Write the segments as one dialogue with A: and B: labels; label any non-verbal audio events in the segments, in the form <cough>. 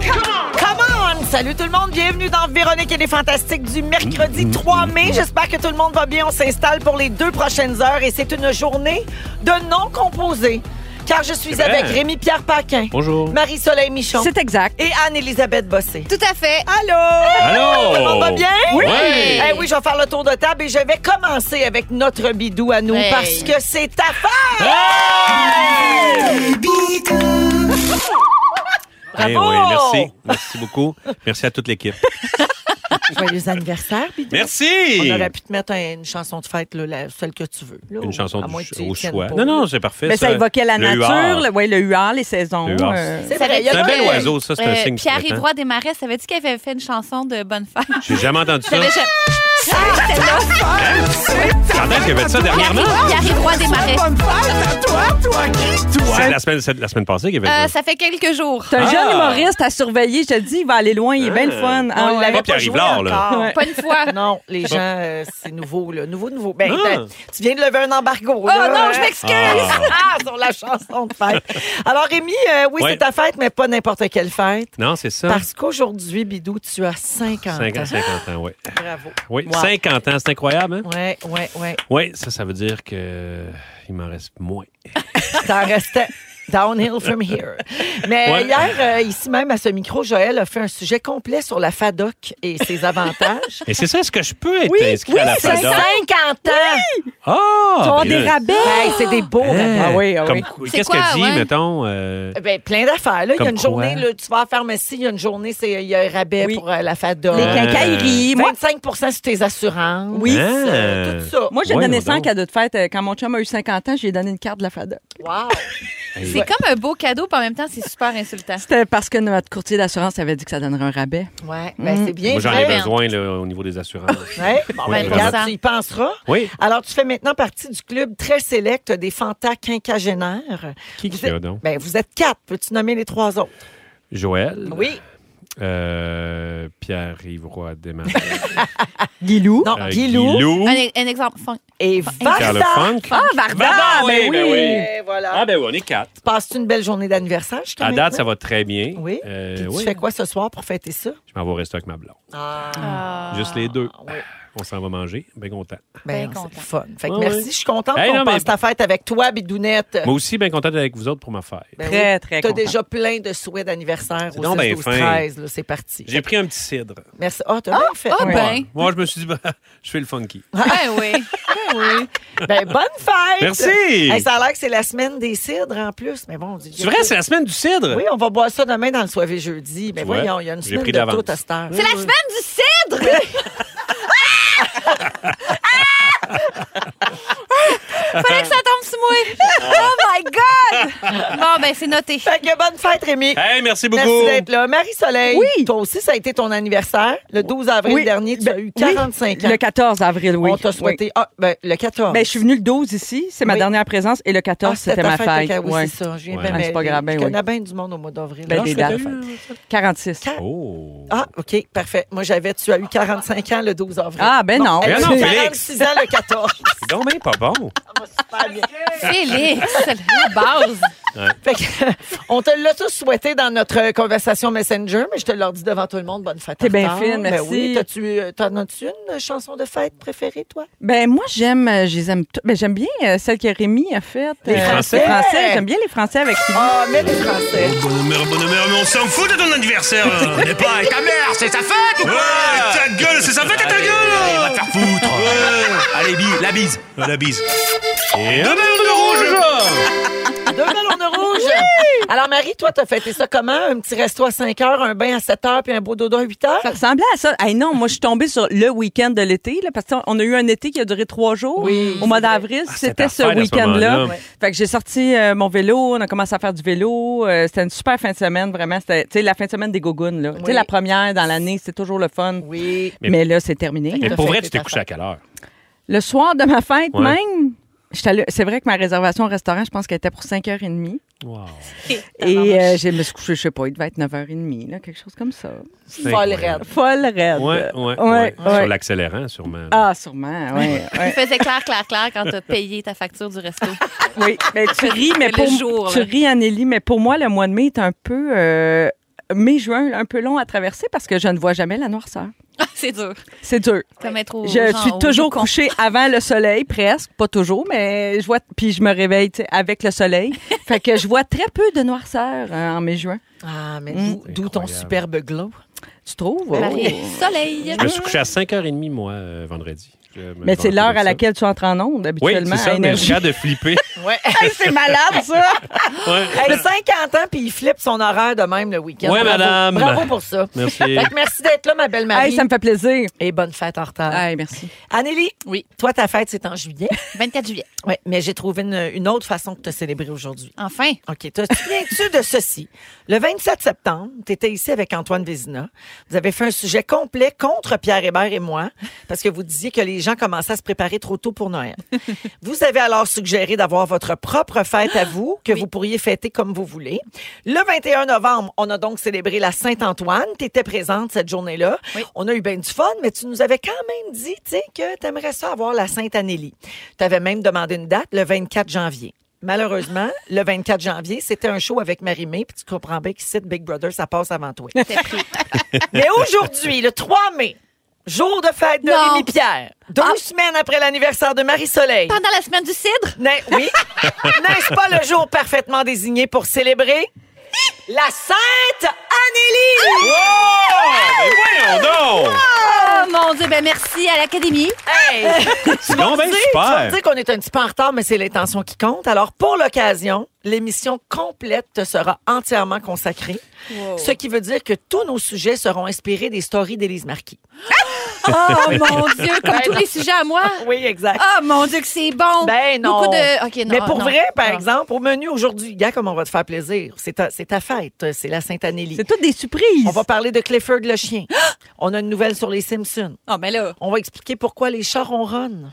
A: Come on! Salut tout le monde, bienvenue dans Véronique et les Fantastiques du
B: Mm,
A: mercredi 3 mai. J'espère que tout le monde va bien. On s'installe pour les deux prochaines heures et c'est une journée de non composé. Car je suis avec Rémi-Pierre Paquin,
B: Bonjour.
A: Bah, Marie-Soleil Michon
C: C'est exact.
A: et Anne-Élisabeth Bossé.
C: Tout à fait.
A: Allô?
B: Allô?
A: Tout le monde va bien?
B: Oui.
A: Eh oui, je vais faire le tour de table et je vais commencer avec notre bidou à nous
C: Hey.
A: parce que c'est ta fête!
B: Eh
A: Bravo!
B: oui, merci. Merci beaucoup. Merci à toute l'équipe.
A: Joyeux anniversaire, bidou.
B: Merci!
A: <laughs> On aurait pu te mettre une chanson de fête, là, la- celle que tu veux. là,
B: Une
A: ou-
B: chanson
A: à moins
B: du,
A: que tu y
B: au
A: tiennes
B: choix.
A: pas.
B: Non, non, c'est parfait.
C: Mais ça évoquait la
B: Le
C: nature,
B: huard.
C: le, ouais, le huard, les saisons.
B: Le huard.
C: euh,
A: C'est vrai, il y a
B: C'est un
A: pas-
B: bel oiseau, ça, c'est un
D: Euh,
B: signe.
D: Pierre
B: fréquent.
D: Ivoire Desmarais, savais-tu qu'elle avait fait une chanson de Bonne Fête?
B: J'ai jamais entendu ça.
D: J'avais- je-
B: Quand est-ce qu'il y avait ça
D: Pierre
B: dernièrement?
D: Pierre Ivoire Desmarais.
B: C'est la semaine, c'est la semaine passée qu'il y
D: Euh,
B: avait ça.
D: ça fait quelques jours.
C: C'est un
B: Ah. Eh!
C: jeune humoriste à surveiller. Je te dis, il va aller loin. Il est bien le fun. Ah,
A: On
C: ouais.
A: l'avait
B: Pas
A: pas
B: Pierre
A: joué
B: Ivelard, là.
A: encore.
C: Ouais.
D: Pas une fois.
A: <laughs> Non, les gens, euh, c'est nouveau, là. Nouveau, nouveau. Ben,
B: Ah.
A: t'as- tu viens de lever un embargo.
D: <laughs> Oh non, je m'excuse.
A: Ah, <laughs> sur la chanson de fête. Alors, Rémi, euh, oui,
B: Ouais.
A: c'est ta fête, mais pas n'importe quelle fête.
B: Non, c'est ça.
A: Parce qu'aujourd'hui, Bidou, tu as 50 ans.
B: 50, 50 ans, oui.
A: Bravo.
B: Oui,
A: Wow.
B: 50 ans, c'est incroyable, hein?
A: Ouais, ouais, ouais.
B: Oui, ça, ça veut dire que il m'en reste moins.
A: Ça restait downhill from here. Mais
B: Ouais.
A: hier, euh, ici même à ce micro, Joël a fait un sujet complet sur la FADOC et ses avantages.
B: Et c'est ça, est-ce que je peux être
C: Oui,
B: inscrit
C: oui,
B: à la
C: c'est
B: FADOC?
C: ça.
A: 50 ans!
B: Ah!
C: Ils ont
B: ben là,
C: des Ah rabais.
A: Hey, c'est des beaux
B: hein,
A: rabais.
B: comme-
D: C'est
B: Qu'est-ce
D: quoi,
B: qu'elle dit,
D: ouais?
B: mettons? euh,
A: Ben, plein d'affaires. là. Il y a
B: Comme
A: une
B: quoi?
A: journée, là, tu vas à la pharmacie, il y a une journée, c'est- il y a un rabais
C: Oui.
A: pour euh, la FADOC.
C: Les
B: Euh,
C: quincailleries. Moi,
A: 25 sur tes assurances. Euh,
C: Oui.
B: Ah.
A: Tout ça.
C: moi j'ai
B: Ouais,
C: donné
B: non,
C: 100
B: donc.
C: cadeaux de fête. euh, Quand mon chum a eu 50 ans, j'ai donné une carte de la FADA.
A: Wow.
D: C'est comme un beau cadeau, puis en même temps, c'est super insultant.
C: C'était parce que notre courtier d'assurance avait dit que ça donnerait un rabais.
A: Ouais,
C: Mm-hmm.
A: ben, c'est bien.
B: Moi, j'en ai
A: vrai.
B: besoin là, au niveau des assurances.
A: Ouais. Bon, ben,
B: Oui,
A: regarde,
D: vraiment.
A: tu y penseras.
B: oui.
A: Alors, tu fais maintenant partie du club très sélect des Fantas quinquagénaires.
B: Qui
A: Vous
B: qu'il y a donc?
A: Ben, vous êtes quatre. Peux-tu nommer les trois autres?
B: Joël.
A: Oui.
B: Euh, Pierre-Yves Roy Desmarais.
A: <laughs>
C: Guilou.
A: Non,
B: Euh,
A: Guilou,
D: Un, e-, un exemple. fun.
A: et
B: Carl
A: Varda.
B: Funk.
C: Ah, Varda,
B: Varda,
C: ben
B: oui, ben
C: oui.
B: oui.
A: Et voilà.
B: Ah, ben oui, on est quatre.
A: Passes-tu une belle journée d'anniversaire? jusqu'à
B: À date,
A: maintenant?
B: ça va très bien.
A: Oui.
B: Euh,
A: Puis tu
B: oui.
A: fais quoi ce soir pour fêter ça?
B: Je m'en vais rester avec ma blonde.
A: Ah,
B: Juste les deux.
A: oui.
B: On s'en va manger. Bien content.
A: ben,
D: Ah, Bien
A: c'est
D: content.
A: le fun. Fait que
B: Ouais,
A: merci,
B: ouais.
A: je suis contente
B: Hey,
A: qu'on
B: non,
A: passe
B: mais-
A: ta fête avec toi, Bidounette.
B: Moi aussi, bien content d'être avec vous autres pour ma fête.
A: Ben
C: Très,
A: oui.
C: très
A: T'as
C: content.
A: déjà plein de souhaits d'anniversaire au
B: donc
A: 6,
B: ben
A: 12,
B: fin.
A: 13. là, C'est parti.
B: J'ai pris un petit cidre.
A: Merci. Ah, t'as bien fait.
D: Ah
C: Ouais.
D: ben.
B: Moi, je me suis dit, bah, <laughs> je fais le funky.
D: Ben
B: <laughs>
D: oui.
A: Ben, bonne fête!
B: Merci.
A: Hey, ça a l'air que c'est la semaine des cidres en plus. Mais bon, on dit.
B: C'est vrai, c'est la semaine du cidre.
A: Oui, on va boire ça demain dans le soirée jeudi. Mais
B: Tu vois,
A: voyons, il y a une
B: j'ai
A: semaine
B: pris
A: de
B: d'avance.
A: tout à cette heure.
D: C'est la semaine du cidre! Ah! Fallait que ça tombe sous
B: Ah.
D: moi! Oh my God! Bon, ben, c'est noté.
A: Fait que bonne fête, Rémi.
B: Hey, merci beaucoup.
A: Merci d'être là. Marie-Soleil,
C: Oui.
A: toi aussi, ça a été ton anniversaire. Le 12 avril
C: Oui.
A: dernier, tu as eu 45 ans.
C: Le 14 avril, oui.
A: On t'a souhaité. Ah, ben, le 14.
C: Oui. Ben, je suis venue le 12 ici. C'est ma
A: Oui.
C: dernière présence. Et le 14,
A: Ah,
C: c'était
A: ta
C: ma fête.
A: ok, Oui,
C: Ouais.
A: c'est ça. Je viens
B: Ouais.
A: bien
C: Ah, c'est pas
A: mêler.
C: grave, ben
A: Je
C: oui.
A: connais bien du monde au mois d'avril.
C: Ben,
A: Ah,
C: des
A: je fais-
C: dates. 46.
B: Oh.
A: Ah, OK, parfait. Moi, j'avais, tu as eu 45 ans le 12 avril.
C: Ah, ben non.
A: Elle
B: Ben
A: a
B: non,
A: eu
B: Félix.
A: 46 ans le
C: <laughs>
A: 14.
B: C'est donc bien pas bon.
D: Félix, c'est la base.
A: Fait que, on te l'a tous souhaité dans notre conversation Messenger, mais je te l'ai dit devant tout le monde, bonne fête. en
C: T'es bien
A: retard.
C: fine,
A: Ben
C: merci.
A: oui, t'as-tu, euh, t'en as-tu une chanson de fête préférée, toi?
C: Ben moi j'aime, euh, je les aime tout- ben, j'aime bien euh, celle que Rémi a faite.
A: Les Français.
C: J'aime bien les Français avec qui.
A: Ah, mais les Français.
E: Bonheur, bonheur, mais on s'en fout de ton
B: <laughs>
E: anniversaire. là. On n'est pas. Ta mère, c'est sa fête ou quoi Ta gueule, c'est sa fête à ta gueule. va te faire foutre. Allez, bi- la bise. La bise.
B: Et un verre de rouge.
A: Deux ballons de rouge. Alors, Marie, toi, t'as fêté ça comment? Un petit resto à 5 heures, un bain à 7 heures, puis un beau dodo à 8 heures?
C: Ça ressemblait à ça. Hey, non, moi, je suis tombée sur le week-end de l'été, là, parce qu'on a eu un été qui a duré trois jours
A: Oui,
C: au mois d'avril. C'était
B: parfait,
C: ce
B: à Ah, ce
C: week-end-là.
B: moment-là. Ouais.
C: Fait que j'ai sorti euh, mon vélo, on a commencé à faire du vélo. Euh, c'était une super fin de semaine, vraiment. C'était tu sais, la fin de semaine des gogounes. là. Tu sais, La première dans l'année, c'est toujours le fun.
A: Oui.
C: Mais, là, c'est terminé.
B: Mais
A: T'as
B: pour
A: fait
B: vrai,
A: tes
B: tu t'es couché à quelle heure?
C: Le soir de ma fête
B: Ouais.
C: même, j'étais allée- c'est vrai que ma réservation au restaurant, je pense qu'elle était pour 5h30.
B: Wow.
C: Et euh, je me suis couchée, je sais pas, il devait être 9h30, là, quelque chose comme ça.
B: C'est
A: Folle
B: incroyable.
A: raide.
C: Folle raide.
B: Ouais, ouais,
C: Ouais,
B: ouais.
C: ouais.
B: Sur l'accélérant, sûrement.
C: Ah, sûrement, oui.
D: Il faisait clair, clair, clair quand t'as payé ta facture du resto.
C: Oui, mais tu ris, mais
D: Le
C: pour
D: jour,
C: tu
D: là.
C: ris, Anneli, mais pour moi, le mois de mai est un peu euh, mai-juin, un peu long à traverser parce que je ne vois jamais la noirceur.
D: c'est dur.
C: C'est dur.
D: Comme être au-
C: Je
D: genre
C: suis
D: au-
C: toujours couchée avant le soleil, presque, pas toujours, mais je vois, puis je me réveille tu sais, avec
D: <laughs>
C: le soleil. fait que je vois très peu de noirceur euh, en mai-juin.
A: Ah, mais
C: Mm.
A: d'où- d'où ton
B: Incroyable.
A: superbe glow?
C: Tu trouves? Oh.
D: Marie- Soleil.
B: Je me suis couché à 5h30, moi, euh, vendredi. Je me
C: Mais
B: vantais
C: c'est l'heure
B: de
C: à
B: ça.
C: laquelle tu entres en onde
B: Oui,
C: habituellement.
B: c'est
C: à
B: ça, mais
C: énergie.
B: j'ai hâte de flipper. <laughs>
A: Ouais.
C: <laughs> Hey, c'est malade, ça!
B: Ouais.
A: <laughs> Hey, 50 ans, puis il flippe son horaire de même le week-end.
B: Ouais,
A: Bravo.
B: madame.
A: Bravo pour ça.
B: Merci.
A: Fait que merci d'être là, ma belle Marie.
C: Hey, ça me fait plaisir.
A: Et bonne fête en retard.
C: Hey, merci.
A: Anneli,
D: Oui.
A: toi, ta fête, c'est en <laughs> juillet.
D: 24 juillet.
A: Oui, mais j'ai trouvé une, une autre façon de te célébrer aujourd'hui.
D: Enfin.
A: OK, te souviens-tu de ceci? Le 27 septembre, tu étais ici avec Antoine Vézina. Vous avez fait un sujet complet contre Pierre Hébert et moi parce que vous disiez que les gens commençaient à se préparer trop tôt pour Noël. vous avez alors suggéré d'avoir votre propre fête à vous que vous pourriez fêter comme vous voulez. Le 21 novembre, on a donc célébré la Saint-Antoine. Tu étais présente cette journée-là.
D: Oui.
A: On a eu bien du fun, mais tu nous avais quand même dit tu sais, que tu aimerais ça avoir la Sainte-Anélie. Tu avais même demandé une date, le 24 janvier. Malheureusement, le 24 janvier, c'était un show avec Marie-Mé, puis tu comprends bien qu'ici, Big Brother, ça passe avant toi. <laughs> Mais aujourd'hui, le 3 mai, jour de fête de
D: Non.
A: Rémi-Pierre, deux semaines après l'anniversaire de Marie-Soleil,
D: Pendant la semaine du cidre.
A: n'est- oui, n'est-ce pas le jour parfaitement désigné pour célébrer la Sainte Annélie?
B: Ah, Voyons donc!
D: Oh mon Dieu, ben merci à l'Académie.
A: Hey!
B: C'est donc bien
A: Tu sais, Tu vas me
B: super!
A: dire qu'on est un petit peu en retard, mais c'est l'intention qui compte. Alors, pour l'occasion, l'émission complète te sera entièrement consacrée. Ce qui veut dire que tous nos sujets seront inspirés des stories d'Élise Marquis.
D: Oh mon Dieu, comme tous les sujets à moi.
A: Ah. Oui, exact.
D: Oh mon Dieu, que c'est bon.
A: Ben non.
D: Beaucoup de. OK, non.
A: mais pour
D: non. Ah.
A: vrai, par
D: Non.
A: exemple, au menu aujourd'hui, gars, comme on va te faire plaisir. C'est ta, c'est ta fête, c'est la Sainte-Anélie.
C: C'est toutes des surprises.
A: On va parler de Clifford le chien. On a une nouvelle sur les Simpsons.
D: Ah, ben là.
A: On va expliquer pourquoi les chats ronronnent.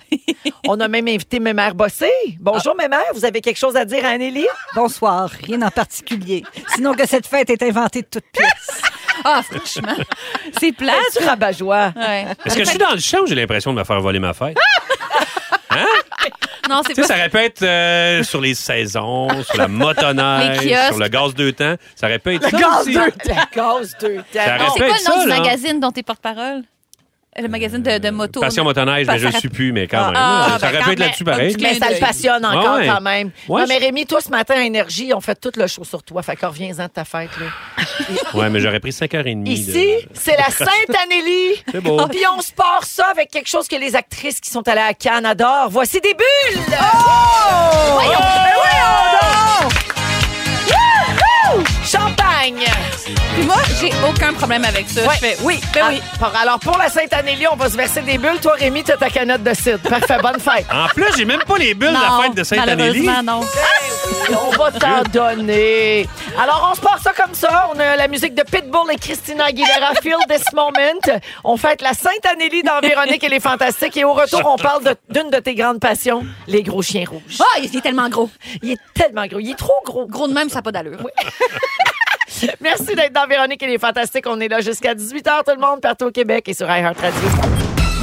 A: On a même invité Mémère Bossé. Bonjour,
D: Ah.
A: Mémère. Vous avez quelque chose à dire à Anélie?
F: Bonsoir, rien en particulier. Sinon que cette fête est inventée de toutes pièces.
D: Ah, franchement. C'est plat.
A: Ah, du rabat-joie.
D: Ouais.
B: Est-ce que je suis dans le champ ou j'ai l'impression de me faire voler ma fête?
D: Non, c'est
B: Tu sais,
D: pas.
B: ça aurait pu être euh, sur les saisons, sur la motoneige,
D: Les kiosques.
B: sur le gaz deux temps. Ça aurait pu être ça
A: Gaz
B: aussi.
A: deux temps. <laughs> La gaz deux temps.
B: Ça
D: C'est
B: reste-
D: quoi
B: respecte
D: le nom
B: ça,
D: du
B: là.
D: magazine dont t'es porte-parole? Le magazine de, de moto.
B: Passion motoneige, mais je ne
D: Passion-
B: suis plus, mais quand même.
D: Ah,
B: là, ça
D: ben,
B: aurait
D: quand
B: pu être
D: même,
B: là-dessus
D: un
B: pareil.
D: petit
A: Mais ça le passionne
B: Ah
A: encore
B: ouais.
A: quand même.
B: Ouais,
A: non, mais
B: je-
A: Rémi, toi, ce matin, à Énergie, on fait tout le show sur toi. Fait que reviens-en de ta fête. Là.
B: Ouais, mais j'aurais pris 5h30. de-
A: Ici, c'est la Sainte-Anélie.
B: <laughs> C'est beau.
A: Puis on se part ça avec quelque chose que les actrices qui sont allées à Cannes adorent. Voici des bulles! Voyons, ben voyons donc! Wouhou! Champagne!
D: Puis moi, j'ai aucun problème avec ça. Je fais oui, ben oui.
A: Ah, par- Alors, pour la Sainte-Anélie, on va se verser des bulles. Toi, Rémi, t'as ta canotte de cidre. Parfait, bonne fête.
B: En plus, j'ai même pas les bulles de la fête de Sainte-Anélie.
D: malheureusement, non.
A: On va t'en donner. Alors, on se part ça comme ça. On a la musique de Pitbull et Christina Aguilera, Feel This Moment. On fête la Sainte-Anélie dans Véronique et les Fantastiques. Et au retour, on parle de- d'une de, tes grandes passions, les gros chiens rouges.
D: Ah, il est tellement gros.
A: Il est tellement gros. Il est trop gros.
D: Gros de même, ça n'a pas d'allure.
A: Merci d'être dans Véronique et les Fantastiques. On est là jusqu'à 18h, tout le monde, partout au Québec et sur iHeartRadio.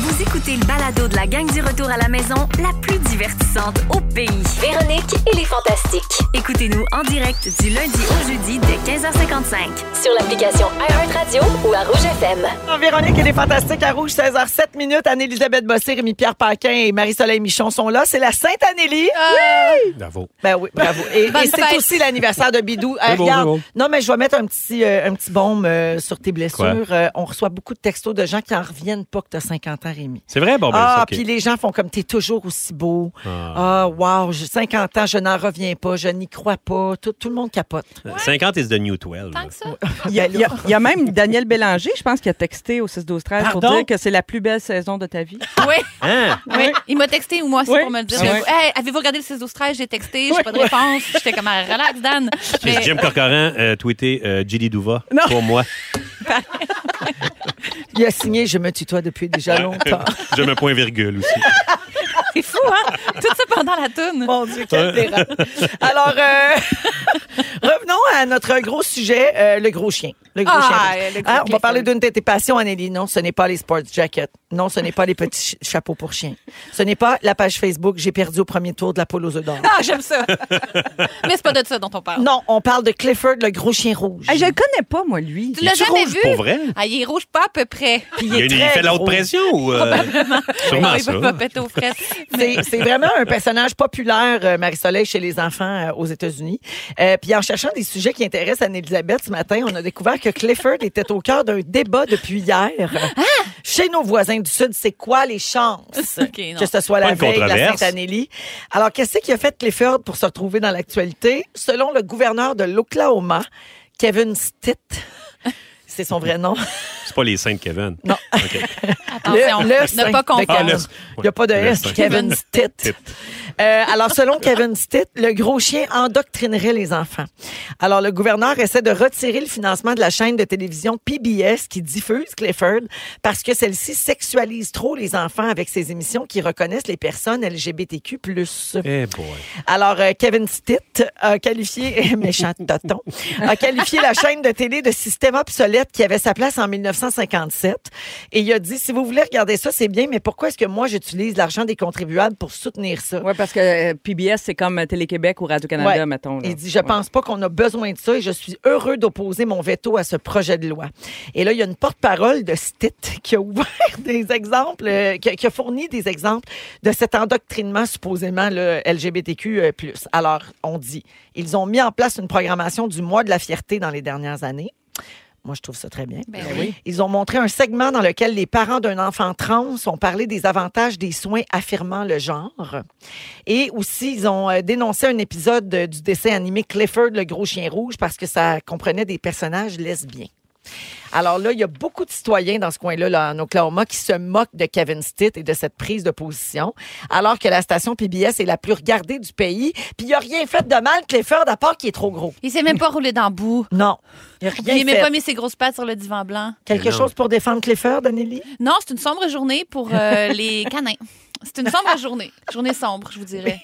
G: Vous écoutez le balado de la gang du retour à la maison, la plus divertissante au pays.
H: Véronique et les Fantastiques.
G: Écoutez-nous en direct du lundi au jeudi dès 15h55.
H: Sur l'application iHeartRadio ou à Rouge FM.
A: Dans Véronique et les Fantastiques à Rouge, 16h07 minutes. Anne-Élisabeth Bossé, Rémi-Pierre Paquin et Marie-Soleil Michon sont là. C'est la Sainte-Anélie.
B: Bravo.
A: Ben oui, bravo. Et,
D: Bonne
A: et c'est
D: fête.
A: aussi l'anniversaire de Bidou. Euh,
B: C'est bon,
A: regarde.
B: c'est bon.
A: Non, mais je vais mettre un petit, euh, un petit bombe euh, sur tes blessures.
B: Quoi?
A: Euh, on reçoit beaucoup de textos de gens qui en reviennent pas que tu as 50 ans, Rémi. Rémi.
B: C'est vrai? Bon, ben,
A: Ah,
B: c'est
A: puis
B: OK.
A: les gens font comme t'es toujours aussi beau. Ah, wow, j'ai 50 ans, je n'en reviens pas, je n'y crois pas. Tout, tout le monde capote.
B: 50 is the new 12.
D: Tant que ça.
C: Il y, a, il y a- il y a même Daniel Bélanger, je pense, qui a texté au 6-12-13 pour
B: Pardon?
C: dire que c'est la plus belle saison de ta vie.
D: Oui,
B: Hein?
D: oui. Il m'a texté ou moi aussi
C: Oui.
D: pour me le dire.
C: Oui.
D: Hey, avez-vous regardé le 6 12 13 J'ai texté, j'ai pas de réponse. J'étais comme ah, relax
B: <laughs>
D: Dan.
B: Puis
D: Mais-
B: Jim Corcoran euh, tweeté euh, Gilly Douva
C: Non.
B: pour moi.
A: Il a signé Je me tutoie depuis
B: <laughs>
A: déjà longtemps.
B: Je me point virgule aussi.
D: C'est fou, hein? Tout ça pendant la toune.
A: <laughs> Mon Dieu, quel dérapage. Alors, euh, <laughs> revenons à notre gros sujet, euh, le gros chien. Le gros
D: Ah,
A: chien.
D: le gros
A: Hein, on va
D: chien.
A: parler d'une tête et passion, Anneli. Non, ce n'est pas les sports jackets. Non, ce n'est pas les petits chi- chapeaux pour chiens. Ce n'est pas la page Facebook J'ai perdu au premier tour de la poule aux œufs d'or.
D: Ah, j'aime ça. <laughs> Mais c'est pas de ça dont on parle.
A: Non, on parle de Clifford, le gros chien rouge.
D: Ah,
C: Hey, je le connais pas, moi, lui.
D: Tu l'as
B: est-tu
D: jamais
B: rouge
D: vu?
B: pour vrai?
D: Ah, il est rouge pas à peu près. Ah,
B: Il, y a une- il
A: très
B: fait de la haute
A: gros.
B: pression ou. euh, <laughs> Sûrement
D: il va pas
B: ça.
D: péter aux fraises.
A: <laughs>
D: Mais
A: C'est c'est vraiment un personnage populaire, euh, Marie-Soleil, chez les enfants euh, aux États-Unis. Euh, puis en cherchant des sujets qui intéressent Anne-Elisabeth ce matin, on a découvert que Clifford <laughs> était au cœur d'un débat depuis hier.
D: Ah!
A: Chez nos voisins du Sud, c'est quoi les chances
D: <laughs> Ok, non.
A: que ce soit
B: Pas
A: la
B: une
A: veille de la
B: controverse.
A: Sainte-Anélie? Alors, qu'est-ce qui a fait Clifford pour se retrouver dans l'actualité? Selon le gouverneur de l'Oklahoma, Kevin Stitt, <laughs> c'est son vrai nom,
B: C'est pas les seins de Kevin.
A: Non.
B: OK.
D: attention, ne pas
B: Ah,
D: confondre.
B: le-
A: il n'y a pas de
B: Le
A: S.
B: sein. <laughs>
A: Kevin Stitt.
B: Stitt.
A: Euh, alors, selon Kevin Stitt, le gros chien endoctrinerait les enfants. Alors, le gouverneur essaie de retirer le financement de la chaîne de télévision PBS qui diffuse Clifford parce que celle-ci sexualise trop les enfants avec ses émissions qui reconnaissent les personnes LGBTQ+.
B: Eh boy.
A: Alors, euh, Kevin Stitt a qualifié, <laughs> méchant tonton, a qualifié la chaîne de télé de système obsolète qui avait sa place en 1957. Et il a dit, si vous voulez regarder ça, c'est bien, mais pourquoi est-ce que moi, j'utilise l'argent des contribuables pour soutenir ça?
C: Oui, parce que euh, PBS, c'est comme euh, Télé-Québec ou Radio-Canada,
A: Ouais.
C: mettons. là.
A: Il dit, je pense pas qu'on a besoin de ça et je suis heureux d'opposer mon veto à ce projet de loi. Et là, il y a une porte-parole de Stitt <laughs> qui a ouvert des exemples, euh, qui, a- qui a fourni des exemples de cet endoctrinement supposément le LGBTQ+. euh, plus. Alors, on dit, ils ont mis en place une programmation du mois de la fierté dans les dernières années. Moi, je trouve ça très bien.
D: Ben oui.
A: Ils ont montré un segment dans lequel les parents d'un enfant trans ont parlé des avantages des soins affirmant le genre. Et aussi, ils ont euh, dénoncé un épisode euh, du dessin animé Clifford, le gros chien rouge, parce que ça comprenait des personnages lesbiens. Alors là, il y a beaucoup de citoyens dans ce coin-là, là, en Oklahoma, qui se moquent de Kevin Stitt et de cette prise de position, alors que la station PBS est la plus regardée du pays. Puis il n'y a rien fait de mal, Clifford, à part qu'il est trop gros.
D: Il s'est même pas roulé dans le bout.
A: Non, il n'y a rien
D: Il n'a
A: fait.
D: même pas mis ses grosses pattes sur le divan blanc.
A: Quelque
B: Mais non.
A: chose pour défendre Clifford, Anneli?
D: Non, c'est une sombre journée pour
A: <laughs>
D: euh, les canins. C'est une sombre journée. Journée sombre, je vous
A: <laughs>
D: dirais.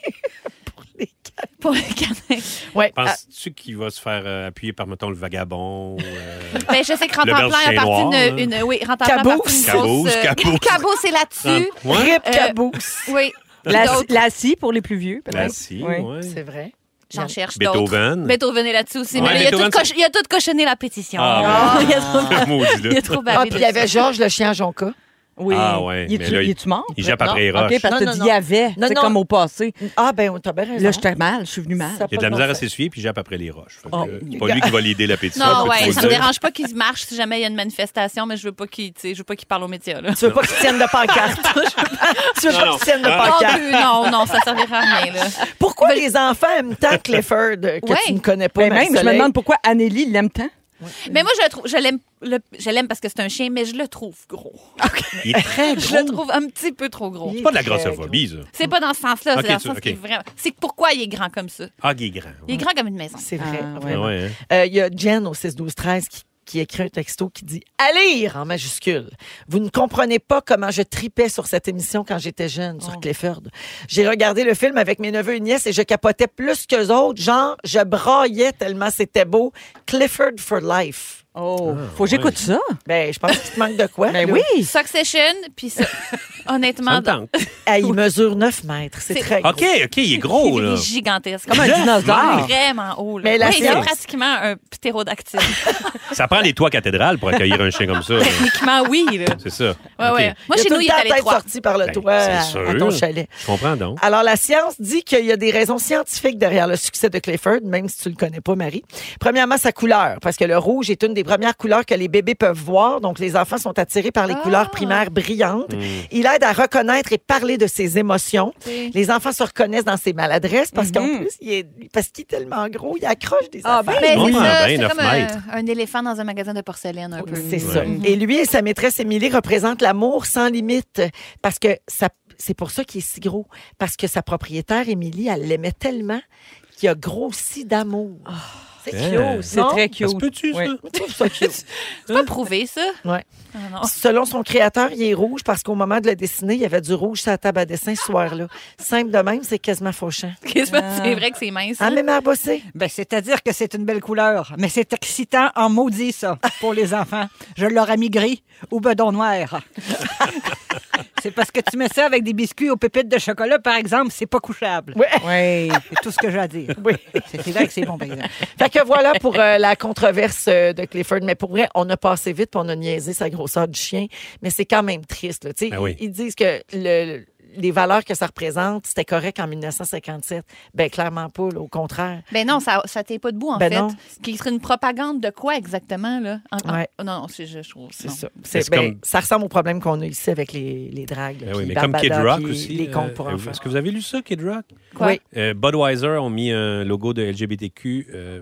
D: Pour les canins.
A: Oui.
B: Penses-tu qu'il va se faire euh, appuyer par, mettons, le vagabond? ou, euh,
D: Ben, je sais que
B: Le
D: Rantanplan a
B: Belge
D: parti
B: noir,
D: une,
B: là.
D: une- Oui, Rantanplan a parti
B: Caboose.
D: une grosse... euh, <laughs>
B: Caboose, caboose.
D: Caboose, c'est là-dessus.
B: Ah, ouais?
A: Rip
D: Euh,
A: Caboose.
D: Oui,
C: La,
D: D'autres.
C: la scie pour les plus vieux, peut-être.
B: La scie,
C: Oui.
B: Ben,
A: <laughs>
B: ouais.
A: C'est vrai.
D: j'en cherche d'autres.
B: Beethoven.
D: Beethoven est là-dessus aussi.
B: Ouais,
D: mais il a, tout
B: Beethoven,
D: coche- il a tout cochonné la pétition.
B: Ah,
D: il a trop,
B: Maudit, là.
D: il a trop bavé
A: Ah, puis il y
D: dessus.
A: avait Georges le chien à Jonca.
C: Oui.
B: Ah ouais,
C: Il
B: mais
C: est-tu
B: là,
C: il est-tu mort?
B: Il jappe après les roches.
C: OK, parce
A: Non,
C: que
A: non,
C: tu
A: non.
C: dis y avait.
A: Non,
C: C'est
A: non.
C: comme au passé.
A: Ah, ben, t'as bien raison.
C: Là, j'étais mal. Je suis venue mal.
A: Ça
B: Il y a de la misère à ses souliers, puis il jappe après les roches. Fait que,
A: Oh.
B: euh, C'est pas lui qui va l'aider la pétition.
D: Non,
B: faut
D: ouais,
B: le
D: ça
B: dire.
D: me dérange pas qu'il marche si jamais il y a une manifestation, mais je veux pas qu'il, tu sais, je veux pas qu'il parle aux médias, là.
A: Tu veux pas qu'il tienne de pancarte. <laughs>
B: <laughs>
A: tu veux
B: Non,
A: pas
B: non.
A: qu'il tienne de
B: Ah.
D: Non,
A: pancarte.
D: plus, non, non, ça servira à rien, là.
A: Pourquoi les enfants aiment tant Clifford que
D: Ouais.
A: tu ne connais pas,
C: Mais Ben, même, je me
A: Marie-Soleil?
C: demande pourquoi Anneli l'aime tant.
D: Mais moi, je le trouve, je l'aime, le- je l'aime parce que c'est un chien, mais je le trouve gros.
B: Il est très
D: Je le
B: gros.
D: trouve un petit peu trop gros.
B: C'est pas de la grossophobie, ça.
D: C'est pas dans ce sens-là,
B: Ok,
D: c'est dans le
B: tu-
D: sens
B: ok.
D: qu'il est vraiment. C'est pourquoi il est grand comme ça.
B: Ah, il est grand.
D: Il est grand comme une maison.
A: C'est vrai.
C: Ah,
B: Ouais,
A: vraiment.
B: ouais, hein.
A: Euh, Il y a Jen au 6-12-13 qui, qui écrit un texto qui dit « À lire !» en majuscule. Vous ne comprenez pas comment je tripais sur cette émission quand j'étais jeune, sur Clifford. J'ai regardé le film avec mes neveux et nièces et je capotais plus qu'eux autres. Genre, je braillais tellement c'était beau. Clifford for life.
C: Oh, faut que j'écoute ça.
A: Ben, je pense qu'il te manque de quoi.
C: Mais
A: là.
C: Ben oui.
D: Succession, puis
A: <laughs>
D: ça, honnêtement,
B: Ça me tente.
A: Ah, il mesure 9 mètres. C'est
D: C'est-
A: très gros.
B: OK, OK, il est gros,
D: il
B: Oh, là.
D: est gigantesque.
C: Comme un dinosaure.
D: Vraiment haut. Là.
A: Ah! Mais la
D: Oui, il est
A: science-
D: pratiquement un ptérodactyle. <laughs>
B: Ça prend les toits cathédrales pour accueillir un chien comme ça. là.
D: Techniquement, oui.
B: <laughs>
D: Là.
B: C'est ça.
D: Ouais,
B: OK.
D: ouais. Moi,
A: Il a
D: chez
A: tout
D: nous,
A: le
D: il est
A: temps
D: à
A: la tête
D: l'étroit.
A: sortie par le
B: Ben,
A: toit à,
B: c'est
A: à ton
B: sûr.
A: chalet.
B: Je comprends
C: Ah,
B: donc.
A: Alors, la science dit qu'il y a des raisons scientifiques derrière le succès de Clifford, même si tu le connais pas, Marie. Premièrement, sa couleur, parce que le rouge est une des premières couleurs que les bébés peuvent voir. Donc, les enfants sont attirés par les
D: Ah.
A: couleurs primaires brillantes. Il aide à reconnaître et parler de ses émotions.
D: Oui. Mm-hmm.
A: Les enfants se reconnaissent dans ses maladresses parce qu'en plus, il est, parce qu'il est tellement gros, il accroche des affaires.
D: Ah, Mais
B: Bon,
D: c'est
B: ben,
D: ça,
B: ben,
D: c'est
B: neuf
D: comme un,
B: mètres.
D: un éléphant dans un magasin de porcelaine, un peu.
A: Oh, C'est
B: Ouais.
A: ça. Et lui et sa maîtresse Émilie représentent l'amour sans limite parce que ça, c'est pour ça qu'il est si gros. Parce que sa propriétaire, Émilie, elle l'aimait tellement qu'il a grossi d'amour.
D: Ah.
A: c'est
B: Eh,
A: cute,
C: C'est
A: non?
C: très cute.
B: Ça se peut-tu, ça?
C: Oui.
A: Je trouve ça cute.
D: C'est pas prouvé, ça? <laughs>
A: Ouais.
D: Ah, non.
A: Selon son créateur, il est rouge parce qu'au moment de le dessiner, il y avait du rouge sur la table à dessin ce soir-là. Simple de même, c'est quasiment
D: <laughs>
A: fauchant.
D: Qu'est-ce que C'est vrai que c'est mince.
A: Ah,
D: hein?
A: mais à bosser.
F: Ben, c'est-à-dire que c'est une belle couleur, mais c'est excitant en maudit, ça, pour les enfants. Je l'aurais mis gris ou bedon noir. <laughs> c'est parce que tu mets ça avec des biscuits aux pépites de chocolat, par exemple, c'est pas couchable.
C: Oui.
F: C'est tout ce que j'ai à dire. Oui. C'est vrai que c'est bon, par exemple.
A: Fait que voilà pour euh, la controverse euh, de Clifford. Mais pour vrai, on a passé vite puis on a niaisé sa grosseur du chien. Mais c'est quand même triste. Là. Tu sais,
B: Ben oui.
A: Ils ils disent que le- les valeurs que ça représente, c'était correct en 1957. Ben clairement pas, là, au contraire.
D: Ben non, ça, ça t'est pas debout, en
A: Ben
D: fait.
A: non.
D: Qui serait une propagande de quoi exactement, là? En- en-
A: Ouais.
D: Non, non, c'est je trouve.
A: C'est
D: non.
A: ça. C'est-
B: C'est
A: ben,
B: comme-
A: Ça ressemble au problème qu'on a ici avec les, les dragues. là,
B: Ben oui,
A: puis
B: mais
A: les
B: comme Kid
A: barbadas,
B: Rock
A: puis
B: aussi.
A: Les contes pour
B: euh,
A: enfants.
B: Est-ce que vous avez lu ça, Kid Rock?
D: Quoi?
A: Oui.
B: Euh, Budweiser ont mis un logo de LGBTQ euh,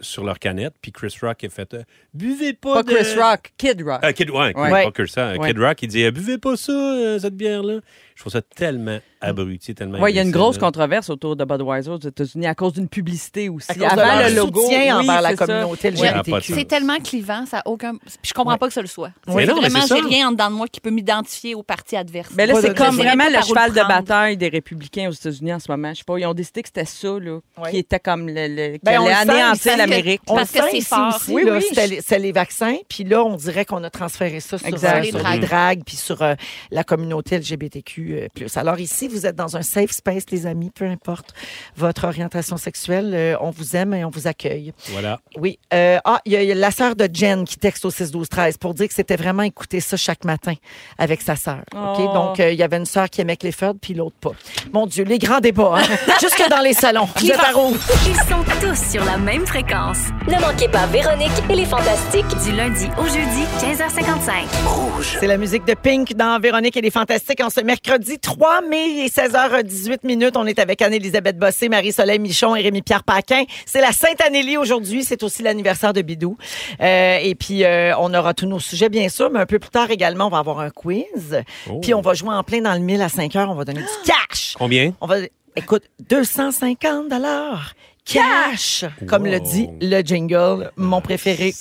B: sur leur canette, puis Chris Rock a fait euh, Buvez pas,
C: Pas
B: de...
C: Chris Rock, Kid Rock.
B: Ah, Kid, ouais,
C: Ouais.
B: pas Chris, hein,
C: Ouais.
B: Kid Rock, il dit euh, Buvez pas ça, euh, cette bière-là. Je trouve ça tellement abruti, tellement.
C: Oui, il y a une
B: agressif,
C: grosse
B: ben, là.
C: controverse autour de Budweiser aux États-Unis à cause d'une publicité aussi.
A: À cause de
C: Avant
A: leur
C: le logo.
A: soutien
C: oui,
A: envers la
C: c'est ça.
A: communauté
B: Ouais.
A: LGBTQ.
B: Ah, pas de
D: C'est tellement clivant, ça a aucun. Puis je comprends pas que ça le soit.
B: Mais non, mais
D: vraiment,
B: c'est ça.
D: j'ai rien en dedans de moi qui peut m'identifier au parti adverse.
C: Mais Ben là,
A: Pas
C: c'est
A: de-
C: comme
A: je sais
C: vraiment
D: pas
C: le
D: par où
C: cheval
D: le
C: de
D: prendre.
C: bataille des républicains aux États-Unis en ce moment. Je sais pas, ils ont décidé que c'était ça, là,
A: Ouais.
C: qui était comme le, le- qui
A: Ben, on le
C: allait
A: sent,
C: anéantir
D: parce que-
C: l'Amérique.
A: On
D: Parce
A: le
D: que
A: sent
D: c'est
A: ici
D: fort.
A: aussi,
C: Oui,
A: là,
C: oui.
A: c'était les- c'est les vaccins. Puis là, on dirait qu'on a transféré ça sur,
C: Exact.
A: euh,
D: Les
A: sur les
D: dragues.
A: dragues, puis sur euh, la communauté LGBTQ+. euh, Alors ici, vous êtes dans un safe space, les amis, peu importe votre orientation sexuelle. euh, on vous aime et on vous accueille.
B: Voilà.
A: Oui. Euh, ah, il y, a- il y a la sœur de Jen qui texte au 6-12-13 pour dire que c'était vraiment écouter ça chaque matin avec sa sœur. OK?
C: Oh.
A: Donc, euh, il y avait une sœur qui aimait Clifford, puis l'autre pas. Mon Dieu, les grands débats, hein? <laughs> Jusque dans les salons. Vous êtes à rouge.
G: Ils sont tous sur la même fréquence.
H: Ne manquez pas Véronique et les Fantastiques.
G: Du lundi au jeudi, 15h55.
A: C'est la musique de Pink dans Véronique et les Fantastiques en ce mercredi 3 mai et 16h18 minutes. On est avec Anne-Élisabeth Bossé, Marie-Soleil Michon et Rémi-Pierre Paquin. C'est la Sainte-Anélie aujourd'hui. C'est aussi l'anniversaire de Bidou. Euh, et puis, euh, on aura tous nos sujets, bien sûr, mais un peu plus tard également, on va avoir un quiz.
B: Oh.
A: Puis, on va jouer en plein dans le 1000 à 5 heures. On va donner du cash.
B: Combien?
A: On va, écoute, 250 dollars. Cash, comme le dit le jingle, mon
B: <laughs>
A: préféré.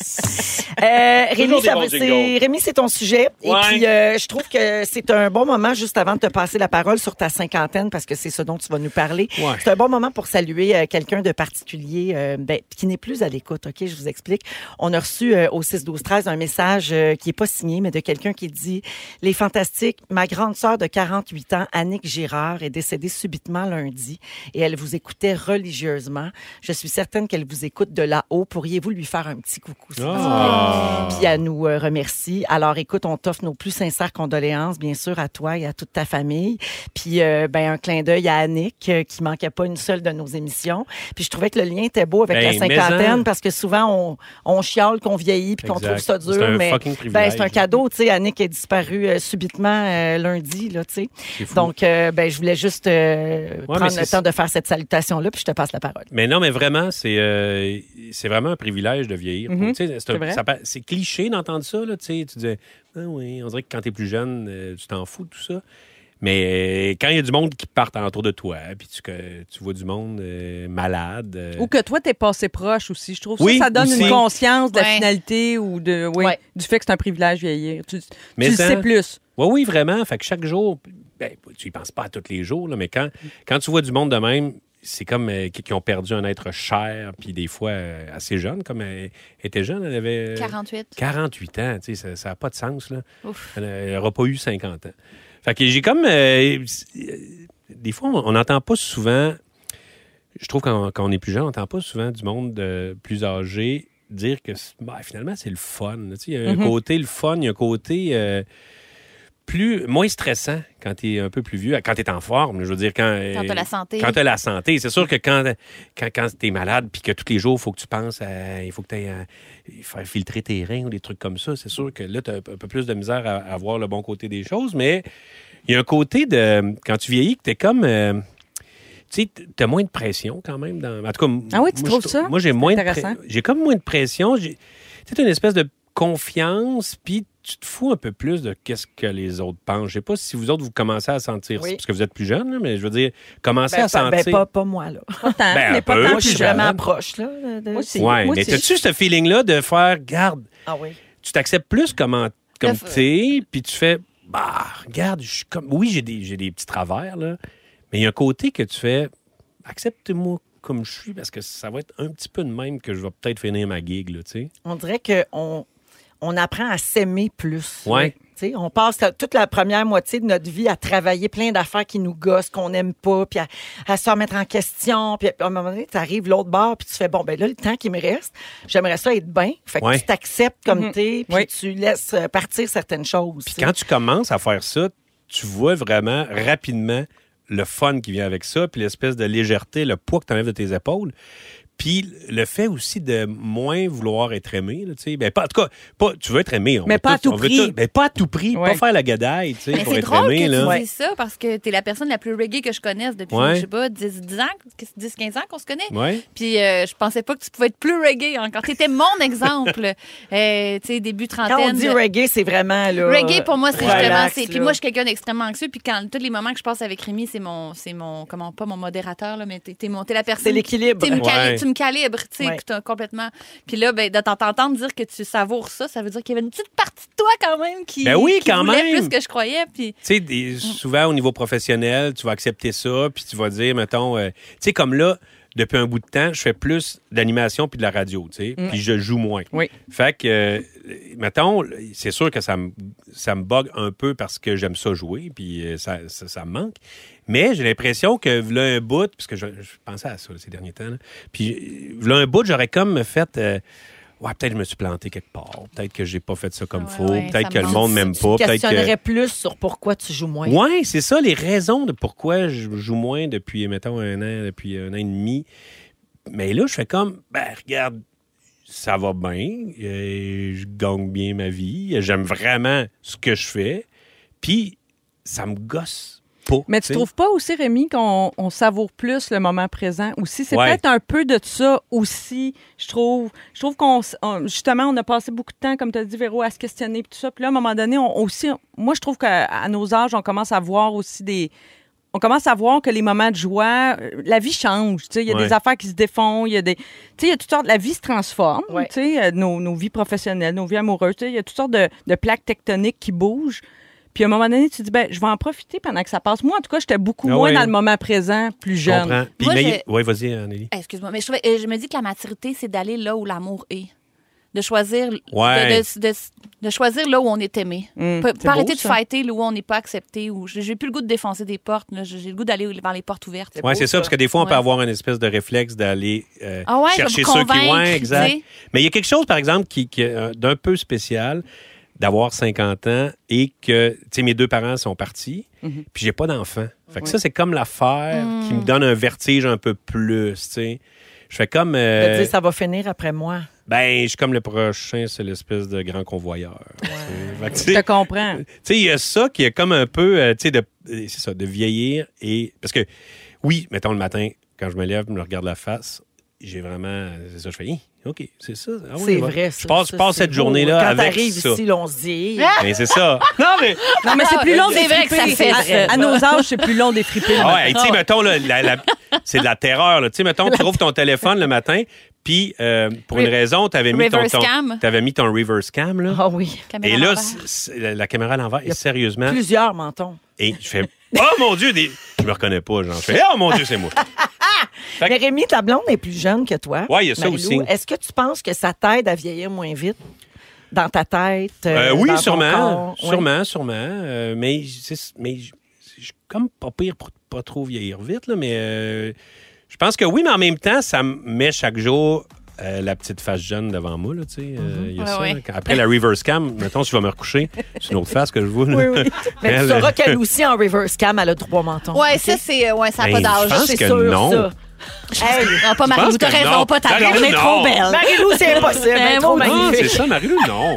A: Euh, Rémi,
B: Toujours des
A: ça
B: bons
A: va- c'est
B: jingles.
A: Rémi, c'est ton sujet. Et
B: Ouais.
A: puis, euh, je trouve que c'est un bon moment, juste avant de te passer la parole sur ta cinquantaine, parce que c'est ce dont tu vas nous parler.
B: Ouais.
A: C'est un bon moment pour saluer euh, quelqu'un de particulier euh, ben, qui n'est plus à l'écoute. OK, je vous explique. On a reçu euh, au 6-12-13 un message euh, qui est pas signé, mais de quelqu'un qui dit « Les Fantastiques, ma grande sœur de 48 ans, Annick Girard, est décédée subitement lundi et elle vous écoutait religieusement. Je suis certaine qu'elle vous écoute de là-haut. Pourriez-vous lui faire un petit coucou?
C: Oh.
A: s'il vous plaît?
B: Ah.
A: Puis elle nous euh, remercie. Alors écoute, on t'offre nos plus sincères condoléances, bien sûr, à toi et à toute ta famille. Puis euh, ben un clin d'œil à Annick euh, qui manquait pas une seule de nos émissions. Puis je trouvais que le lien était beau avec la
B: Ben,
A: cinquantaine
B: mais-en.
A: parce que souvent on, on chiale qu'on vieillit puis qu'on
B: Exact.
A: trouve ça dur,
B: C'est un
A: mais
B: fucking
A: ben
B: privilège.
A: c'est un cadeau, tu sais. Annick est disparue euh, subitement euh, lundi là, tu sais.
B: fou.
A: Donc euh, ben je voulais juste euh,
B: mais
A: prendre
B: c'est
A: le
B: ça.
A: temps de faire cette salutation là, puis je te passe la parole.
B: Mais non, mais vraiment, c'est euh, c'est vraiment un privilège de vieillir.
C: Mhm.
B: Tu sais, c'est un-
C: C'est vrai.
B: ça pa- C'est cliché d'entendre ça. Là, tu sais, tu disais, ah oui, on dirait que quand t'es plus jeune, euh, tu t'en fous de tout ça. Mais euh, quand il y a du monde qui part autour de toi, puis tu, que- tu vois du monde euh, malade. euh,
C: Ou que toi, t'es passé proche aussi. Je trouve
B: Oui,
C: ça, ça donne
B: aussi.
C: une conscience de la
D: Ouais.
C: finalité ou de, oui,
A: Ouais.
C: du fait que c'est un privilège vieillir. Tu, tu
B: Mais
C: le
B: ça-
C: sais plus.
B: Oui, oui, vraiment. Fait que chaque jour, ben, tu y penses pas à tous les jours, là, mais quand, quand tu vois du monde de même, c'est comme euh, qui qui ont perdu un être cher, puis des fois euh, assez jeune, comme elle était jeune, elle avait euh,
D: 48.
B: 48 ans. Tu sais, ça n'a pas de sens. Là.
D: Ouf.
B: Elle n'aura pas eu 50 ans. Fait que j'ai comme. euh, euh, des fois, on n'entend pas souvent. Je trouve quand, quand on est plus jeune, on n'entend pas souvent du monde euh, plus âgé
D: Mhm.
B: dire que c'est- ben, finalement, c'est le fun. là. Tu sais, Il y a un côté le fun, il y a un côté. euh, plus, moins stressant quand tu es un peu plus vieux, quand tu es en forme. Je veux dire, quand. euh,
D: Quand t'as la santé.
B: Quand tu la santé. C'est sûr que quand, quand, quand tu es malade puis que tous les jours, il faut que tu penses à. Il faut que tu ailles à- faire filtrer tes reins ou des trucs comme ça. C'est sûr que là, tu as un peu un peu plus de misère à, à voir le bon côté des choses. Mais il y a un côté de. Quand tu vieillis, que tu es comme. euh, tu sais, t'as moins de pression quand même. Dans... En tout cas,
C: Ah oui, tu
B: moi,
C: trouves
B: je-
C: ça?
B: Moi, j'ai
C: C'est
B: moins de pres-
C: intéressant.
B: J'ai comme moins de pression. J'ai tu sais, t'as une espèce de confiance, puis tu te fous un peu plus de qu'est-ce que les autres pensent. Je sais pas si vous autres, vous commencez à sentir ça,
A: Oui.
B: parce que vous êtes plus jeune, là, mais je veux dire, commencez à
A: Ben, pas, ben,
B: sentir...
A: pas, pas moi, là.
C: Pas tant,
B: Ben,
C: mais
B: un
C: pas
B: peu,
C: tant
A: Moi,
B: puis
A: je suis
C: plus jeune.
A: vraiment proche, là. de- de-
C: Moi aussi.
B: Ouais,
C: Moi
B: mais
C: aussi.
B: t'as-tu ce feeling-là de faire, garde,
A: Ah oui.
B: tu t'acceptes plus comme, comme
D: Le-
B: t'es, puis tu fais, bah, regarde, je suis comme... Oui, j'ai des, j'ai des petits travers, là, mais il y a un côté que tu fais, accepte-moi comme je suis, parce que ça va être un petit peu de même que je vais peut-être finir ma gig, là, tu sais.
A: On dirait qu'on on apprend à s'aimer plus.
B: Ouais.
A: Tu sais, on passe la- toute la première moitié de notre vie à travailler plein d'affaires qui nous gossent, qu'on n'aime pas, puis à, à se remettre en question. Puis à un moment donné, tu arrives l'autre bord, puis tu fais, bon, ben là, le temps qui me reste, j'aimerais ça être bien. Fait que
B: Ouais.
A: tu t'acceptes comme
D: Mm-hmm.
A: t'es, puis
C: Oui.
A: tu laisses euh, partir certaines choses.
B: Puis
A: tu sais.
B: quand tu commences à faire ça, tu vois vraiment rapidement le fun qui vient avec ça, puis l'espèce de légèreté, le poids que tu enlèves de tes épaules. Puis le fait aussi de moins vouloir être aimé, là, tu sais. Ben, pas, en tout cas, pas, tu veux être aimé. On
C: Mais
B: veut
C: pas à tout
B: on veut
C: prix.
B: ben, pas à tout prix.
C: Ouais.
B: Pas faire la gadaille, tu sais,
D: Mais
B: pour
D: Ben, c'est
B: être
D: drôle
B: aimé.
D: que
B: là.
D: tu dises ça parce que t'es la personne la plus reggae que je connaisse depuis,
B: Ouais.
D: je sais pas, 10, 10 ans, 10, 15 ans qu'on se connaît.
B: Ouais.
D: Puis euh, je pensais pas que tu pouvais être plus reggae encore. T'étais mon exemple. Euh, tu sais, début
A: Quand on
D: trentaine. euh,
A: dit reggae, c'est vraiment. Là,
D: Reggae, pour moi, c'est justement.
A: relax,
D: c'est- Puis
A: là.
D: moi, je suis quelqu'un d'extrêmement anxieux. Puis quand tous les moments que je passe avec Rémi, c'est mon, c'est mon, comment pas mon modérateur là, mais t'es t'es mon- t'es la personne.
A: C'est l'équilibre.
D: Tu me cali-
B: Ouais.
D: tu me calibres, tu sais,
A: Ouais.
D: que t'as complètement. Puis là, ben, de t'en- t'entendre dire que tu savoures ça, ça veut dire qu'il y avait une petite partie de toi quand même qui,
B: Ben oui,
D: qui
B: quand
D: voulait
B: même.
D: plus que je croyais. Puis
B: Tu sais, des- souvent au niveau professionnel, tu vas accepter ça, puis tu vas dire, mettons, euh, tu sais, comme là, depuis un bout de temps, je fais plus d'animation puis de la radio, tu sais,
D: Mm.
B: puis je joue moins.
C: Oui.
B: Fait que, euh, mettons, c'est sûr que ça me, ça me bug un peu parce que j'aime ça jouer, puis euh, ça, ça, ça me manque. Mais j'ai l'impression que, là, un bout, parce que je, je pensais à ça là, ces derniers temps, là, puis euh, là, un bout, j'aurais comme fait. euh, Ouais, peut-être que je me suis planté quelque part. Peut-être que j'ai pas fait ça comme
D: Ah Ouais,
B: faut.
D: ouais, ça
B: peut-être que
D: me
B: le
D: manque.
B: monde m'aime
A: Tu te
B: pas. Peut-être que...
A: questionnerais plus sur pourquoi tu joues moins.
B: Oui, c'est ça, les raisons de pourquoi je joue moins depuis, mettons, un an, depuis un an et demi. Mais là, je fais comme, ben, regarde, ça va bien, euh, je gagne bien ma vie, j'aime vraiment ce que je fais, puis ça me gosse pas.
C: Mais tu
B: sais.
C: trouves pas aussi, Rémi, qu'on on savoure plus le moment présent aussi? C'est
B: Ouais.
C: peut-être un peu de ça aussi, je trouve. Je trouve qu'on, s- on- justement, on a passé beaucoup de temps, comme tu as dit, Véro, à se questionner et tout ça. Puis là, à un moment donné, on aussi, moi, je trouve qu'à à nos âges, on commence à voir aussi des. On commence à voir que les moments de joie, euh, la vie change. tu sais. Il y a
B: Ouais.
C: des affaires qui se défont, il y a des. Tu sais, il y a toutes sortes. La vie se transforme.
A: Ouais.
C: tu sais, euh, Nos, nos vies professionnelles, nos vies amoureuses. tu sais, Il y a toutes sortes de, de plaques tectoniques qui bougent. Puis à un moment donné, tu dis, ben, je vais en profiter pendant que ça passe. Moi, en tout cas, j'étais beaucoup
B: Ah
C: moins
B: ouais.
C: dans le moment présent, plus
B: Je
C: jeune.
B: comprends. Puis,
D: Moi,
B: mais- ouais, vas-y, Anneli.
D: Eh, Excuse-moi, mais je, trouvais- euh, je me dis que la maturité, c'est d'aller là où l'amour est. De choisir,
B: Ouais.
D: de, de- de- de choisir là où on est aimé.
C: Mm,
D: pas
C: c'est
D: pas arrêter
C: beau,
D: de
C: ça.
D: fighter là où on n'est pas accepté. Ou j'ai j'ai plus le goût de défoncer des portes. là. J'ai j'ai le goût d'aller vers les portes ouvertes.
B: Oui,
A: beau,
B: c'est ça,
A: ça.
B: parce que des fois, on peut
D: Ouais.
B: avoir une espèce de réflexe d'aller euh,
D: Ah ouais, je vais
B: chercher
D: vous
B: ceux qui.
D: convaincre,
B: Ouais, exact.
D: tu sais.
B: Mais il y a quelque chose, par exemple, qui, qui est euh, d'un peu spécial d'avoir 50 ans et que, tu sais, mes deux parents sont partis,
D: Mhm.
B: puis j'ai pas d'enfant. Fait que ça, c'est comme l'affaire qui
D: Hmm.
B: me donne un vertige un peu plus, tu sais. Je fais comme. euh,
A: De dire, ça va finir après moi.
B: ben, je suis comme le prochain, c'est l'espèce de grand convoyeur. tu sais. Fait que, tu sais,
C: Je te comprends.
B: tu sais, il y a ça qui est comme un peu, euh, tu sais, de, euh, c'est ça, de vieillir et. Parce que, oui, mettons le matin, quand je me lève, je me regarde la face, j'ai vraiment. C'est ça, je fais, Hi, OK, c'est ça. Ah oui,
A: c'est
B: ouais.
A: vrai.
B: Je
A: ça,
B: passe,
A: ça,
B: je passe
A: c'est
B: cette
A: beau. hein,
B: journée-là
A: Quand
B: avec
A: t'arrives
B: ça.
A: ici, l'on se dit.
B: Mais
A: <laughs>
B: c'est ça. non, mais.
C: Non, mais c'est plus long de
D: Ah, C'est vrai que ça
C: défriper.
D: fait
C: À,
D: vrai.
C: à nos âges, c'est plus long d'effriper. le
B: Ah
C: matin.
B: ouais, tu sais, mettons, là, la- la- c'est de la terreur. là. Tu sais, mettons, tu trouves ton téléphone le matin, puis euh, pour une
D: Re-
B: raison, t'avais mis ton,
D: reverse
B: ton-
D: cam.
B: t'avais mis ton reverse cam, là.
A: Ah oui.
D: Caméra
B: Et là,
D: à
B: c'est- c'est- la, la caméra à l'envers, et sérieusement,
A: Plusieurs mentons.
B: et je fais, oh mon Dieu, des... je me reconnais pas, genre, je fais, oh mon Dieu, c'est moi. Fait que-
A: Mais Rémi, ta blonde est plus jeune que toi.
B: Ouais, il y a ça
A: Marie-Lou.
B: aussi.
A: Est-ce que tu penses que ça t'aide à vieillir moins vite dans ta tête? euh,
B: Euh, oui,
A: dans ton
B: sûrement,
A: corps? Ouais.
B: sûrement, sûrement. euh, mais c'est- mais je je suis comme pas pire pour pas trop vieillir vite, là, mais euh, je pense que oui, mais en même temps, ça me met chaque jour euh, la petite face jeune devant moi, là, tu sais. euh, il y a
D: Ouais,
B: ça,
D: ouais.
B: là. Après la reverse cam, mettons, si je vais me recoucher, c'est une autre face que je vois. là. <laughs>
C: Oui, oui.
A: Mais tu
B: Elle,
A: sauras
B: euh, <laughs>
A: qu'elle aussi, en reverse cam, elle a trois mentons.
D: Ouais, ça, c'est. euh, Ouais, ça n'a
B: Ben,
D: pas d'âge.
B: je pense
D: c'est
B: que
D: sûr,
B: non. Ah,
D: ça. Hey, non, pas
B: pense
D: Marie-Lou, t'as
B: que
D: raison,
B: non.
D: pas ta
B: Marie-Lou,
D: blonde. Elle est trop
B: non.
D: belle.
A: Marie-Lou,
B: <laughs>
A: c'est impossible. elle est
C: Ben,
A: trop
C: moi
B: Ah,
A: Oh, magnifique.
B: c'est ça, Marie-Lou? Non.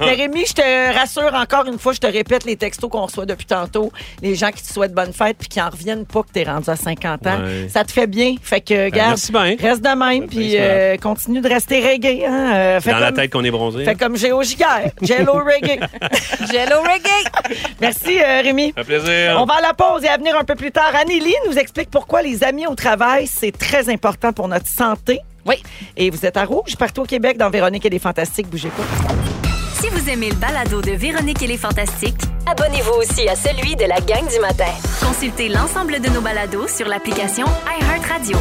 A: Jérémy, je te rassure encore une fois, je te répète les textos qu'on reçoit depuis tantôt. Les gens qui te souhaitent bonne fête puis qui en reviennent pas que t'es rendu à 50 ans.
B: Ouais. Ben,
A: Ça te fait bien. Fait que, regarde,
B: merci bien. Ben,
A: reste de même puis
B: bien,
A: euh, continue de rester reggae. Hein. Euh, fais
B: Dans la
A: comme-
B: tête qu'on est bronzé.
A: Fais comme Géo Giguère, Jello Reggae.
D: <laughs> Jello Reggae.
A: Merci, euh, Rémi.
B: Ça fait plaisir.
A: On va à la pause et à venir un peu plus tard. Anneli nous explique pourquoi les amis au travail, c'est très important pour notre santé.
D: Oui.
A: Et vous êtes à Rouge, partout au Québec, dans Véronique et les Fantastiques. Bougez pas.
G: Si vous aimez le balado de Véronique et les Fantastiques,
H: Abonnez-vous aussi à celui de la gang du matin.
G: consultez l'ensemble de nos balados sur l'application iHeartRadio.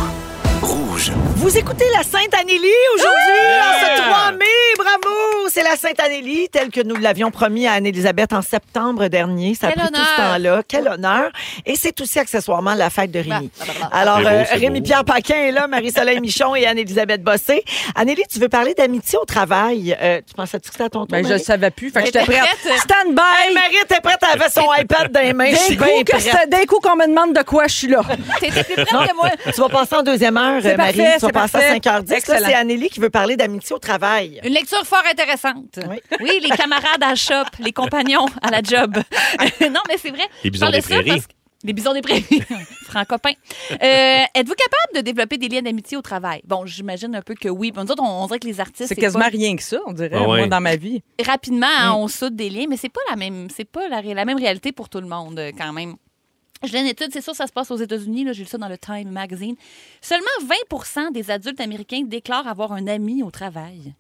A: Vous écoutez la Sainte Anélie aujourd'hui, en ce 3 mai. Bravo! C'est la Sainte Anélie, telle que nous l'avions promis à Anne-Élisabeth en septembre dernier. Ça a
D: Quel
A: pris tout ce
D: honneur.
A: temps-là. Quel honneur! Et c'est aussi accessoirement la fête de Rémi.
D: Bah, bah, bah, bah.
A: Alors,
B: C'est beau,
A: euh,
B: c'est beau.
A: Rémi-Pierre Paquin est là, Marie-Soleil Michon et Anne-Élisabeth Bossé. Anélie, tu veux parler d'amitié au travail. Euh, tu pensais-tu que c'était à ton tour?
C: Ben, je le
A: Marie?
C: savais plus. Fait que
D: J'étais
C: j'étais prête.
D: prête.
C: Stand
A: Hey,
C: by.
A: Marie, t'es prête? Elle avait son iPad dans les mains. Je suis
C: D'un
A: bien
C: coup, que
A: prête.
C: c'est- d'un coup qu'on me demande de quoi je suis là.
D: T'étais plus prête
A: Non,
D: que moi.
A: Tu vas passer en deuxième heure,
C: C'est
A: euh, Marie.
C: parfait,
A: tu vas
C: c'est
A: passer
C: parfait.
A: à 5h10. Là,
C: Excellent.
A: c'est Anélie qui veut parler d'amitié au travail.
D: Une lecture fort intéressante.
A: Oui.
D: Oui, les camarades à la shop, les compagnons à la job. <laughs> non, mais c'est vrai.
B: Les
D: Je
B: bisons
D: parle
B: des
D: de ça
B: prairies.
D: parce que- Les bisons des prairies. <laughs> Francopain. Euh, Êtes-vous capable de développer des liens d'amitié au travail? Bon, j'imagine un peu que oui. Bon, Nous autres, on, on dirait que les artistes.
C: C'est
D: pas-
C: quasiment Mm. rien que ça, on dirait,
B: Ah ouais.
C: moi, dans ma vie.
D: rapidement, hein, on saute des liens, mais c'est pas la même, c'est pas la, ré- la même réalité pour tout le monde euh, quand même. Je lis une étude, c'est sûr, ça se passe aux États-Unis. là, J'ai lu ça dans le Time Magazine. Seulement 20 des adultes américains déclarent avoir un ami au travail.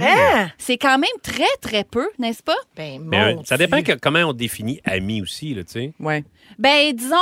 A: Hein?
D: C'est quand même très, très peu, n'est-ce pas?
A: Ben,
B: Mais, euh,
A: mon
B: ça
A: Dieu.
B: dépend que- comment on définit ami aussi, là, tu sais.
C: Ouais.
D: Ben, disons.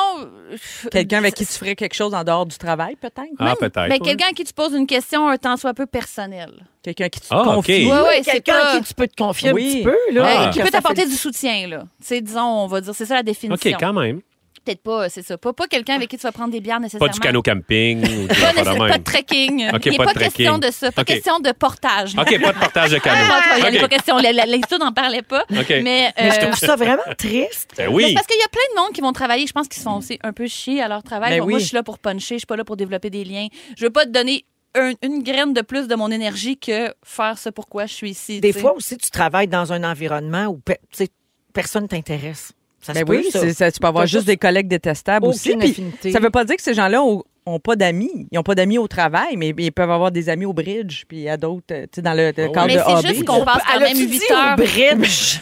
D: euh,
C: Quelqu'un avec qui tu ferais quelque chose en dehors du travail, peut-être?
B: Ah,
D: même-
B: peut-être.
D: Ben,
B: ouais.
D: quelqu'un à qui tu poses une question un tant soit peu personnelle.
C: Quelqu'un qui te
B: Ah, OK.
C: confie.
B: Ouais,
D: ouais,
A: Oui,
D: c'est
A: quelqu'un
D: pas-
A: à qui tu peux te confier un
C: Oui.
A: petit peu. Là,
B: Ah.
D: Euh, qui
A: Que
D: peut
A: ça
D: t'apporter
A: fait-
D: du soutien, là. Tu sais, disons, on va dire, c'est ça la définition.
B: OK, quand même.
D: Peut-être pas, euh, c'est ça. Pas, pas quelqu'un avec qui tu vas prendre des bières
B: Pas
D: nécessairement.
B: du canot camping ou quelque
D: Pas,
B: chose de
D: nécessaire- pas
B: même.
D: de trekking.
B: OK,
D: Il n'est
B: pas
D: pas,
B: de
D: question
B: trekking.
D: de ça. Pas
B: OK.
D: question de portage.
B: OK, pas de partage de
D: <laughs> Ah,
B: canot.
D: Il n'y avait
B: OK.
D: pas question. La- la- L'étude n'en parlait pas.
B: OK.
D: Mais,
A: Mais
D: euh,
A: je trouve ça vraiment triste.
B: Ben
D: mais c'est
B: oui.
D: parce qu'il y a plein de monde qui vont travailler, je pense qu'ils sont aussi un peu chiés à leur travail.
C: Ben
D: Bon, Moi,
C: oui.
D: je suis là pour puncher, je suis pas là pour développer des liens. Je veux pas te donner un- une graine de plus de mon énergie que faire ce pourquoi je suis ici.
A: Des
D: tu sais.
A: fois aussi, tu travailles dans un environnement où pe- tu sais, personne t'intéresse. Ça se
C: Ben
A: peut,
C: oui,
A: ça.
C: c'est- ça, tu peux avoir
A: T'as
C: juste,
A: juste
C: des collègues détestables aussi.
A: aucune
C: puis
A: affinité.
C: Ça veut pas dire que ces gens-là ont, ont pas d'amis. Ils ont pas d'amis au travail, mais ils peuvent avoir des amis au bridge, puis à d'autres, euh, tu sais, dans le,
B: Ah
C: le cadre
D: Mais
C: de
D: c'est
C: hobby.
D: juste qu'on passe quand
A: Elle a-tu
D: même
A: dit
D: 8
A: au
D: heures.
A: bridge?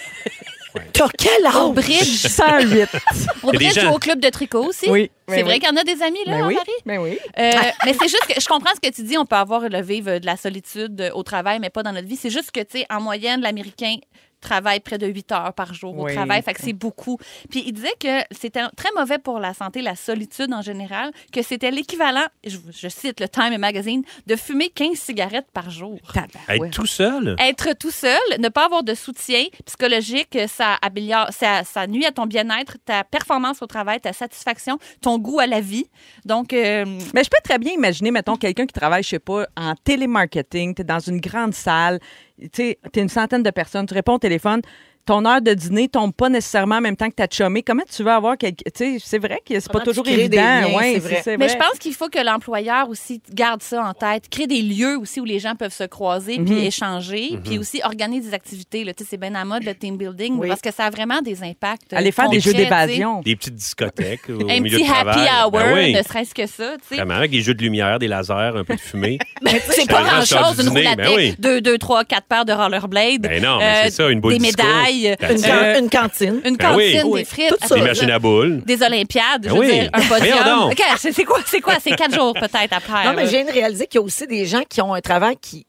A: T'as quel âge?
D: Au
C: <laughs>
D: bridge.
C: 108.
D: Au
B: Il y a des
D: bridge
B: gens-
D: ou au club de tricot aussi.
C: Oui,
D: C'est
C: oui,
D: vrai
C: oui.
D: qu'il y en a des amis, là,
C: Ben
D: hein,
C: oui,
D: Marie?
C: ben oui.
D: Euh, mais c'est juste que je comprends ce que tu dis. On peut avoir le vivre de la solitude euh, au travail, mais pas dans notre vie. C'est juste que, tu sais, en moyenne, l'Américain travaille près de 8 heures par jour au
C: Oui.
D: travail. Fait que c'est beaucoup. Puis il disait que c'était très mauvais pour la santé, la solitude en général, que c'était l'équivalent, je, je cite le Time Magazine, de fumer 15 cigarettes par jour.
B: Être tout seul.
D: Être tout seul, ne pas avoir de soutien psychologique, ça améliore, ça, ça nuit à ton bien-être, ta performance au travail, ta satisfaction, ton goût à la vie. Donc, euh,
C: Mais je peux très bien imaginer, mettons, quelqu'un qui travaille, je sais pas, en télémarketing, tu es dans une grande salle, tu sais, tu une centaine de personnes, tu réponds au téléphone, ton heure de dîner tombe pas nécessairement en même temps que ta chômée. Comment tu veux avoir quelqu'un. Tu sais, c'est vrai que c'est pas
A: Comment tu
C: toujours
A: crées des
C: évident.
A: liens,
C: ouais,
A: c'est
C: c'est-
A: vrai.
C: c'est
D: Mais je
C: vrai.
D: pense qu'il faut que l'employeur aussi garde ça en tête, crée des lieux aussi où les gens peuvent se croiser
C: Mhm.
D: puis échanger, puis aussi organise des activités. là. Tu sais, c'est bien à la mode le team building
A: Oui.
D: parce que ça a vraiment des impacts. euh,
C: Aller faire des
D: concrets,
C: jeux d'évasion.
B: Des petites discothèques au
D: tu sais. Un
B: milieu
D: petit
B: du travail.
D: happy hour,
B: Ben oui.
D: ne serait-ce que ça. tu sais.
B: Vraiment, avec des jeux de lumière, des lasers, un peu de
D: <laughs>
B: fumée.
D: C'est pas
B: Sérieusement, je sors
D: grand-chose,
B: du
D: une
B: dîner,
D: roulade,
B: ben oui.
D: deux, deux, trois, quatre paires de rollerblades,
B: Ben non, mais c'est
D: euh,
B: ça, une boule
D: des
B: disco.
D: médailles,
B: Ben,
A: Une,
B: c'est-
A: can-
D: euh,
A: une cantine.
D: une
B: Ben oui.
D: cantine,
B: Oui.
D: des frites,
A: Tout ça.
B: des
D: après
B: machines
D: ça,
B: à boules.
D: des olympiades, je
B: Ben oui.
D: veux dire, un
B: Voyons
D: podium.
B: donc.
D: OK, c'est c'est quoi, c'est quoi? C'est quatre jours peut-être après.
A: Non, mais
D: là.
A: je viens de réaliser qu'il y a aussi des gens qui ont un travail qui.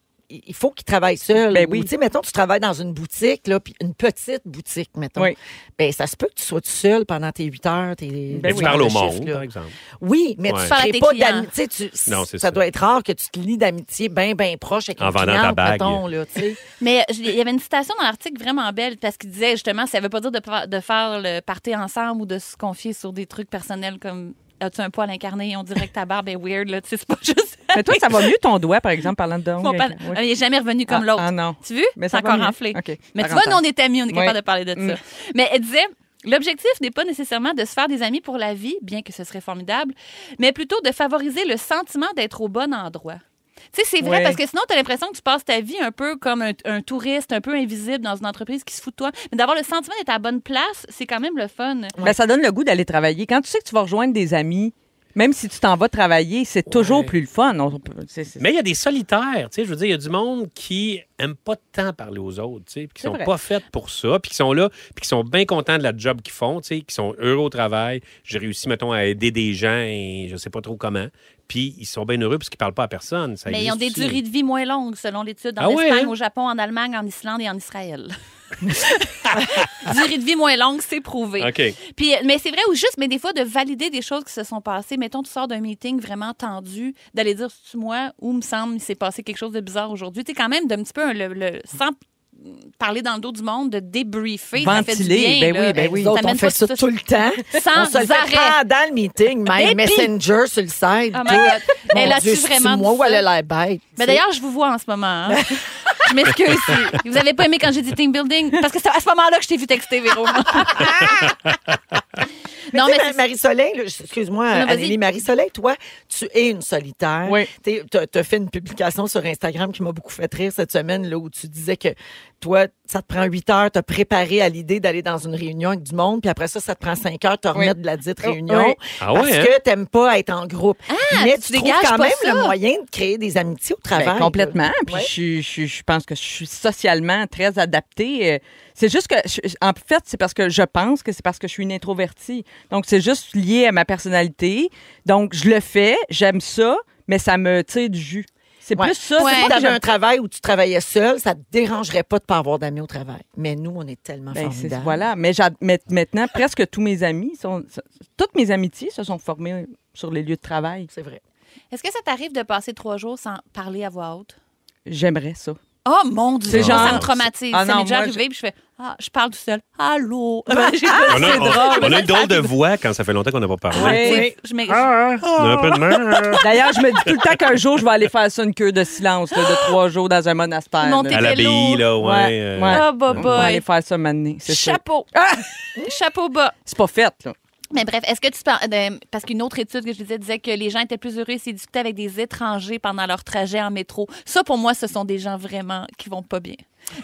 A: Il faut qu'ils travaillent seuls.
C: Ben
A: Ou,
C: oui.
A: Tu sais, mettons, tu travailles dans une boutique, là, puis une petite boutique, mettons.
C: Oui.
A: Ben, ça se peut que tu sois tout seul pendant tes 8 heures. Tes,
C: Ben
B: Mais
A: tes
B: tu
C: oui.
B: parles
A: heures
B: au
A: de
B: monde,
A: shift, là.
B: par exemple.
A: Oui, mais
B: Ouais.
A: tu
D: Parles à
A: crées
D: tes
A: pas
D: clients.
A: d'amitié. Tu,
B: Non, c'est
A: ça,
B: ça.
A: doit être rare que tu te lis d'amitié bien, bien proche avec
B: En
A: un
B: vendant
A: client,
B: ta bague.
A: mettons, là, tu sais.
D: Mais je- il y avait une citation dans l'article vraiment belle parce qu'il disait justement, ça veut pas dire de, fa- de faire le party ensemble ou de se confier sur des trucs personnels comme As-tu un poil incarné? On dirait que ta barbe est weird, là. Tu sais, c'est pas juste.
C: Mais toi, ça va mieux ton doigt, par exemple, parlant de dong.
D: Mon père-
C: avec- ouais.
D: Il n'est jamais revenu comme
C: Ah,
D: l'autre.
C: ah non.
D: Tu veux?
C: Mais
D: c'est
C: ça va
D: encore
C: mieux.
D: enflé.
C: OK.
D: Mais tu vois,
C: Parenthèse.
D: nous, on est amis, on est
C: Ouais.
D: capable de parler de ça.
C: Mm.
D: Mais elle disait, l'objectif n'est pas nécessairement de se faire des amis pour la vie, bien que ce serait formidable, mais plutôt de favoriser le sentiment d'être au bon endroit. Tu sais, c'est vrai,
C: Ouais.
D: parce que sinon, tu as l'impression que tu passes ta vie un peu comme un, un touriste, un peu invisible dans une entreprise qui se fout de toi. Mais d'avoir le sentiment d'être à la bonne place, c'est quand même le fun.
C: Ben, ça donne le goût d'aller travailler. Quand tu sais que tu vas rejoindre des amis, même si tu t'en vas travailler, c'est toujours plus le fun. On peut- c'est- c'est-
B: Mais il y a des solitaires, tu sais, je veux dire, il y a du monde qui aime pas tant parler aux autres, tu sais, puis qui
C: C'est
B: sont
C: vrai.
B: pas faites pour ça, puis qui sont là, puis qui sont bien contents de la job qu'ils font, tu sais, qui sont heureux au travail. J'ai réussi, mettons, à aider des gens et je sais pas trop comment. Puis ils sont bien heureux parce qu'ils parlent pas à personne. Ça
D: Mais ils ont des
B: existe aussi.
D: durées de vie moins longues, selon l'étude, en
B: Ben, Ah ouais,
D: Espagne,
B: hein?
D: au Japon, en Allemagne, en Islande et en Israël. <laughs> durée de vie moins longue, c'est prouvé.
B: OK.
D: Puis, euh, mais c'est vrai ou juste, mais des fois, de valider des choses qui se sont passées. Mettons, tu sors d'un meeting vraiment tendu, d'aller dire, c'est moi, ou me semble, il s'est passé quelque chose de bizarre aujourd'hui. Tu sais, quand même, d'un petit peu, un- le, le- sans parler dans le dos du monde, de débriefer, ça fait du
C: Ventiler,
D: bien.
C: ben
D: là.
C: oui, ben oui.
D: Ça
C: Nous
H: D'autres,
D: mène
H: on fait
D: pas
H: ça
D: tout-
H: tout le temps.
D: Sans
H: on se le
D: arrêt.
H: fait pendant le meeting,
D: Baby.
H: même Messenger sur le site.
D: Ah,
H: tout.
D: my God.
H: Mon
D: Elle a-tu
H: Dieu, c'est-tu
D: vraiment dit
H: moi ou
D: ça?
H: elle a l'air bête?
D: Mais Ben, d'ailleurs, je vous vois en ce moment. hein. <laughs> je m'excuse. si Vous avez pas aimé quand j'ai dit team building parce que c'est à ce moment-là que je t'ai vu texter Véro. <laughs> non mais
A: Tu sais,
D: c'est-
A: Marie-Soleil, là, excuse-moi,
D: Non, vas-y.
A: Amélie, Marie-Soleil, toi, tu es une solitaire.
C: Oui.
A: Tu as fait une publication sur Instagram qui m'a beaucoup fait rire cette semaine, là, où tu disais que toi, ça te prend 8 heures, t'as préparé à l'idée d'aller dans une réunion avec du monde, puis après ça, ça te prend 5 heures, te remettre de la dite
D: Oh,
A: réunion.
C: oui.
B: Ah
A: parce
B: ouais, hein?
A: que t'aimes pas être en groupe. Mais
D: Ah, tu
A: tu, trouves
D: dégages
A: quand
D: pas
A: même
D: ça.
A: le moyen de créer des amitiés au travail.
C: Ben, complètement.
A: là.
C: Puis
A: Ouais.
C: je, je- je pense que je suis socialement très adaptée. Euh, C'est juste que, je- en fait, c'est parce que je pense que c'est parce que je suis une introvertie. Donc, c'est juste lié à ma personnalité. Donc, je le fais, j'aime ça, mais ça me tire du jus. C'est
A: Ouais.
C: plus ça.
D: Ouais.
C: c'est
A: Si
C: pas que
A: t'avais
C: j'aime-
A: un travail où tu travaillais seul, ça te dérangerait pas de pas avoir d'amis au travail. Mais nous, on est tellement
C: Ben, c'est-
A: formidables.
C: voilà. Mais, j'ad- mais maintenant, presque tous mes amis sont. sont- Toutes mes amitiés se sont formées sur les lieux de travail.
A: C'est vrai.
D: est-ce que ça t'arrive de passer trois jours sans parler à voix haute?
C: J'aimerais ça.
D: Oh mon Dieu,
C: C'est
D: moi, ça
C: genre-
D: me traumatise.
C: Ah
D: ça
C: non,
D: m'est déjà
C: moi,
D: arrivé, puis je fais ah, je parle tout seul. Allô? <laughs> J'ai-
B: On a, on-
C: drôle.
B: on a une drôle de voix quand ça fait longtemps qu'on n'a pas parlé.
C: Ouais.
D: C'est- je m'ex-
C: Ah,
B: On a un peu de mal.
C: D'ailleurs, je me dis tout le temps qu'un jour, je vais aller faire ça une queue de silence là, de trois jours dans un monastère.
D: Mon
C: là.
D: T'es
B: À l'abbaye,
D: vélo.
B: là, ouais.
C: Ouais,
B: euh,
C: ouais.
D: Ah, bah,
C: On va
D: bah.
C: aller faire ça maintenant. C'est sûr.
D: Chapeau. Chapeau bas.
C: C'est pas fait, là.
D: Mais bref, est-ce que tu parles. euh, Parce qu'une autre étude que je disais disait que les gens étaient plus heureux s'ils discutaient avec des étrangers pendant leur trajet en métro. Ça, pour moi, ce sont des gens vraiment qui vont pas bien.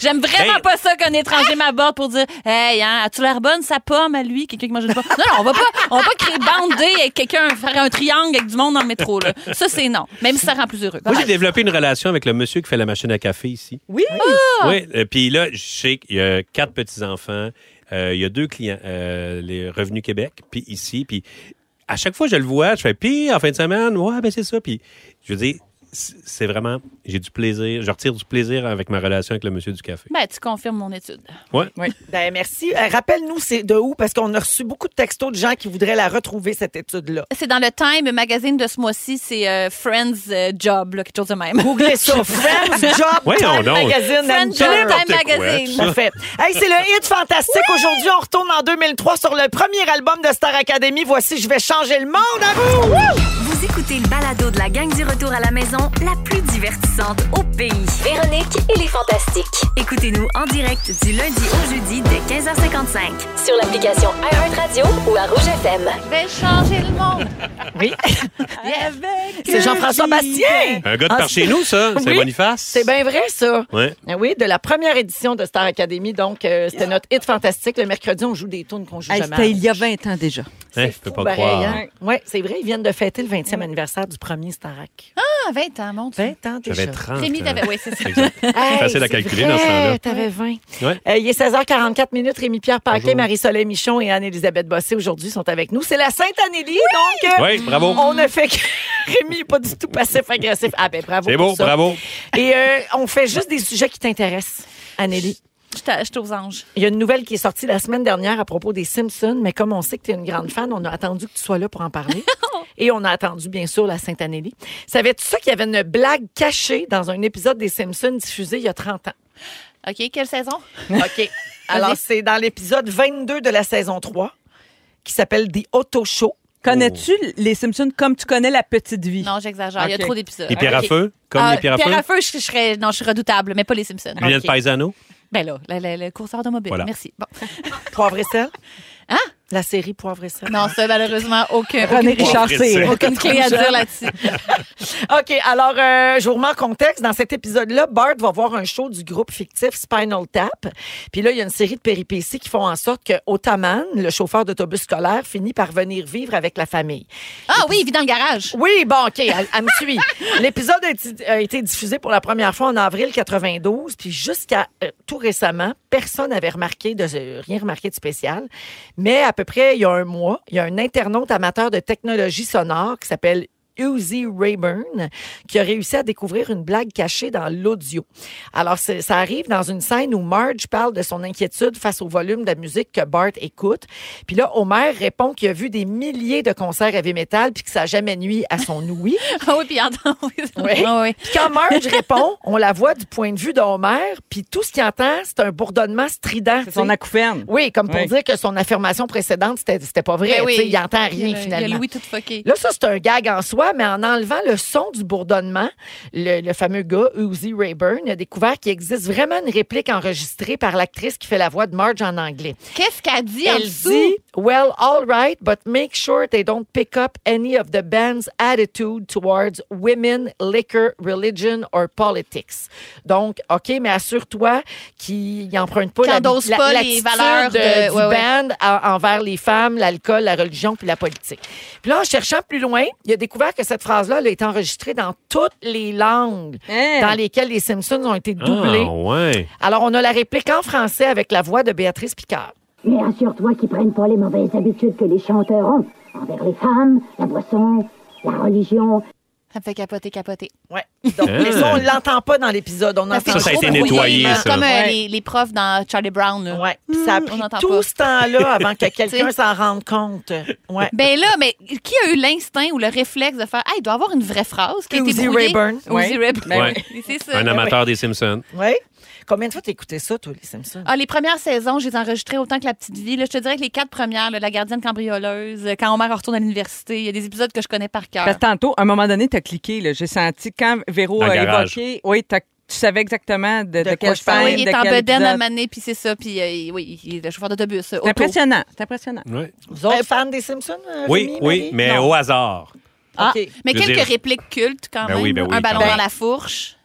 D: J'aime vraiment
B: Hey. Ah!
D: pas ça qu'un étranger m'aborde pour dire Hey, hein, as-tu l'air bonne, sa pomme à lui Quelqu'un qui mange une pomme. Non, non, on va pas, on va pas créer bander avec quelqu'un, faire un triangle avec du monde dans le métro. Là. Ça, c'est non. Même si ça rend plus heureux.
B: Moi, j'ai développé une relation avec le monsieur qui fait la machine à café ici.
C: Oui.
A: Ah!
B: Oui, euh, puis là, je sais qu'il y a quatre petits-enfants, euh, il y a deux clients, euh, les Revenus Québec, puis ici, puis à chaque fois je le vois, je fais, puis en fin de semaine, ouais, ben c'est ça, puis je veux dire, c- c'est vraiment, j'ai du plaisir, je retire du plaisir avec ma relation avec le monsieur du café.
D: Ben, tu confirmes mon étude.
B: Ouais.
A: Ben, merci. Euh, Rappelle-nous c'est de où, parce qu'on a reçu beaucoup de textos de gens qui voudraient la retrouver, cette étude-là.
D: C'est dans le Time magazine de ce mois-ci, c'est euh, Friends euh, Job, là, quelque chose de même.
A: Googlez ça. Friends Job
B: Ouais,
A: Time
B: on donc.
A: Magazine and
D: <laughs> Friends
A: Job.
D: Job Time
B: N'importe quoi.
D: Magazine.
A: Parfait. Hey, c'est le hit fantastique. Aujourd'hui, on retourne en 2003 sur le premier album de Star Academy. Voici Je vais changer le monde à vous.
G: Vous écoutez le balado de la gang du retour à la maison, la plus divertissante au pays.
H: Véronique et les Fantastiques.
G: Écoutez-nous en direct du lundi au jeudi dès 15h55.
H: Sur l'application iHeartRadio ou à Rouge FM.
D: Je vais changer le monde.
A: Oui. <laughs> C'est Jean-François Bastien.
B: Un gars de
A: Ah,
B: par
A: c'est-
B: chez nous, ça,
A: <laughs>
B: c'est
A: Oui.
B: Boniface.
A: C'est bien vrai, ça.
B: Ouais.
A: Ah Oui, de la première édition de Star Academy. Donc, euh, c'était notre hit fantastique. Le mercredi, on joue des tunes qu'on joue
C: Hey,
A: jamais.
C: C'était il y a 20 ans déjà.
B: Hein, je peux pas
A: Pareil,
B: croire.
A: hein? Ouais, c'est vrai, ils viennent de fêter le 20e anniversaire du premier Starac.
D: Ah, 20 ans, mon Dieu.
A: 20 ans déjà.
B: J'avais 30.
D: Rémi,
B: euh,
D: t'avais. Oui,
B: <laughs>
D: c'est ça.
B: exact.
A: Hey,
B: Facile à
A: c'est
B: calculer
A: vrai,
B: dans ce temps-là.
A: T'avais 20.
B: Ouais.
A: Euh, il est 16h44 minutes. Rémi-Pierre Paquet,
B: Bonjour.
A: Marie-Soleil Michon et Anne-Elisabeth Bossé aujourd'hui sont avec nous. C'est la Sainte-Anélie, donc euh,
B: Oui, bravo.
A: on ne fait que... <laughs> Rémi n'est pas du tout passif-agressif. Ah ben bravo
B: C'est
A: pour
B: beau,
A: ça.
B: bravo.
A: Et euh, on fait juste des sujets qui t'intéressent, Anélie.
D: Je t'a- je suis aux anges.
A: Il y a une nouvelle qui est sortie la semaine dernière à propos des Simpsons, mais comme on sait que tu es une grande fan, on a attendu que tu sois là pour en
B: <laughs>
A: parler. Et on a attendu, bien sûr, la Sainte-Anélie. Savais-tu ça qu'il y avait une blague cachée dans un épisode des Simpsons diffusé il y a 30 ans?
D: OK, quelle saison?
A: OK. Alors, c'est dans l'épisode 22 de la saison 3 qui s'appelle The Auto Show.
C: Connais-tu
B: Oh.
C: les Simpsons comme tu connais la petite vie?
D: Non, j'exagère. Il y a
C: Ok.
D: trop d'épisodes.
B: Les pierres à
D: Ok.
B: feu? Comme
D: Ah,
B: les pierres à feu?
D: je, je serais, non, je suis redoutable, mais pas les Simpsons.
B: Lionel
D: Ok.
B: Paisano?
D: Ben là, le, le- le courseur automobile.
B: Voilà.
D: Merci. Bon.
A: Poivre et sel?
D: Hein?
A: La série Poivre et sel.
D: Non, ça, malheureusement, aucun, aucune,
F: René Richard,
B: Pauvre
F: c'est-
D: aucune clé à dire là-dessus.
A: OK, alors, euh, je vous remets en contexte. Dans cet épisode-là, Bart va voir un show du groupe fictif Spinal Tap. Puis là, il y a une série de péripéties qui font en sorte que Otaman, le chauffeur d'autobus scolaire, finit par venir vivre avec la famille.
D: Ah oui, il vit dans
A: <laughs>
D: le garage.
A: Oui, bon, OK, elle, elle me suit. L'épisode a, été- a été diffusé pour la première fois en avril 92, puis jusqu'à euh, tout récemment, personne n'avait remarqué de euh, rien remarqué de spécial. Mais à peu près il y a un mois, il y a un internaute amateur de technologie sonore qui s'appelle Uzi Rayburn, qui a réussi à découvrir une blague cachée dans l'audio. Alors, c'est- ça arrive dans une scène où Marge parle de son inquiétude face au volume de musique que Bart écoute. Puis là, Homer répond qu'il a vu des milliers de concerts heavy metal puis que ça a jamais nuit à
D: <laughs>
A: son ouïe.
D: Ah oui, puis il entend. Oui,
A: Oui.
D: Ah oui.
A: Puis quand Marge répond, on la voit du point de vue d'Homer, puis tout ce qu'il entend, c'est un bourdonnement strident.
C: C'est son
A: tu sais.
C: acouphène.
A: Oui, comme pour
C: Oui.
A: dire que son affirmation précédente, c'était c'était pas vrai.
D: Ben oui.
A: tu sais, Il entend rien,
D: Il y a le-
A: finalement.
D: Il y a Louis tout fucké.
A: Là, ça, c'est un gag en soi, mais en enlevant le son du bourdonnement, le, le fameux gars, Uzi Rayburn, a découvert qu'il existe vraiment une réplique enregistrée par l'actrice qui fait la voix de Marge en anglais.
D: Qu'est-ce qu'elle dit en
A: Elle
D: dessous?
A: dit Well, all right, but make sure they don't pick up any of the band's attitude towards women, liquor, religion or politics. Donc, OK, mais assure-toi qu'ils n'empruntent pas
D: Qu'ils
A: la,
D: endossent
A: la-
D: pas les
A: l'attitude
D: valeurs de-
A: du
D: ouais, ouais.
A: band en- envers les femmes, l'alcool, la religion puis la politique. Puis là, en cherchant plus loin, il a découvert que cette phrase-là elle a été enregistrée dans toutes les langues
C: Hein?
A: dans lesquelles les Simpsons ont été doublés.
B: Ah, ouais.
A: Alors, on a la réplique en français avec la voix de Béatrice Picard.
I: Mais assure-toi qu'ils prennent pas les mauvaises habitudes que les chanteurs ont envers les femmes, la boisson, la religion.
D: Ça me fait capoter, capoter.
A: Ouais. Donc,
B: Hein?
A: mais ça, on l'entend pas dans l'épisode. On entend
B: Ça, ça a
D: trop
B: été
D: brouillé,
B: nettoyé,
D: là.
B: ça.
D: Comme euh,
A: Ouais.
D: les, les profs dans Charlie Brown. là.
A: Ouais. Puis ça a
D: Hmm, on
A: pris
D: n'entend
A: tout
D: pas.
A: ce temps-là avant
D: <laughs>
A: que quelqu'un
D: T'sais.
A: s'en rende compte. Ouais.
D: Ben là, mais qui a eu l'instinct ou le réflexe de faire Ah, il doit avoir une vraie phrase qui a été
A: Uzi
D: brouillée.
A: Rayburn.
D: Uzi
C: Ouais.
D: Rayburn.
B: Ben
D: <laughs> C'est ça.
B: Un amateur des Simpsons.
D: Ben-
A: Ouais. Combien de fois t'as écouté ça, toi, les Simpsons?
D: Ah, les premières saisons, je les ai enregistrées autant que La Petite Vie. Là, je te dirais que les quatre premières, là, La Gardienne cambrioleuse, euh, Quand Homer retourne à l'université, il y a des épisodes que je connais par cœur.
C: Parce que tantôt, à un moment donné, t'as cliqué. là. J'ai senti quand Véro
B: Dans le
C: a
B: garage.
C: évoqué. Oui, t'as- tu savais exactement de, de,
A: quoi
C: quelle
A: je parlais.
D: Ah
C: scène,
D: oui, il
C: de
D: est en
C: quel
D: bedaine à
C: épisode.
D: Mané, puis c'est ça. Puis euh, oui, il est le chauffeur d'autobus. euh,
C: C'est
D: auto.
C: impressionnant. C'est
B: <laughs>
C: impressionnant.
B: Ouais.
A: Vous autres fans des Simpsons? euh,
B: Oui,
A: Rémi,
B: oui,
A: Marie?
B: mais
A: Non.
B: au hasard.
D: Ah,
A: OK.
D: Mais
B: Je veux
D: quelques
B: dire-
D: répliques cultes quand
B: Ben
D: même.
B: oui, ben oui,
D: un ballon
B: quand
D: dans
B: même.
D: la fourche.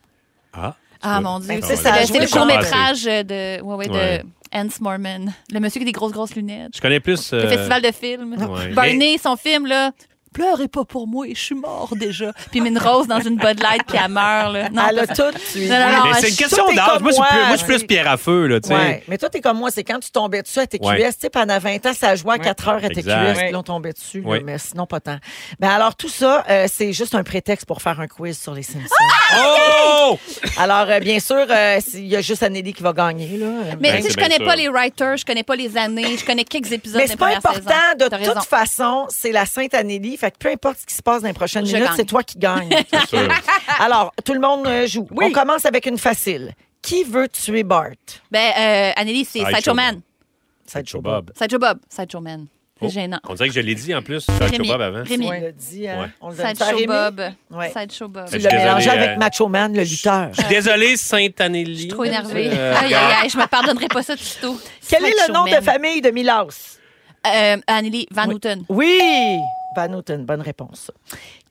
B: Ah.
D: Ah
B: Ouais.
D: mon Dieu.
A: Ben, tu
D: C'est
A: sais, ça a
D: le- c'est
A: joué
D: le
A: sur-
D: court-métrage de, ouais, ouais, de
B: Ouais.
D: Hans Mormon. Le monsieur qui a des grosses, grosses lunettes.
B: Je connais plus.
D: Le
B: euh,
D: festival de films.
B: Ouais.
D: Barney, son film, là. Pleurez pas pour moi, je suis mort déjà. Puis il met une rose dans une Bud Light, puis elle meurt. Là. Non,
A: Elle a
D: pas-
A: tout suivi.
D: Non, non, non.
B: Mais
D: Ah,
B: c'est
D: je-
B: une question
A: tout est
B: d'âge.
A: comme
B: Moi, je suis plus-
A: moi.
B: moi, je suis plus pierre à feu, là, tu
A: Ouais.
B: sais.
A: Mais toi, t'es comme moi, c'est quand tu tombais dessus à TQS,
B: Ouais.
A: tu sais, pendant 20 ans, ça jouait à 4 heures à TQS,
B: Exact.
A: puis là, on tombait dessus, là,
B: Oui.
A: mais sinon, pas tant. Ben alors, tout ça, euh, c'est juste un prétexte pour faire un quiz sur les Simpsons.
B: Oh!
A: Alors, euh, bien sûr, euh, s'il y a juste Anneli qui va gagner, là.
D: Mais
B: Ben,
D: tu sais,
B: c'est
D: je
B: bien
D: connais
B: sûr.
D: pas les writers, je connais pas les années, je connais quelques épisodes
A: Mais
D: des
A: c'est pas
D: premières
A: important.
D: saisons.
A: De
D: T'as
A: toute
D: raison.
A: façon, c'est la Sainte Anélie. Fait que peu importe ce qui se passe dans les prochaines
D: Je
A: minutes,
D: gagne.
A: c'est toi qui
D: <laughs>
A: gagne.
B: sûr.
A: Alors, tout le monde euh, joue. On commence avec une facile. Qui veut tuer Bart?
D: Ben, euh, Anneli, c'est
B: Sideshow
D: Sideshow Man.
B: Bob.
A: C'est
B: Sideshow Bob.
D: Sideshow Bob. Sideshow Man. <laughs> C'est
B: Oh,
D: gênant.
B: On dirait que je l'ai dit en plus, Sideshow
D: Rémi.
B: Bob avant.
D: Rémi.
A: On l'a dit, hein?
B: Ouais.
A: On l'a dit. Ça,
D: Sideshow
A: Rémi?
D: Bob.
A: Ouais.
D: Sideshow Bob.
B: Je
A: Tu
B: suis
A: l'as
B: désolé,
A: mélangé
B: euh,
A: avec Macho Man, le lutteur.
B: Je suis désolé, Sainte-Anélie.
D: Trop énervé.
B: Euh,
D: Aïe, aïe, aïe, je me pardonnerai pas ça du tout.
A: Quel est le nom de
D: Sideshow Man.
A: famille de Milos?
D: Euh, Anneli Van Houten.
A: Oui! Van Houten, bonne réponse.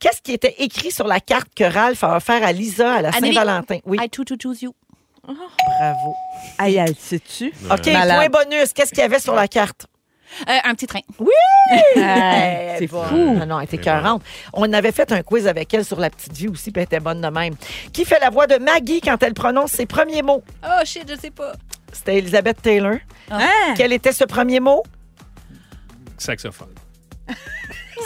A: Qu'est-ce qui était écrit sur la carte que Ralph a offert à Lisa à la
D: Anneli.
A: Saint-Valentin? Oui,
D: I too, too choose you.
A: bravo.
C: Aïe, aïe,
B: <laughs>
C: sais-tu?
A: OK,
C: Malade.
A: point bonus. Qu'est-ce qu'il y avait sur la carte?
D: Euh, un petit train.
C: Aïe,
A: Eh,
C: C'est
A: bon.
C: fou.
A: Non, non, elle était écœurante. On avait fait un quiz avec elle sur la petite vie aussi, puis elle était bonne de même. Qui fait la voix de Maggie quand elle prononce ses premiers mots?
D: Oh shit, je sais pas.
A: C'était Elizabeth Taylor.
C: Hein?
A: Quel était ce premier mot?
B: Saxophone. Ben,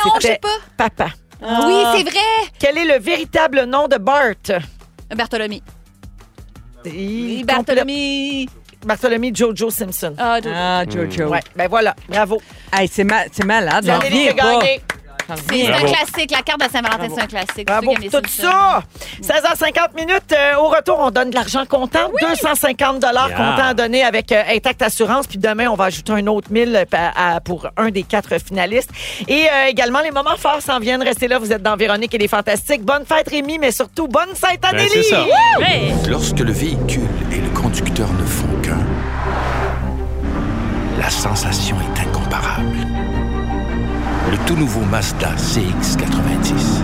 D: Non, je sais
A: C'était Ah.
D: pas.
A: Papa.
D: Oui, c'est vrai.
A: Quel est le véritable nom de Bart?
D: Bartholomew.
A: Il
D: Bartholomew.
A: complète- Bartholomew Jojo Simpson.
D: Ah, Jojo.
C: Ah, Jojo.
A: Ouais, ben voilà, bravo.
C: Hey, c'est ma- c'est malade.
A: C'est
C: j'en
A: Amélie qui a
C: reviens pas.
A: gagné.
D: C'est un
B: Bravo.
D: classique. La carte de Saint-Valentin, c'est un classique.
A: Bravo
D: Ceux qui
A: pour
D: aiment
A: tout
D: les
A: ça! 16h50 minutes. euh, au retour, on donne de l'argent comptant. 250 dollars
B: Yeah.
A: comptant à donner avec euh, Intact Assurance. Puis demain, on va ajouter un autre 1000 pa- à- pour un des quatre finalistes. Et euh, également, les moments forts s'en viennent. Restez là, vous êtes dans Véronique et les Fantastiques. Bonne fête, Rémi, mais surtout, bonne sainte
B: Ben,
A: Anélie!
B: c'est ça.
J: Lorsque le véhicule et le conducteur ne font qu'un, la sensation est incomparable. Le tout nouveau Mazda CX90.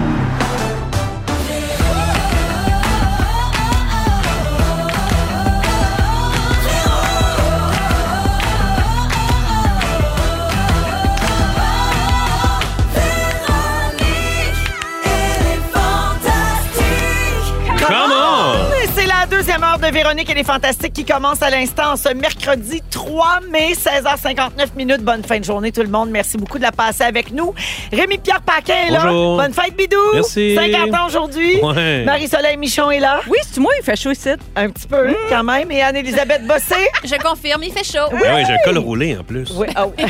B: Come on!
A: Et C'est la deuxième heure de Véronique et les Fantastiques qui commence à l'instant ce mercredi 3 mai, 16h59 minutes. Bonne fin de journée tout le monde. Merci beaucoup de la passer avec nous. Rémi-Pierre Paquin est là.
B: Bonjour.
A: Bonne fête, Bidou.
B: Merci.
A: 50 ans aujourd'hui.
B: Ouais.
A: Marie-Soleil Michon est là.
C: Oui, c'est moi, il fait chaud ici.
A: Un petit peu
B: Mmh.
A: quand même. Et Anne-Elisabeth Bossé.
B: <laughs>
D: Je confirme, il fait chaud.
B: Ben oui, j'ai un col roulé en plus.
A: oui. ah oui.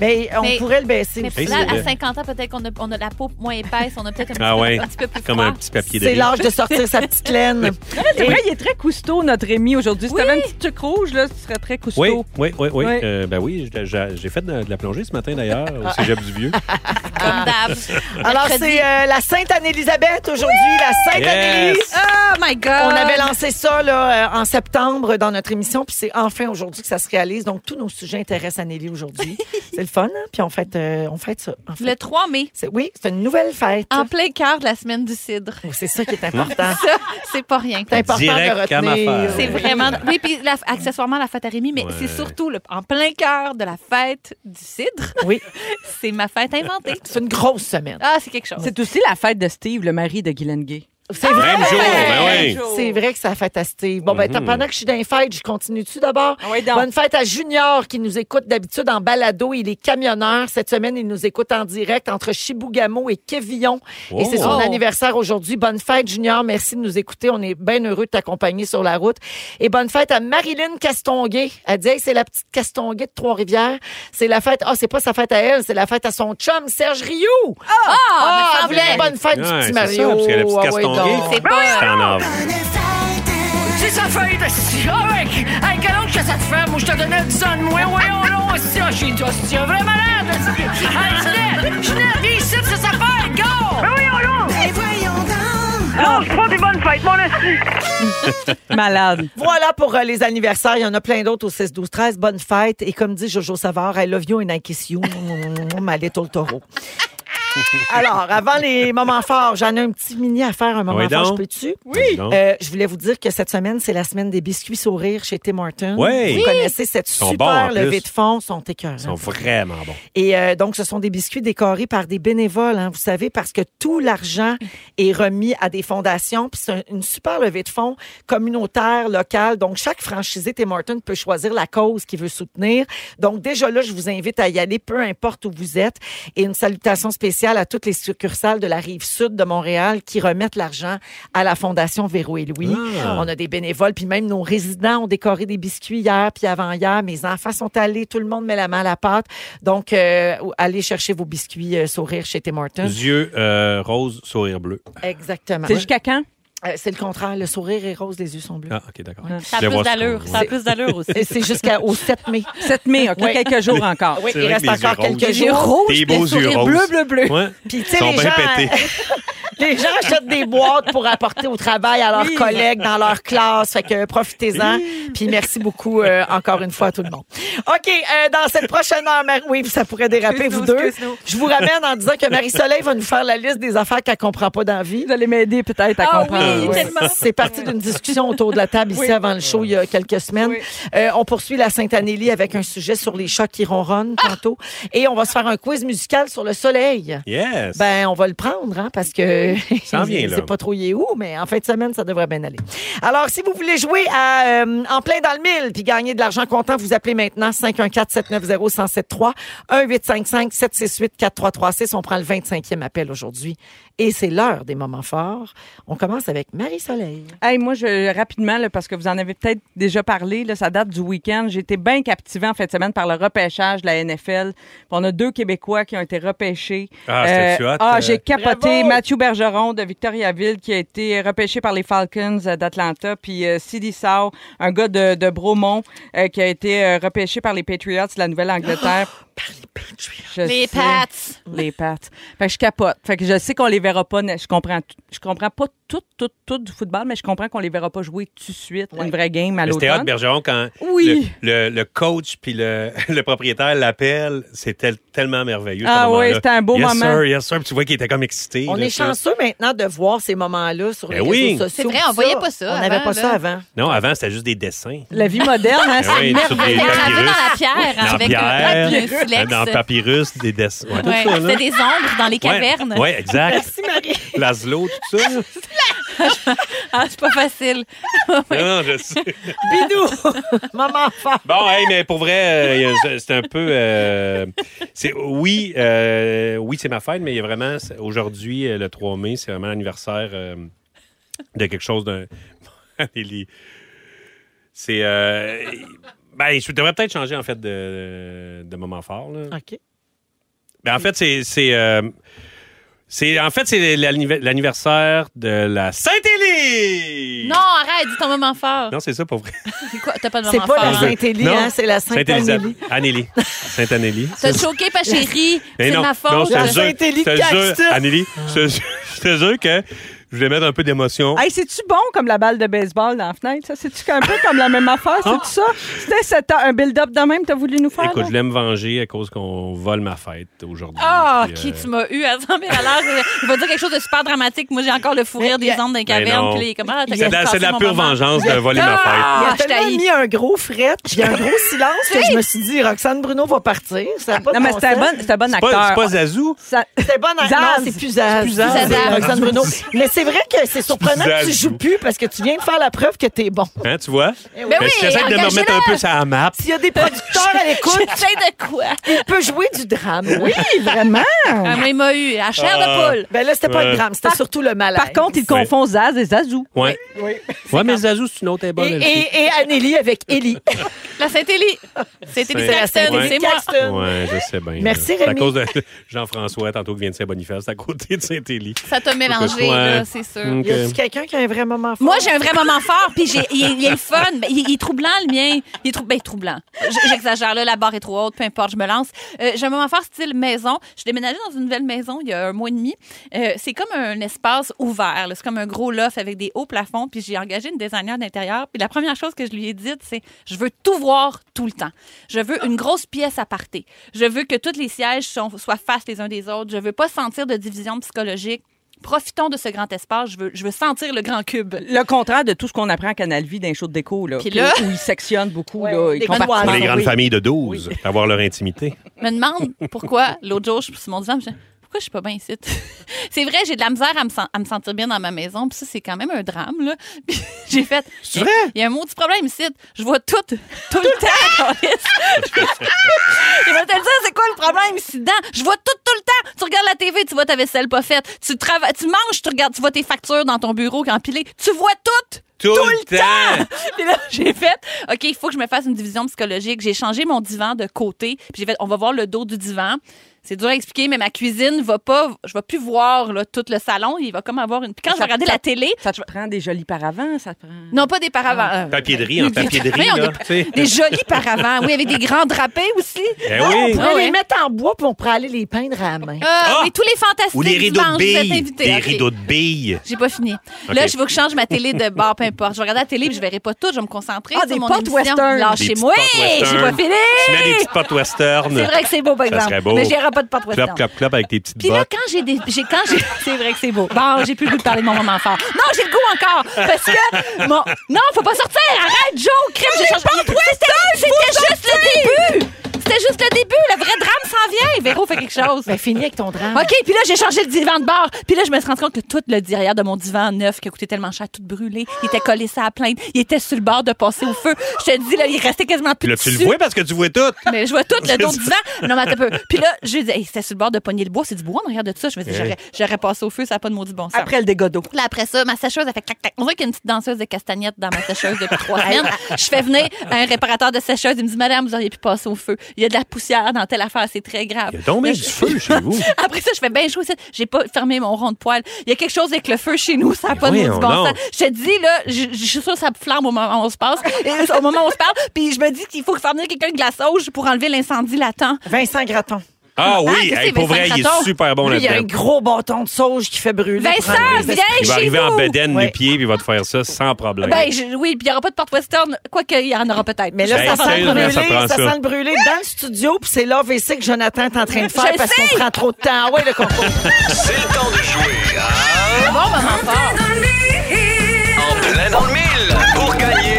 A: Mais on
D: Mais-
A: pourrait le baisser.
D: Mais
A: aussi.
B: Hey,
D: là,
B: c'est
D: à
B: vrai.
D: 50 ans, peut-être qu'on a, on a la peau moins épaisse, on a peut-être un, petit
B: Ah
D: peu-
B: ouais.
D: un petit peu plus
B: Comme
D: froid.
B: un petit papier de
A: C'est
B: riz.
A: l'âge de sortir sa petite
B: <laughs>
A: laine.
C: C'est vrai, il est très costaud, notre Rémi, aujourd'hui. Si
D: Oui.
C: t'avais un petit truc rouge, là, ce serait très costaud.
B: Oui, oui, oui, oui.
C: Oui.
B: Euh, ben oui, j'ai- j'ai j'ai fait de la, de la plongée ce matin d'ailleurs
A: Ah.
B: au Cégep du Vieux.
D: Comme d'hab.
A: Alors, c'est euh, la Sainte Anne-Élisabeth aujourd'hui, la Sainte Anne-Élie.
B: Yes!
D: Oh my God!
A: On avait lancé ça là, euh, en septembre dans notre émission, puis c'est enfin aujourd'hui que ça se réalise. Donc, tous nos sujets intéressent Anélie
D: <laughs>
A: aujourd'hui. c'est le fun, hein? puis on fête, euh, on fête ça. en fait.
D: Le 3 mai,
A: C'est- Oui, c'est une nouvelle fête.
D: en plein cœur de la semaine du cidre.
A: Oh, C'est ça
D: <laughs>
A: qui est important.
D: Ça, c'est pas rien.
A: c'est <laughs> important
B: Direct
A: de
B: comme
A: retenir.
B: affaire.
D: C'est vraiment. Oui, puis la- accessoirement, la fête à Rémi, mais
B: Ouais.
D: c'est surtout le, en plein cœur de la fête du cidre. <laughs>
A: Oui,
D: C'est ma fête inventée.
A: c'est une grosse semaine.
D: Ah, c'est quelque chose.
C: C'est aussi la fête de Steve, le mari de
D: <laughs>
C: Guylaine Gay.
A: C'est vrai.
B: Même jour, ben oui.
A: C'est vrai que ça fête à Steve. Bon, ben,
B: Mhm.
A: pendant que je suis dans les fêtes, je continue-tu d'abord?
C: Ah oui, donc.
A: Bonne fête à Junior qui nous écoute d'habitude en balado. Il est camionneur. Cette semaine, il nous écoute en direct entre Chibougamau et Quévillon. Et c'est son
D: Oh.
A: anniversaire aujourd'hui. Bonne fête, Junior. Merci de nous écouter. On est bien heureux de t'accompagner sur la route. Et bonne fête à Marilyn Castonguay. Elle dit, Hey, c'est la petite Castonguay de Trois-Rivières. C'est la fête. Ah, c'est pas sa fête à elle, c'est la fête à son chum, Serge Rioux. Ah,
C: ben,
D: Ah,
A: elle
D: me
A: voulait une
D: semblait.
A: bonne fête du
B: Ouais,
A: petit
B: c'est
A: Mario.
B: ça, parce que la petite
A: Ah ouais,
B: Castonguay,
A: donc.
D: C'est pas.
B: C'est en avril.
A: C'est sa fête, si avec! Hey, quel autre que cette femme où je te donnais 10 ans de moins, voyons, non, si, ah, j'ai dit, ah, si, un vrai malade! hostie. Hey, Ginette! Ginette, viens ici, c'est sa fête, go! Ben voyons, non!
C: Malade.
A: Voilà pour euh, les anniversaires. Il y en a plein d'autres au 6, 12, 13. Bonne fête. Et comme dit Jojo Savard, I love you and I kiss you. Ma little
B: <laughs>
A: taureau. Alors, avant les moments forts, j'en ai un petit mini à faire, un moment
B: Oui,
A: fort. Je
B: donc.
A: peux-tu?
B: Oui. Donc,
A: Euh, je voulais vous dire que cette semaine, c'est la semaine des biscuits sourires chez Tim Hortons.
B: Ouais.
A: Vous
B: Oui.
A: connaissez cette
B: sont bons, en
A: super
B: plus.
A: levée de fond, sont écœurants.
B: ils sont vraiment bons.
A: Et euh, donc, ce sont des biscuits décorés par des bénévoles, hein, vous savez, parce que tout l'argent est remis à des fondations. Puis c'est un- une super levée de fonds communautaire, locale. Donc, chaque franchisé Tim Hortons peut choisir la cause qu'il veut soutenir. Donc, déjà là, je vous invite à y aller, peu importe où vous êtes. Et une salutation spéciale à toutes les succursales de la rive sud de Montréal qui remettent l'argent à la Fondation Véro et Louis.
B: Ah.
A: On a des bénévoles, puis même nos résidents ont décoré des biscuits hier, puis avant-hier. Mes enfants sont allés, tout le monde met la main à la pâte. Donc, euh, allez chercher vos biscuits euh, sourire chez Tim Hortons.
B: Yeux euh, rose, sourire bleu.
A: Exactement.
C: C'est jusqu'à quand?
A: Euh, C'est le contraire. Le sourire est rose, les yeux sont bleus.
B: Ah, OK, d'accord.
A: Mm.
D: Ça a
B: Je
D: plus
B: vois ce qu'on
D: d'allure.
B: voit.
D: Ça a plus d'allure aussi.
A: Et C'est jusqu'au 7
C: <laughs>
A: mai.
C: 7 mai, OK,
A: Oui.
C: quelques jours encore.
A: Oui,
B: C'est
A: il
B: vrai
A: reste
B: que les yeux
A: encore
B: roses.
A: quelques
B: Les yeux
A: jours.
B: Tes beaux yeux roses.
C: bleu, bleu, bleu.
B: Ouais.
A: Puis, tu
B: Ils
A: sais,
B: sont
A: les gens, euh,
B: bien pétés.
A: les gens achètent des boîtes pour apporter au travail à leurs
C: Oui.
A: collègues dans leur classe. Fait que euh, profitez-en. Puis merci beaucoup euh, encore une fois à tout le monde. OK, euh, dans cette prochaine heure, Mar- oui, ça pourrait déraper vous
D: Excuse-nous,
A: deux.
D: excuse-nous.
A: Je vous ramène en disant que Marie-Soleil va nous faire la liste des affaires qu'elle comprend pas dans la vie. Euh,
C: Vous allez m'aider peut-être à
D: Ah
C: comprendre. Euh,
D: oui,
C: Oui.
D: tellement.
A: C'est parti d'une discussion autour de la table ici avant le show il y a quelques semaines. Euh, on poursuit la Sainte-Anélie avec un sujet sur les chats qui ronronnent tantôt. Et Ben, on va se faire un quiz musical sur le soleil.
B: Yes.
A: Ben, on va le prendre, hein, parce que <laughs>
B: Ça en vient, là.
A: C'est pas trop il est où, mais en fin de semaine, ça devrait bien aller. Alors, si vous voulez jouer à, euh, en plein dans le mille puis gagner de l'argent comptant, vous appelez maintenant 514-790-1073, 1-855-768-4336. On prend le 25e appel aujourd'hui. Et c'est l'heure des moments forts. On commence avec Marie-Soleil.
C: Hey, moi, je, rapidement, là, parce que vous en avez peut-être déjà parlé, là, ça date du week-end. J'ai été bien captivée en fin de semaine par le repêchage de la NFL. Puis on a deux Québécois qui ont été repêchés.
B: Ah, c'était-tu hot,
C: ah,
B: euh?
C: j'ai capoté.
A: Bravo!
C: Mathieu Bergeron de Victoriaville qui a été repêché par les Falcons euh, d'Atlanta. Puis euh, Sidi Sao, un gars de, de Bromont euh, qui a été euh, repêché par les Patriots de la Nouvelle-Angleterre. Je
D: Les
C: sais.
D: Pats.
C: Les pattes. Fait que je capote. Fait que je sais qu'on les verra pas. na- Je comprends, tout- je comprends pas tout, tout, tout du football, mais je comprends qu'on les verra pas jouer tout de suite une vraie game à
B: Mais C'était hot,
C: l'automne.
B: Bergeron, quand
C: Oui.
B: le, le- le coach puis le, <laughs> le propriétaire l'appelle. C'était tellement merveilleux. ce
C: Ah
B: moment-là.
C: oui, c'était un beau
B: yes,
C: moment.
B: Sir, yes, sir. Puis tu vois qu'il était comme excité.
A: On
B: là,
A: est
B: ça.
A: chanceux maintenant de voir ces moments-là sur les
B: Ben oui.
A: réseaux sociaux.
D: C'est vrai, on voyait pas ça
A: On n'avait
D: avant,
A: pas ça
D: là.
A: avant. Ben
B: Non, avant, c'était juste des dessins.
C: La vie moderne,
A: <laughs>
D: Ah,
C: hein,
B: Eh
C: c'est
B: oui, sur des
D: C'était gravé dans
B: papyrus.
D: la pierre hein,
B: Dans
D: avec
B: pierre,
D: le papyrus
B: euh,
D: Lex.
B: dans papyrus, des dessins. Ouais, tout
D: Ouais,
B: ça, là.
D: C'était des ombres dans les cavernes.
B: Ouais, ouais, exact.
A: Merci, Marie.
B: Laszlo, tout
D: <laughs>
B: ça. là.
D: Ah, c'est pas facile.
B: Non, non, je
A: <laughs>
B: sais.
A: Bidou! Maman fort.
B: Bon, hey, mais pour vrai, euh, c'est- c'est un peu. euh, c'est- oui, euh, oui, c'est ma fête, mais il y a vraiment. c'est- Aujourd'hui, euh, le 3 mai, c'est vraiment l'anniversaire euh, de quelque chose d'un. <laughs> Élie, c'est. euh, ben, je devrais peut-être changer, en fait, de, de moment fort. Là.
A: OK.
B: Ben, en fait, c'est. c'est, euh, c'est- en fait, c'est l'anniv- l'anniversaire de la Sainte-Élie!
D: Non, arrête, dis ton moment fort.
B: Non, c'est ça, pour vrai.
D: Quoi, t'as pas de
A: C'est
D: moment
A: pas la
D: fort.
A: Sainte-Élie,
B: Non.
A: hein, c'est la Sainte-Élie.
B: Sainte-Élisabeth. Annélie.
A: <laughs>
B: Sainte-Annélie.
D: T'as choqué, pas chérie.
B: Mais
D: C'est de
B: non,
D: ma
B: non,
D: faute.
B: je te
A: La
B: jure-
A: Saint-Élie
B: je te
A: de
B: jure,
A: Caxton.
B: Anneli, je te jure- <laughs> je te jure que je voulais mettre un peu d'émotion.
C: Hey, c'est-tu bon comme la balle de baseball dans la fenêtre? ça? C'est-tu un peu comme la même affaire? C'est-tu ça? C'était cet- un build-up de même que t'as voulu nous faire?
B: Ah. Écoute,
C: là?
B: je voulais me venger à cause qu'on vole ma fête aujourd'hui.
D: Ah,
B: Puis,
D: qui
B: euh,
D: tu m'as eu à 100 000 à l'heure. Il va dire quelque chose de super dramatique. Moi, j'ai encore le fou rire des ondes d'un caverne.
B: non.
D: Puis là, il est comme, ah, t'as
B: C'est de la,
D: cassé
B: c'est de la
D: mon
B: pure
D: moment.
B: vengeance de voler ma fête.
A: Il
D: Ah,
A: a
D: je
A: tellement
D: t'haïs.
A: mis un gros fret, puis un
D: <laughs>
A: gros silence que je me suis dit, Roxane Bruno va partir. Ça a pas de
C: Non, mais
A: bon
C: c'était un
A: sens.
C: bon, c'était un bon
B: C'est pas,
C: acteur. Ah,
B: c'est pas Zazou?
C: Ça-
A: C'est bon, non,
C: Zaz.
A: c'est plus Zaz.
B: C'est plus Zaz.
A: C'est
D: Zaz.
A: Roxane Bruno. Mais c'est vrai que c'est surprenant que tu
B: Zaz.
A: joues plus parce que tu viens de faire la preuve que t'es bon.
B: Hein, tu vois?
D: Ben oui,
B: j'essaie de me
D: engagez-le.
B: remettre un peu sur la map.
A: S'il y a des producteurs à l'écoute,
D: J'essaie de quoi?
A: tu peux jouer du drame. Oui.
C: Vraiment?
D: Ah, moi, il m'a eu. À chair
B: Ah.
D: de poule.
A: Ben là, c'était pas
B: Ouais.
A: le drame, c'était surtout le malaise.
C: Par contre, il
B: Ouais.
C: confond Zaz et Zazou.
B: Ouais. Ouais, mais Zazou, c'est une autre est bonne.
A: et,
B: elle aussi.
A: et, et Anneli avec Ellie.
D: La Saint-Élie. C'était des
B: C'est la
D: Saxton,
B: Saint-Élie.
D: c'est moi.
A: Caxton.
B: Ouais, je sais bien.
A: Merci,
B: là. C'est à
A: Rémi.
B: cause de <laughs> Jean-François, tantôt qui vient de Saint-Boniface, c'est à côté de Saint-Élie.
D: Ça t'a mélangé,
B: Ouais.
D: là, c'est sûr.
B: Ok.
A: Y a-tu quelqu'un qui a un vrai moment fort?
D: Moi, j'ai un vrai moment fort, puis j'ai- il, est- il est le fun. Ben, Il, il est troublant, le mien. Il est trou- ben, troublant. J- J'exagère, là, la barre est trop haute, peu importe, je me lance. Euh, j'ai un moment fort style maison. Je suis déménagée dans une nouvelle maison il y a un mois et demi. Euh, c'est comme un espace ouvert. là. C'est comme un gros loft avec des hauts plafonds, puis j'ai engagé une designer d'intérieur. Puis la première chose que je lui ai dite, c'est « Je veux tout voir tout le temps. Je veux une grosse pièce à parter. Je veux que tous les sièges sont- soient face les uns des autres. Je veux pas sentir de division psychologique. Profitons de ce grand espace. Je veux, je veux sentir le grand cube. »
C: Le contraire de tout ce qu'on apprend à Canal Vie d'un show de déco, là,
D: Puis là-
C: où ils sectionnent beaucoup.
A: Ouais,
C: là, ils
A: des
C: compartimentent.
A: manoirs.
B: Pour les
A: Ah,
B: grandes
A: oui.
B: familles de 12, avoir leur intimité.
D: me demande pourquoi l'autre jour, je suis sur mon divan, je me dis, pourquoi je suis pas bien ici? <laughs> c'est vrai, j'ai de la misère à me, sen- à me sentir bien dans ma maison, puis ça, c'est quand même un drame, là. <laughs> Puis j'ai fait,
B: C'est
D: il
B: vrai?
D: y a un maudit problème ici, je vois tout, tout le temps, <laughs> Carlis. Il va te le dire, c'est quoi le problème ici dedans? Je vois tout, tout le temps. Tu regardes la TV, tu vois ta vaisselle pas faite. Tu travailles, tu manges, tu regardes, tu vois tes factures dans ton bureau empilées. Tu vois tout!
B: Tout, le temps!
D: <laughs> Puis là, j'ai fait, OK, il faut que je me fasse une division psychologique. J'ai changé mon divan de côté. Puis j'ai fait, on va voir le dos du divan. C'est dur à expliquer, mais ma cuisine va pas, je vais plus voir là, tout le salon. Il va comme avoir une. Puis quand je vais regarder la télé,
C: Ça te prend des jolis paravents, ça te prend.
D: non pas des paravents. euh,
B: Papier de riz en papier de riz,
D: Voyons,
B: là.
D: des-
B: tu sais.
D: Des jolis paravents, oui, avec des grands drapés aussi.
B: Ben
A: Ah, On
B: oui!
A: pourrait
D: Ah ouais.
A: les mettre en bois puis on pourrait aller les peindre à la main.
D: Euh, oui, tous les fantastiques
B: Ah! Ou les rideaux de
D: dimanche, vous êtes
B: billes.
D: invités.
B: Des
D: OK.
B: rideaux de billes.
D: J'ai pas fini.
B: OK.
D: Là, je veux que je change ma télé de bord, peu importe. Je vais regarder la télé, puis je verrai pas tout, je vais me concentrer
C: Ah,
D: sur
C: des
D: mon
C: potes
D: émission.
C: western.
B: Des petites
D: Lâchez-moi.
B: portes
D: Hey, J'ai pas
B: western.
D: fini.
B: Tu mets des petites potes western.
D: C'est vrai que c'est beau, par
B: Ça
D: exemple.
B: serait beau.
D: Mais j'irai pas de porte
B: Clop,
D: western.
B: clop, clop avec tes petites
D: Puis là,
B: bottes.
D: quand j'ai des. J'ai, <laughs> quand j'ai, c'est vrai que c'est beau. Bon, j'ai plus le goût de parler de mon moment fort. Non, j'ai le goût encore. Parce que. Mon... Non, faut pas sortir. Arrête, Joe. Crème, j'ai changé. C'était, c'était juste le début. C'était c'était juste le début. Le vrai drame s'en vient. Véro fait quelque chose.
A: Ben, finis avec ton drame.
D: OK, puis là, j'ai changé le divan de bord. Puis là, je me suis rendu compte que tout le derrière de mon divan neuf qui a coûté tellement cher, tout brûlé, il était collé ça à plainte, il était sur le bord de passer au feu. Je te dis, là, il restait quasiment plus
B: Puis
D: de
B: là, tu le
D: tissu.
B: vois parce que tu vois tout.
D: Mais je vois tout
B: <laughs>
D: le dos
B: C'est
D: du vent. Non, mais attends un peu. Puis là, j'ai dit, hey, c'était sur le bord de pogner le bois. C'est du bois, on regarde de ça. Je me dis,
B: Eh.
D: j'aurais- j'aurais passé au feu, ça n'a pas de maudit bon sens.
F: Après le dégât d'eau.
D: Là, après ça, ma sécheuse, elle fait clac, clac. On voit qu'il y a une petite danseuse de castagnettes dans ma sécheuse depuis trois semaines. Je fais venir un réparateur de sécheuse. Il me dit, Madame, vous auriez pu passer au feu. Il y a de la poussière dans telle affaire. C'est très grave.
B: Il y a donc bien
D: Là,
B: du
D: je-
B: feu chez vous.
D: <laughs> Après ça, je fais bien chaud ici. J'ai pas fermé mon rond de poêle. Il y a quelque chose avec le feu chez nous. Ça n'a
B: Mais
D: pas de
B: voyons
D: maudit bon
B: donc.
D: sens. Je te dis, là, je je suis sûre que ça flambe au moment où on se passe. Et au moment où on se parle. Puis je me dis qu'il faut faire venir quelqu'un de la sauge pour enlever l'incendie latent.
A: Vincent Gratton.
B: Ah
D: Ah,
B: oui,
D: qu'est-ce
B: hey,
D: que
B: pour
D: Vincent
B: vrai, il
D: Gratton?
B: est super bon
A: Lui, il y a un
B: là-dedans.
A: gros bâton de sauge qui fait brûler.
D: Vincent,
A: Prends-
D: viens
B: Il va
D: chez
B: arriver en
D: nous!
B: bedaine
A: Ouais.
B: les pieds puis il va te faire ça sans problème.
D: Ben, je- oui, puis il n'y aura pas de porte western. Quoique, il y en aura peut-être.
A: Mais là,
B: Ben,
A: ça sent le
B: sérieusement,
A: brûler,
B: ça
A: ça,
B: prend ça.
A: sent le brûler dans le studio, puis c'est l'AVC que Jonathan est en train de faire
D: Je
A: parce qu'on
D: sais.
A: prend trop de temps. Oui, le concours.
E: C'est le temps de jouer à...
D: Bon moment fort.
E: En plein dans le mille pour gagner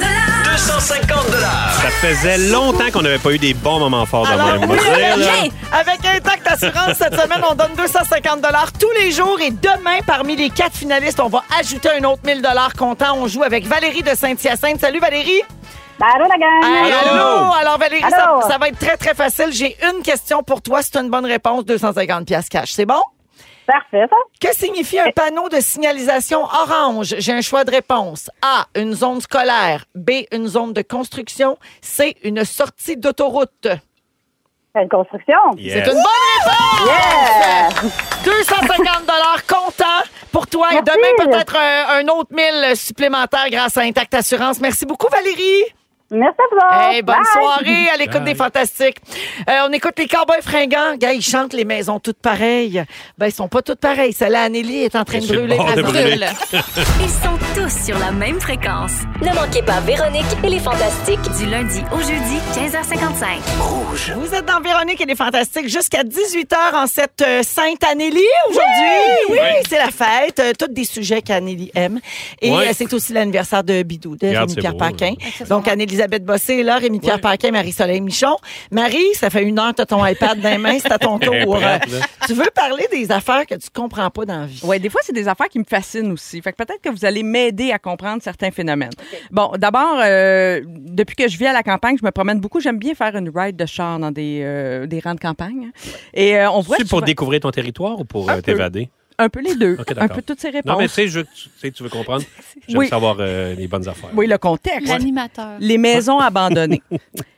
E: 250 dollars.
B: Ça faisait longtemps qu'on n'avait pas eu des bons moments forts de
A: Alors,
B: même. on va
A: oui,
B: dire, là.
D: Viens!
A: Avec Intact Assurance, cette semaine, on donne 250 tous les jours. Et demain, parmi les quatre finalistes, on va ajouter un autre 1000 comptant. On joue avec Valérie de Saint-Hyacinthe. Salut, Valérie.
I: Ben, Allô, la gang!
A: Allô. Alors, Valérie, ça,
I: Allô.
A: ça va être très, très facile. J'ai une question pour toi. Si tu as une bonne réponse, 250 pièces cash. C'est bon?
I: Parfait, ça?
A: Que signifie un panneau de signalisation orange? J'ai un choix de réponse. A, une zone scolaire. B, une zone de construction. C, une sortie d'autoroute.
I: C'est une construction?
B: Yes.
A: C'est une bonne réponse!
I: Yeah!
A: 250 comptant pour toi et
I: Merci.
A: demain peut-être euh, un, un autre 1000 supplémentaire grâce à Intact Assurance. Merci beaucoup Valérie.
I: Merci à vous autres.
A: Hey, bonne
I: Bye.
A: soirée à l'écoute
B: Bye.
A: des fantastiques. Euh, on écoute les Cowboys fringants. Gars, ils chantent les maisons toutes pareilles. Ben ils sont pas toutes pareilles. Celle-là Anneli est en train de
B: C'est le
A: brûler.
B: bord de
A: Elle brûle.
B: brûler.
G: Ils sont tous sur la même fréquence.
H: Ne manquez pas Véronique et les Fantastiques.
G: Du lundi au jeudi, 15h55.
A: Vous êtes dans Véronique et les Fantastiques jusqu'à 18h en cette euh, Sainte Annélie aujourd'hui. Oui,
B: Oui.
A: c'est la fête. Euh, Toutes des sujets qu'Annélie aime. Et
B: Ouais.
A: euh, c'est aussi l'anniversaire de Bidou, de
B: Regarde,
A: Rémi-Pierre
B: c'est beau,
A: Paquin. Donc, Anne-Elisabeth Bossé est là, Rémi-Pierre
B: Ouais.
A: Paquin, Marie-Soleil Michon. Marie, ça fait une heure que tu ton iPad dans les mains, c'est à ton
B: Elle est
A: tour. hein.
B: prête, là.
A: tu veux parler des affaires que tu comprends pas dans la vie.
C: Ouais, des fois, c'est des affaires qui me fascinent aussi. Fait que peut-être que vous allez m'aider à comprendre certains phénomènes. Bon, d'abord, euh, depuis que je vis à la campagne, je me promène beaucoup. J'aime bien faire une ride de char dans des, euh, des rangs de campagne. Et euh, on voit
B: C'est pour
C: souvent-
B: découvrir ton territoire ou pour
C: Un
B: euh,
C: peu.
B: t'évader?
C: un peu les deux,
B: Ok, d'accord.
C: un peu toutes ces réponses.
B: Non, mais tu sais, je veux que tu- tu sais, tu veux comprendre.
C: <laughs>
B: J'aime
C: Oui.
B: savoir euh, les bonnes affaires.
C: Oui, le contexte.
D: L'animateur.
C: Les maisons
B: Ah. <laughs>
C: abandonnées.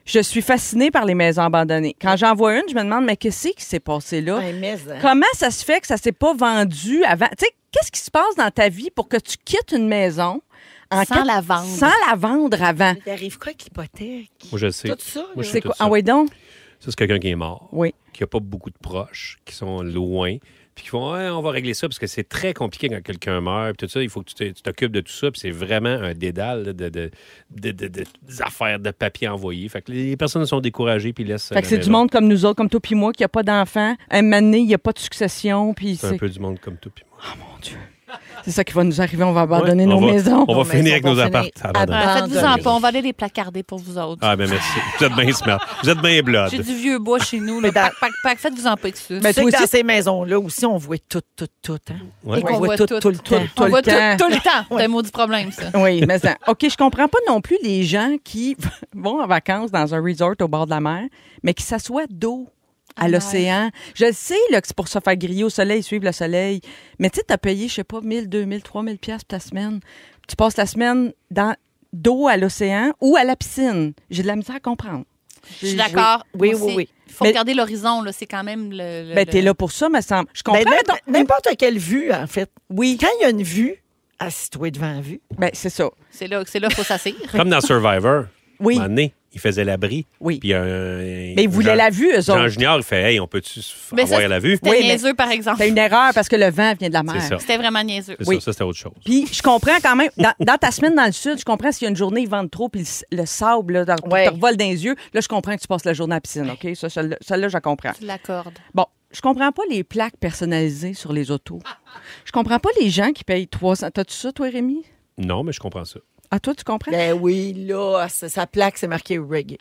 C: Je suis fascinée par les maisons abandonnées. Quand j'en vois une, je me demande, mais qu'est-ce qui s'est passé là?
A: Ouais, mais, hein.
C: Comment ça se fait que ça s'est pas vendu avant? Tu sais, qu'est-ce qui se passe dans ta vie pour que tu quittes une maison en
D: Sans la vendre.
C: Sans la vendre avant.
A: Il arrive quoi avec l'hypothèque?
B: Moi, je sais.
A: Tout ça,
B: Moi, je
C: C'est
B: sais
C: quoi?
B: tout ça.
C: Ah oui, donc?
B: Ça, c'est quelqu'un qui est mort,
C: Oui.
B: qui n'a pas beaucoup de proches, qui sont loin, puis qui font Ouais, on va régler ça parce que c'est très compliqué quand quelqu'un meurt, puis tout ça. Il faut que tu t'es- tu t'occupes de tout ça, puis c'est vraiment un dédale là, de, de, de- de- de- des affaires de papier envoyés. Fait que les personnes sont découragées, puis laissent. euh,
C: Fait que
B: la
C: c'est du
B: maison.
C: monde comme nous autres, comme toi puis moi, qui a pas d'enfants. Un moment donné, il n'y a pas de succession, puis
B: C'est un
C: c'est
B: peu du monde comme tout. Puis moi.
C: c'est ça qui va nous arriver. On va abandonner
B: Ouais,
C: nos
B: on va-
C: maisons.
B: On va
A: Nos maisons
B: finir avec
A: vont
B: nos
A: finir
B: appartements.
A: abandonnées.
D: Faites-vous en pas, on va aller les placarder pour vous autres.
B: Ah, ben merci. Vous êtes bien smart. Vous êtes bien blood.
D: J'ai du vieux bois chez nous.
A: Mais
D: Là.
A: dans-
D: Pac, pac, pac. Faites-vous en pas avec ça.
C: Mais
A: Tu sais
C: toi
A: que dans
C: aussi-
A: ces maisons-là aussi, on voit tout, tout, tout. hein.
B: Ouais.
D: Et qu'on
A: On voit tout, tout le temps.
C: Tout
D: On
C: le
D: voit tout,
C: temps.
D: tout le temps. C'est un maudit problème, ça.
C: Oui, mais ça. OK, je comprends pas non plus les gens qui <laughs> vont en vacances dans un resort au bord de la mer, mais qui s'assoient dos à l'océan. Je le sais là, que c'est pour se faire griller au soleil, suivre le soleil, mais tu sais, t'as payé, je sais pas, 1000, 2000, 3000 pièces ta semaine. Tu passes la semaine dans dos à l'océan ou à la piscine. J'ai de la misère à comprendre.
D: Je suis d'accord.
A: Oui,
D: Moi
A: oui,
D: aussi.
A: oui.
D: faut
C: Mais-
D: regarder l'horizon, là. C'est quand même le. le-
C: Ben,
D: le-
C: t'es là pour ça, me semble. Je comprends.
A: Ben, n'im-
C: mettons-
A: N'importe quelle vue, en fait.
C: oui,
A: Quand il y a une vue, ah, assis-toi devant la vue.
C: ben, c'est ça.
D: C'est là c'est là qu'il faut s'asseoir.
B: Comme dans Survivor.
C: Oui.
B: Un moment donné, il faisait l'abri.
C: Oui.
B: Puis un-
C: Mais ils voulaient
B: Jean-
C: la vue, eux
B: Jean
C: autres.
B: Junior, il fait Hey, on peut-tu s-
D: Mais ça,
B: avoir la vue?
D: C'était
C: Oui, mais- ben,
D: niaiseux, par exemple.
C: C'est une erreur parce que le vent vient de la mer.
B: C'est ça.
D: <laughs> C'était vraiment niaiseux.
B: C'est
C: Oui.
B: ça, ça c'était autre chose.
C: Puis je comprends quand même, dans, dans ta semaine dans le sud, je comprends s'il y a une journée, ils vendent trop, puis le, s- le sable, là, te
A: Ouais.
C: revole dans les yeux. Là, je comprends que tu passes la journée à la piscine, OK? Ça, celle-là, celle-là, je comprends.
D: Tu l'accordes.
C: Bon, je comprends pas les plaques personnalisées sur les autos. Je comprends pas les gens qui payent 300... T'as-tu ça, toi, Rémi?
B: Non, mais je comprends ça.
C: À toi, tu comprends?
A: Ben oui, là, sa sa plaque, c'est marqué reggae.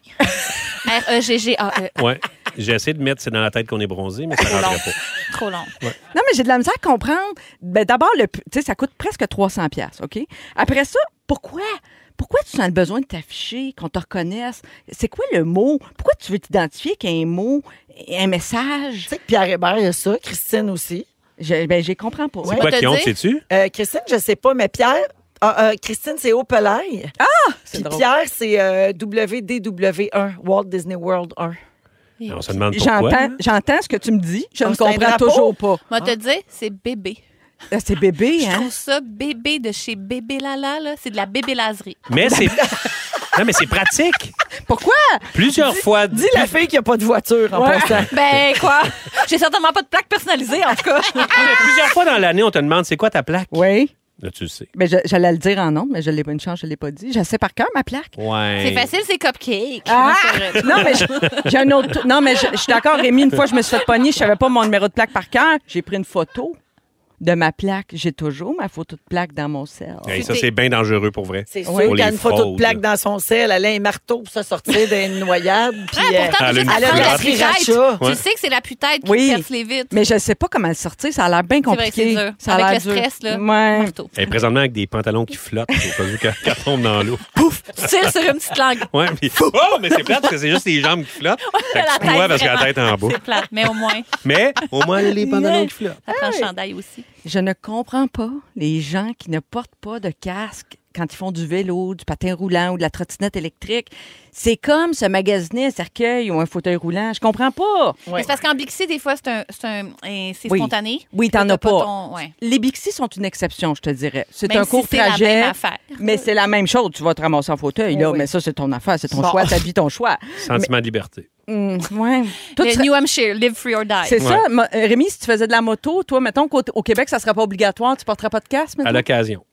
D: E R-E-G-G-A-E.
B: Ouais. J'ai essayé de mettre, c'est dans la tête qu'on est bronzé, mais ça rentrait pas.
D: Trop long.
C: Non, mais j'ai de la misère à comprendre. Ben, d'abord, le, tu sais, ça coûte presque 300 pièces, OK? Après ça, pourquoi? Pourquoi tu sens le besoin de t'afficher, qu'on te reconnaisse? C'est quoi le mot? Pourquoi tu veux t'identifier qu'un mot, un message?
A: Tu sais que Pierre Hébert, il y a ça, Christine aussi.
C: Je, ben, je comprends pas.
B: C'est
D: Ouais.
B: quoi
D: Je vais
B: qui
D: te
B: honte,
D: dire.
B: sais-tu?
A: Euh, Christine, je sais pas, mais Pierre. ah, euh, Christine, c'est Opelay. Ah! Puis Pierre, c'est euh, WDW1, Walt Disney World 1.
B: On se demande pourquoi.
C: J'entends, j'entends ce que tu me dis, je
A: Ah,
C: ne
A: c'est un
C: comprends
A: drapeau?
C: toujours pas.
D: Moi, te dire, c'est bébé.
C: Là, c'est bébé,
D: Je
C: hein?
D: trouve ça bébé de chez Bébé Lala, là. C'est de la bébé laserie.
B: Mais c'est. Non, mais c'est pratique.
C: Pourquoi?
B: Plusieurs fois.
A: Dis la fille qui a pas de voiture en passant.
D: Ben, quoi? J'ai certainement pas de plaque personnalisée, en tout <laughs> cas.
B: Ah, mais plusieurs fois dans l'année, on te demande c'est quoi ta plaque.
C: Oui.
B: Là, tu le sais.
C: Mais Ben, je- j'allais le dire en nom, mais je l'ai pas une chance, je l'ai pas dit. Je sais par cœur ma plaque.
B: Ouais.
D: C'est facile, c'est cupcake.
C: Ah!
D: Non, c'est vrai.
C: Non, mais je- j'ai un autre. Non, mais je, je suis d'accord, Rémi. Une fois, je me suis fait pogner, je savais pas mon numéro de plaque par cœur. J'ai pris une photo de ma plaque. J'ai toujours ma photo de plaque dans mon cell.
B: Hey, ça, c'est bien dangereux pour vrai.
A: C'est sûr
B: Pour
A: qu'elle a
B: les
A: une photo de
B: fraudes,
A: plaque
B: là.
A: dans son sel, elle a un marteau pour se sortir d'une noyade. Puis,
D: Ouais,
A: euh,
D: pourtant,
B: Ah,
D: t'as
B: le
D: juste à
B: Elle a
D: prendre
B: bien
D: la
A: appris
D: putette.
A: Racha.
B: Ouais.
D: Tu sais que c'est la putette qui
C: Oui.
D: perce les vitres.
C: Mais je sais pas comment le sortir. Ça a l'air bien
D: C'est vrai que
C: compliqué.
D: c'est dur.
C: Ça a
D: Avec le
C: l'air dur.
D: stress, là,
C: Ouais.
D: Marteau.
B: Elle est présentement avec des pantalons qui flottent au cas où qu'elle qu'elle tombe dans
C: <laughs>
B: l'eau.
D: Pouf! Tu tires sur une petite langue.
B: Ouais, puis- Oh, mais c'est plate parce que c'est juste les jambes qui flottent. Fait que
D: La
B: tu te vois parce que la
D: vraiment.
B: tête est en bas.
D: C'est plate, mais au moins,
B: Mais au moins, les pantalons qui flottent.
D: ça prend le chandail aussi.
C: Je ne comprends pas les gens qui ne portent pas de casque quand ils font du vélo, du patin roulant ou de la trottinette électrique. C'est comme se magasiner un cercueil ou un fauteuil roulant. Je comprends pas.
D: Mais C'est parce qu'en Bixi, des fois, c'est un, c'est un- un- c'est
C: Oui.
D: spontané.
C: Oui, t'en
D: T'as
C: as pas.
D: ton- ouais.
C: Les Bixi sont une exception, je te dirais. C'est
D: Même
C: un
D: si
C: court
D: c'est la
C: trajet.
D: même affaire.
C: Mais c'est la même chose. Tu vas te ramasser en fauteuil, là.
A: Oui.
C: Mais ça, c'est ton affaire. C'est ton
A: Bon.
C: choix. Ta vie, ton choix.
B: Sentiment de liberté.
C: Hum,
D: <laughs>
C: ouais. Toi, tu
D: Le
C: serais-
D: New Hampshire, live free or die.
C: C'est
B: Ouais.
C: ça. Mo- euh, Rémi, si tu faisais de la moto, toi, mettons qu'au au Québec, ça ne sera pas obligatoire. Tu porteras pas de casque,
B: À
C: maintenant?
B: l'occasion.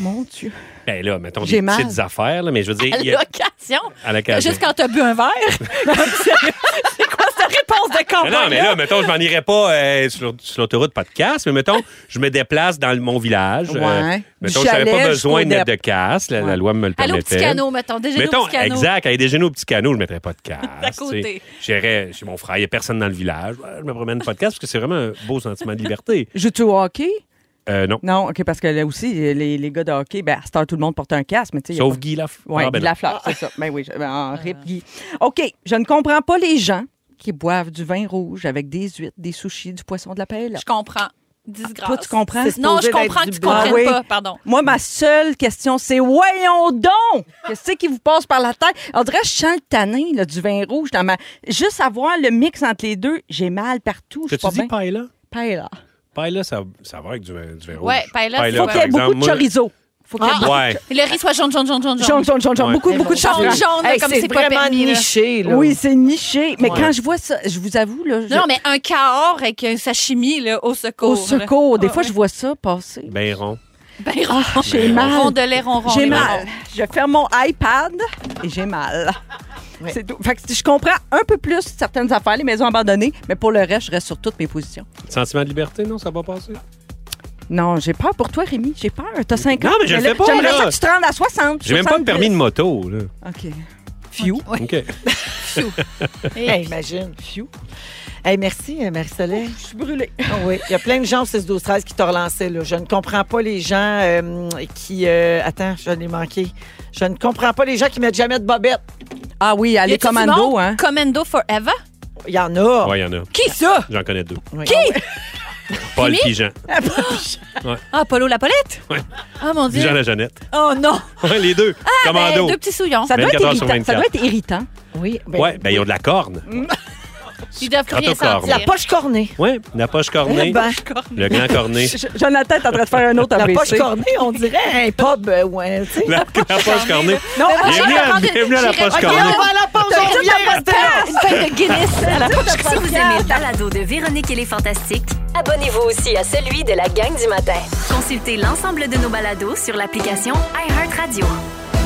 C: Mon Dieu.
B: Ben là, mettons
C: J'ai
B: des
C: mal.
B: petites affaires, là, mais je veux dire,
D: À
B: il y a-
D: l'occasion.
B: à l'occasion.
D: Juste quand t'as bu
B: <laughs>
D: un verre.
B: Mais non, mais là, mettons, je m'en irais pas euh, sur, sur l'autoroute pas de casque, mais mettons, je me déplace dans le- mon village. euh,
C: Ouais.
B: mettons,
C: Du
B: je n'avais pas
C: chalet
B: besoin de
C: jusqu'au
B: mettre de casque. La, la loi me le
D: Allô,
B: permettait.
D: petit canot, mettons. Déjà,
B: Mettons,
D: petit canot.
B: exact, aller déjeuner au petit canot, je ne mettrais pas
D: <laughs>
B: de casque.
D: D'à côté.
B: tu sais. J'irais chez mon frère, il n'y a personne dans le village. Ouais, Je me promène pas de casque parce que c'est vraiment un beau sentiment de liberté.
C: Joues-tu au hockey?
B: Euh, non.
C: Non, OK, parce que là aussi, les, les gars de hockey, ben, à cette heure, tout le monde porte un casque, mais tu sais, il y a
B: Sauf
C: pas-
B: Guy Laf.
C: Oui,
B: Ah, ben non.
C: la fleur, c'est ça. Ben oui, je- ben, en rip, Guy. OK, je ne comprends pas les gens qui boivent du vin rouge avec des huîtres, des sushis, du poisson de la paille.
D: Je comprends. Disgrâce.
C: Ah, Toi, tu comprends?
A: C'est
D: Non, je
A: supposé
D: comprends que
A: d'être
D: tu
A: du blanc.
D: comprennes
C: Ah oui.
D: pas, pardon.
C: Moi, ma seule question, c'est voyons donc! Qu'est-ce qui vous passe par la tête? On dirait que je sens le tanin là, du vin rouge dans ma. Juste avoir le mix entre les deux, j'ai mal partout. Je
B: Que
C: suis pas
B: tu dis
C: bien.
B: paille là?
C: Paille, là.
B: Paille là, ça, ça va avec du vin, du vin
D: Ouais,
B: rouge.
D: paille là,
B: Paille
D: c'est
B: là,
C: Faut
D: pas-
B: par
C: qu'il y ait beaucoup
B: exemple,
C: de
B: moi-
C: chorizo. Faut qu'il y ait beaucoup-
B: Ah, Ouais.
D: Le riz soit jaune, jaune, jaune, jaune, jaune.
C: Jaune, jaune, jaune, jaune.
B: Ouais.
C: Beaucoup, beaucoup de
D: Jaune,
C: chorizo.
D: jaune, là,
A: Hey,
D: comme
A: c'est
D: c'est pas
A: vraiment
D: permis. là.
A: niché. Là.
C: Oui, c'est niché. Mais
A: Ouais.
C: quand je vois ça, je vous avoue, là. je-
D: Non, mais un cahors avec un sashimi, là, au secours.
C: Au
D: là.
C: secours. Des
D: Ah,
C: fois,
D: ouais.
C: je vois ça passer.
B: Ben rond.
D: Ben, ron.
C: J'ai mal.
D: Rondelet, ronron.
C: J'ai
D: les
C: mal.
D: rondons.
C: Je ferme mon iPad et j'ai mal. C'est tout. Fait que je comprends un peu plus certaines affaires, les maisons abandonnées, mais pour le reste, je reste sur toutes mes positions.
B: Sentiment de liberté, non, ça va passer?
C: Non, j'ai peur pour toi, Rémi. J'ai peur. T'as 50.
B: Non, mais je le
C: là,
B: fais pas,
C: J'aimerais
B: là.
C: ça que tu te rendes à 60.
B: J'ai même pas de permis de moto, là.
C: 70. OK. Fiu.
D: Ouais.
B: OK.
A: Hey, imagine. Phew. Hey, merci, euh, Marie-Soleil.
C: Je suis brûlée.
A: Ah oui, il y a plein de gens au 6 12 13 qui t'ont relancé. Là. Je ne comprends pas les gens euh, qui. euh, attends, je l'ai manqué. Je ne comprends pas les gens qui mettent jamais de bobette.
C: Ah oui,
D: Y
C: allez,
D: a-tu du
C: commando,
D: monde?
C: hein.
D: Commando forever?
A: Il y en a.
B: Ouais, il y en a.
D: Qui ça?
B: J'en connais deux.
A: Oui.
B: Paul
D: Rémi?
B: et Jean.
D: Ah, Polo Lapolette?
B: Ouais.
D: Ah, mon Dieu.
B: Jean et Jeannette. <laughs>
D: Oh non.
B: Ouais, les deux.
D: Ben,
B: Commando.
D: deux petits souillons.
C: Ça doit, être
B: 24 sur
C: irritant. ça doit
B: 24.
C: être irritant.
A: Oui, ben,
B: ouais, ben ils ont de la corne.
D: Ils doivent plus rien
B: Autocorne.
D: sentir.
A: La poche cornée.
B: Ouais, la poche
A: Eh
B: cornée.
D: Ah,
A: ben,
B: Le grand
C: <laughs>
B: corné.
C: Je- je- Jonathan est en train de faire un autre
A: la poche
C: AVC.
A: cornée, on dirait un pub. euh, ouais, tu sais.
B: La, la poche cornée.
C: Non,
D: J'ai
B: Bienvenue à,
D: entendu-
B: bienvenue à la
D: j'irai-
B: poche
D: Ok,
A: Et on
B: cornée.
A: va à la pause, on revient, restez là.
D: Une feuille de Guinness à la poche
G: Si
D: cornée.
G: vous aimez le balado de Véronique et les Fantastiques,
H: Abonnez-vous aussi à celui de la gang du matin.
G: consultez l'ensemble de nos balados sur l'application iHeartRadio.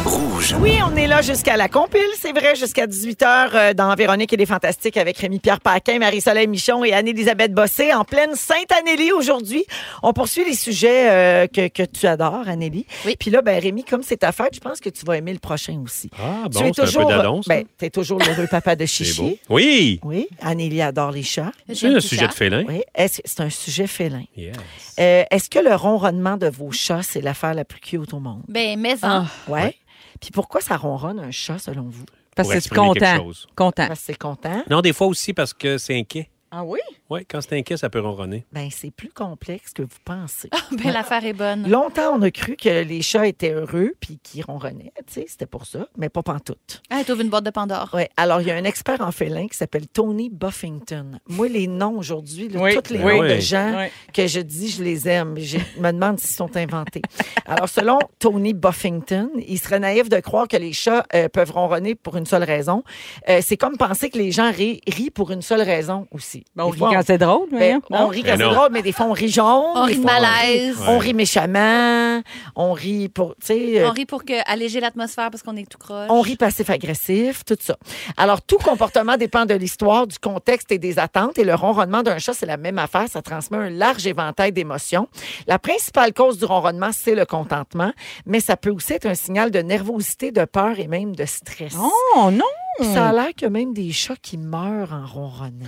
J: Rouge.
A: Oui, on est là jusqu'à la compile, c'est vrai, jusqu'à 18h dans Véronique et les Fantastiques avec Rémi-Pierre Paquin, Marie-Soleil Michon et Anne-Élisabeth Bossé en pleine Sainte-Anélie aujourd'hui. On poursuit les sujets euh, que, que tu adores, Annélie.
D: Oui.
A: Puis là, ben, Rémi, comme c'est ta fête, je pense que tu vas aimer le prochain aussi. tu es
B: Ah, bon, c'est un
A: toujours,
B: peu d'annonce. hein?
A: ben, t'es toujours l'heureux papa de
B: <laughs> C'est
A: Chichi.
B: beau. Oui!
A: Oui, Annélie adore les chats.
B: C'est un sujet de félin.
A: Oui, est-ce- c'est un sujet félin.
B: Yes.
A: Euh, Est-ce que le ronronnement de vos chats, c'est l'affaire la plus cute au monde?
D: Ben, mais en.
A: Ouais. Puis pourquoi ça ronronne un chat, selon vous?
C: <laughs> Parce
B: Pour
C: que c'est
B: exprimer quelque
C: content.
B: chose.
C: Content.
A: Parce que c'est content.
B: Non, des fois aussi parce que c'est inquiet.
C: Ah oui?
B: Oui, quand c'est inquiet, ça peut ronronner.
A: Ben, c'est plus complexe que vous pensez.
D: <laughs>
A: <laughs>
D: Ben, l'affaire est bonne.
A: Longtemps, on a cru que les chats étaient heureux puis qu'ils ronronnaient. Tu sais, c'était pour ça, mais pas pantoute.
D: Ah, elle trouve une boîte de Pandore.
A: Ouais. Alors, il y a un expert en félin qui s'appelle Tony Buffington. Moi, les noms aujourd'hui, là,
C: Oui, ben
A: tous les
C: oui.
A: noms de
B: Oui.
A: gens
C: Oui.
A: que je dis, je les aime. Je me demande s'ils sont inventés. Alors, selon Tony Buffington, il serait naïf de croire que les chats euh, peuvent ronronner pour une seule raison. Euh, c'est comme penser que les gens ri- rient pour une seule raison aussi.
C: Ben, on
A: Des
C: rit
A: fois,
C: quand c'est drôle,
A: Ben,
C: voyons.
A: on
C: Non?
A: rit
B: Ben
A: quand c'est
B: non.
A: drôle, mais des fois, on rit jaune.
D: On
A: des
D: rit de
A: fois,
D: malaise.
A: On rit méchamment. On rit pour. Tu sais, euh,
D: On rit pour que, alléger l'atmosphère parce qu'on est tout croche.
A: on rit passif-agressif, tout ça. Alors, tout comportement dépend de l'histoire, du contexte et des attentes. Et le ronronnement d'un chat, c'est la même affaire. Ça transmet un large éventail d'émotions. La principale cause du ronronnement, c'est le contentement, mais ça peut aussi être un signal de nervosité, de peur et même de stress.
C: Oh non!
A: Puis Ça a l'air que même des chats qui meurent en ronronnant.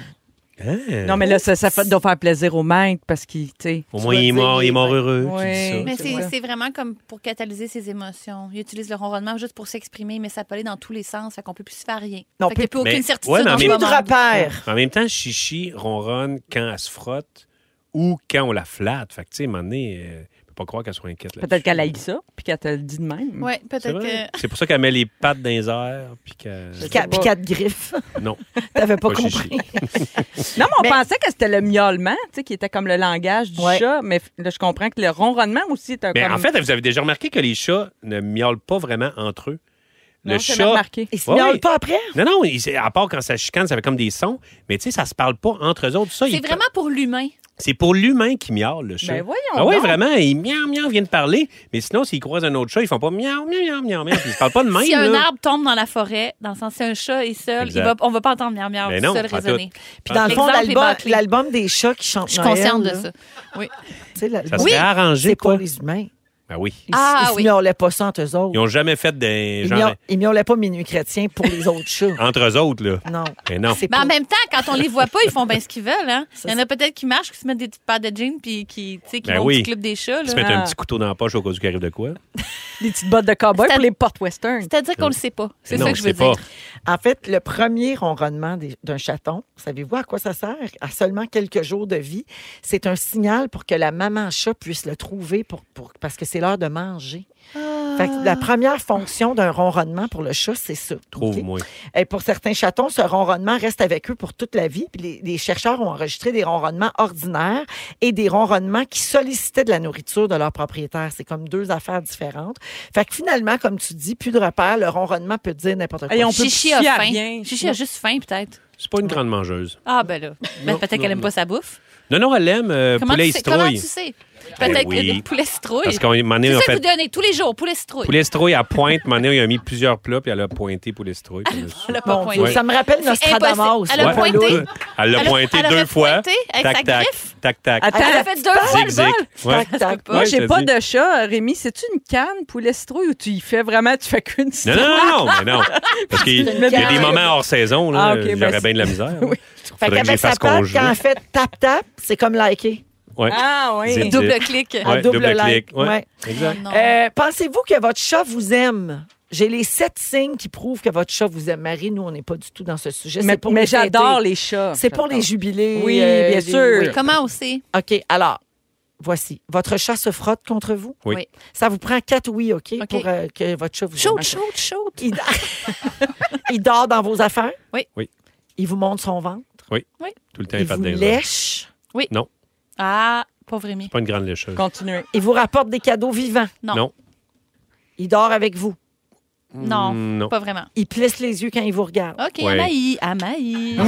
B: Hein?
C: Non, mais là, ça, ça fait, doit faire plaisir au maître parce qu'il, tu sais.
B: Au moins, il est mort, il est mort heureux. Tu
C: Oui.
B: dis ça.
D: Mais c'est
C: Ouais.
D: c'est vraiment comme pour catalyser ses émotions. Il utilise le ronronnement juste pour s'exprimer, mais ça peut aller dans tous les sens. Fait qu'on peut plus se faire rien.
A: Non,
D: fait qu'il n'y a plus
B: mais-
D: aucune
B: ouais,
D: certitude
B: mais en
D: dans ce
A: Plus
B: même-
A: de
D: moment.
A: repères.
B: En même temps, Chichi ronronne quand elle se frotte ou quand on la flatte. Fait que, tu sais, à un moment donné, euh, on peut pas croire qu'elle soit inquiète. là-dessus.
C: Peut-être qu'elle a ça, puis qu'elle te le dit de même.
D: Oui,
B: C'est
D: peut-être
B: vrai.
D: que.
B: C'est pour ça qu'elle met les pattes dans les airs. Puis qu'elle-
A: Puis qu'à- puis quatre griffes.
C: <laughs>
B: Non,
A: T'avais pas
B: Pas chichi.
A: compris.
C: Non, mais on
A: Mais-
C: pensait que c'était le miaulement, tu sais, qui était comme le langage du
A: Ouais.
C: chat, mais f- là, je comprends que le ronronnement aussi est un
B: Mais
C: comme-
B: Ben, en fait, vous avez déjà remarqué que les chats ne miaulent pas vraiment entre eux.
C: Non,
B: le
C: j'ai
B: chat.
C: remarqué.
A: Ils se
B: Ouais,
A: miaulent
B: ouais.
A: pas après?
B: Non, non, il- à part quand ça chicane, ça fait comme des sons, mais tu sais, ça se parle pas entre eux autres. Ça,
D: C'est
B: il-
D: vraiment pour l'humain.
B: C'est pour l'humain qui miaule, le chat.
C: Ben voyons
B: Ah oui,
C: donc.
B: vraiment, ils miaou, miaou, viennent de parler, mais sinon, s'ils croisent un autre chat, ils font pas miaou, miaou, miaou, miaou, puis ils se parlent pas de même.
D: <laughs> si un
B: là.
D: arbre tombe dans la forêt, dans le sens si un chat est seul, il
B: Exact.
D: va, on va pas entendre miam miam
B: Mais
D: tout
B: non,
D: seul
B: pas
D: résonner.
A: Puis dans le fond,
D: Exemple est
A: l'album,
D: bâclé.
A: l'album des chats qui chantent
D: Je suis
A: Noël,
D: consciente de
A: là,
D: ça. Oui.
A: tu sais, l'album,
B: Ça serait
D: Oui,
B: arrangé,
A: c'est pas
B: quoi.
A: les humains.
B: Ben oui.
A: Ils,
D: Ah,
A: ils se
D: oui.
A: miaulaient pas ça entre eux
B: Ils
A: autres.
B: ont jamais fait des
A: Ils,
B: genre,
A: miaul- ils miaulaient pas minuit chrétien pour les autres chats.
B: entre eux autres, là.
A: Non.
B: Ah. Mais non.
A: C'est
D: Mais
A: pas-
D: en même temps, quand on les voit pas, ils font bien ce qu'ils veulent. Hein. Il y en
A: c'est-
D: a peut-être qui marchent, qui se mettent des petites paires de jeans, puis qui, tu sais, qui
B: Ben
D: vont au
B: oui.
D: petit club des chats.
B: Ils se
D: là.
B: mettent un
C: Ah.
B: petit couteau dans la poche au cas où qu'il arrive de quoi.
C: Des petites bottes de cowboy
D: C'est à-
C: pour les portes western.
D: C'est-à-dire qu'on le sait pas. C'est
B: non,
D: ça que je veux
B: sais pas.
D: dire.
A: En fait, le premier ronronnement des- d'un chaton, savez-vous à quoi ça sert? À seulement quelques jours de vie, c'est un signal pour que la maman chat puisse le trouver pour, pour- parce que c'est l'heure de manger. Fait que
D: Ah.
A: la première fonction d'un ronronnement pour le chat, c'est ça. OK?
B: Trouve-moi.
A: Et Eh, pour certains chatons, ce ronronnement reste avec eux pour toute la vie. Puis les, les chercheurs ont enregistré des ronronnements ordinaires et des ronronnements qui sollicitaient de la nourriture de leur propriétaire. C'est comme deux affaires différentes. Fait que finalement, comme tu dis, plus de repères, le ronronnement peut dire n'importe quoi.
C: Et on peut
D: Chichi
C: plus
D: a
C: fier à
D: faim.
C: rien.
D: Chichi a juste faim, peut-être.
B: C'est pas une grande mangeuse.
D: Ah, ben là. Ben,
B: Non,
D: peut-être qu'elle
B: non,
D: aime pas sa bouffe.
B: Non, non, elle aime euh,
D: Comment,
B: poulet
D: tu sais, comment
B: citrouille.
D: tu sais? Peut-être
B: oui.
D: que le poulet citrouille.
B: Parce qu'on un moment donné,
D: C'est
B: on
D: ça que
B: fait
D: vous donnez tous les jours, poulet citrouille.
B: poulet citrouille à pointe. Un moment donné, il a mis plusieurs plats, puis elle a pointé poulet citrouille. par-dessus.
D: <laughs> Elle a pas
A: Mon
D: pointé.
A: Dieu, ça me rappelle
D: C'est impossible.
A: Nostradamus.
D: Elle a
A: le
B: Ouais.
D: pointé.
A: poilou.
B: Elle l'a
D: Elle a-
B: pointé
D: elle
B: deux
D: aurait
B: fois.
D: pointé avec
B: tac,
D: sa
B: tac,
D: griffe.
B: tac, tac.
C: Attends,
D: Elle a fait deux fois
B: Zig,
D: le bol.
B: zig. Ouais.
A: Tac, tac.
C: moi,
B: Ouais, je
C: j'ai
B: te
C: pas
B: dis.
C: de chat, Rémi. C'est-tu une canne poulet citrouille ou tu y fais vraiment, tu fais qu'une
B: Non,
C: citrouille?
B: non, non, mais non. Parce qu'il il y a des moments hors saison, là.
C: Ah, ok, ben,
B: J'aurais
C: c'est-
B: bien de la misère.
C: <laughs> Oui.
A: Fait
B: Faudrait que
A: qu'avec
B: j'y
A: sa
B: fasse
A: patte,
B: congé.
A: quand elle fait tap-tap, c'est comme liker.
B: Ouais.
C: <laughs> Ah oui. <laughs>
B: Zip,
D: Double clic.
A: à
B: Ouais,
A: double
B: double,
A: like.
B: clic. Ouais.
A: Ouais.
B: Exact.
D: Non.
A: Euh, Pensez-vous que votre chat vous aime? J'ai les sept signes qui prouvent que votre chat vous aime. Marie, nous, on n'est pas du tout dans ce sujet. C'est
C: Mais,
A: pour
C: mais
A: les
C: j'adore
A: fêter.
C: les chats.
A: C'est pour les jubilés.
C: Oui,
A: euh,
C: bien
A: les-
C: sûr.
A: oui.
D: Comment on sait?
A: OK, alors, voici. Votre chat se frotte contre vous?
B: Oui.
D: Oui.
A: Ça vous prend quatre oui, OK,
D: OK.
A: pour euh, que votre chat vous
D: Chaude,
A: aime.
D: chaude, chaude.
A: Il, <laughs> do- Il dort dans vos affaires?
D: Oui.
B: Oui.
A: Il vous montre son ventre?
B: Tout le temps,
A: Il
B: il fait
A: vous
B: des C'est
A: lèche?
D: Ah, pauvre Rémi.
B: pas une grande lécheuse.
C: Continuez.
A: Il vous rapporte des cadeaux vivants?
D: Non.
B: Non.
A: Il dort avec vous?
D: Non,
B: Mm, non.
D: pas vraiment.
A: Il plisse les yeux quand il vous regarde?
D: OK,
B: Ouais.
D: Amaï, Amaï.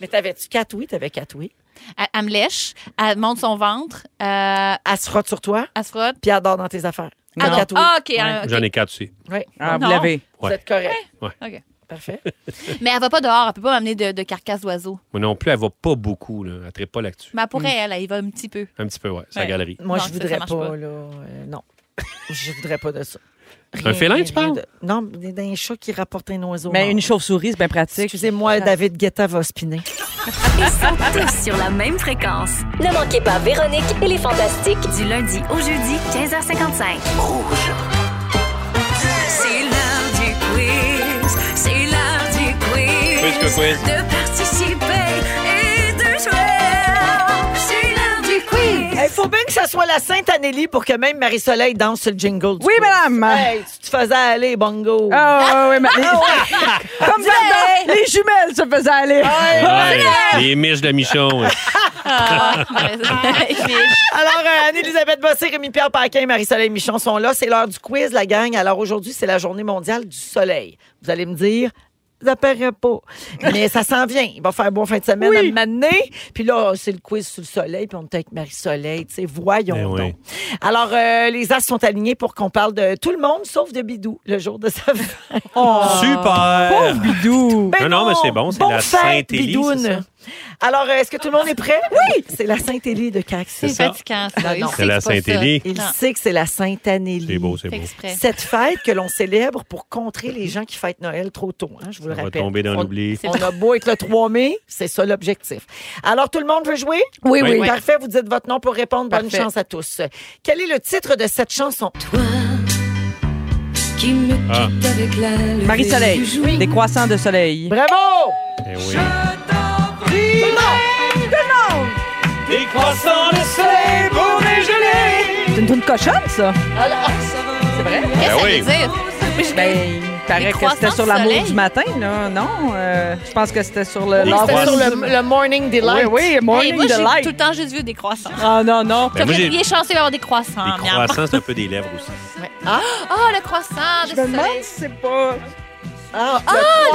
A: Mais t'avais-tu quatre oui? T'avais quatre oui.
D: elle, elle me lèche, elle monte son ventre, euh,
A: Elle se frotte sur toi?
D: elle se frotte,
A: Puis elle dort dans tes affaires. Ah,
D: non.
A: quatre, oui.
D: Ah, OK. hein, OK.
B: J'en ai quatre aussi.
A: Oui.
C: Ah, vous
D: Non.
C: l'avez.
A: Vous
B: Ouais.
A: êtes correct.
D: OK.
A: Parfait.
D: Mais elle va pas dehors. Elle peut pas m'amener de, de carcasse d'oiseau.
B: Moi non plus, elle va pas beaucoup. Là. Elle traite pas là-dessus.
D: Mais elle pourrait, elle, elle y va un
B: <laughs>
D: petit peu.
B: Un petit peu, ouais. Sa
D: Ouais.
B: galerie.
A: Moi,
D: Non,
A: je
D: ça, ça
A: voudrais pas,
D: marche pas.
A: là. euh, non. <laughs> je voudrais pas de ça.
B: Un félin, tu parles?
A: de- Non, mais d'un chat qui rapporte un oiseau.
C: Mais
A: mort.
C: une chauve-souris, c'est bien pratique.
A: Excusez-moi, David Guetta va spinner.
G: Ils sont tous sur la même fréquence.
H: Ne manquez pas Véronique et les Fantastiques.
G: Du lundi au jeudi, 15h55. C'est l'heure du quiz. C'est l'heure du quiz.
E: Quiz, quiz, quiz.
G: De participer et de jouer. C'est l'heure du
A: Il
G: quiz.
A: faut bien que ça soit la Sainte Anélie pour que même Marie-Soleil danse sur le jingle. du
C: Oui,
A: quiz.
C: madame.
A: Hey, tu te faisais aller, bongo.
C: Ah, ouais, ouais, mais les- <laughs> Comme Varda, les jumelles se faisaient aller.
A: Ah,
B: Ouais. Les miches de Michon. ouais.
D: Ah,
B: <laughs>
D: ouais. Mais-
A: Alors, euh, Anne-Elisabeth Bossé, Rémi-Pierre Paquin et Marie-Soleil Michon sont là. C'est l'heure du quiz, la gang. Alors, aujourd'hui, c'est la journée mondiale du soleil. Vous allez me dire... Ça paraît pas. Mais ça s'en vient. Il va faire bon fin de semaine à m'amener. Puis là, c'est le quiz sur le soleil. Puis on est avec Marie-Soleil. Tu sais, voyons
B: Ben oui.
A: donc. Alors, euh, les as sont alignés pour qu'on parle de tout le monde, sauf de Bidou, le jour de sa fête.
B: Super!
C: Bidou.
A: Ben
B: Non, non, mais c'est bon, c'est la
A: fête,
B: Sainte-Élie,
A: Bidoune.
B: c'est ça?
A: Alors, euh, est-ce que tout le monde est prêt? Oui! C'est la Sainte-Élie de Caxi.
D: C'est
B: ça.
D: fatigant, ça.
A: Non, non.
D: Il sait
B: C'est la
D: que pas ça.
B: Saint-Élie.
A: Il
D: Non,
A: sait que c'est la Sainte-Anélie.
B: C'est beau, c'est
D: fait
B: beau.
D: exprès.
A: Cette fête que l'on célèbre pour contrer les gens qui fêtent Noël trop tôt, hein, je vous le
B: On va
A: rappelle.
B: tomber dans
A: On-
B: l'oubli.
D: C'est
A: On a beau être le 3 mai, c'est ça l'objectif. Alors, tout le monde veut jouer?
C: Oui, oui.
B: Oui.
A: Parfait, vous dites votre nom pour répondre. Bonne
C: Parfait.
A: chance à tous. Quel est le titre de cette chanson?
B: Ah,
C: Marie-Soleil, des croissants de soleil.
A: Bravo!
B: ben oui.
A: Tout le monde!
E: Des croissants
B: Ben,
E: de soleil pour déjeuner.
C: C'est une toune cochonne, ça?
A: Ah,
D: Qu'est-ce que
B: Ben
D: ça
B: oui.
D: veut dire?
C: Ben,
D: Les
C: il paraît que
D: croissants
C: c'était sur
D: de
C: l'amour
D: soleil.
C: du matin, là. Non, euh, je pense que c'était sur le...
B: Les
C: l'or-
A: C'était
B: croissants.
A: sur le, le Morning
C: Oui,
A: Delight.
C: oui,
D: Hey,
C: Morning
D: Eh, moi, j'ai
C: Delight.
D: tout le temps juste vu des croissants.
C: Ah non, non.
B: Ben,
D: Comme
B: moi, j'ai-
D: il est chanceux d'avoir des croissants.
B: Les
D: miam.
B: croissants, c'est un peu des lèvres aussi.
D: Ah, le croissant de
C: Je me demande
D: soleil.
C: si c'est pas...
A: Ah,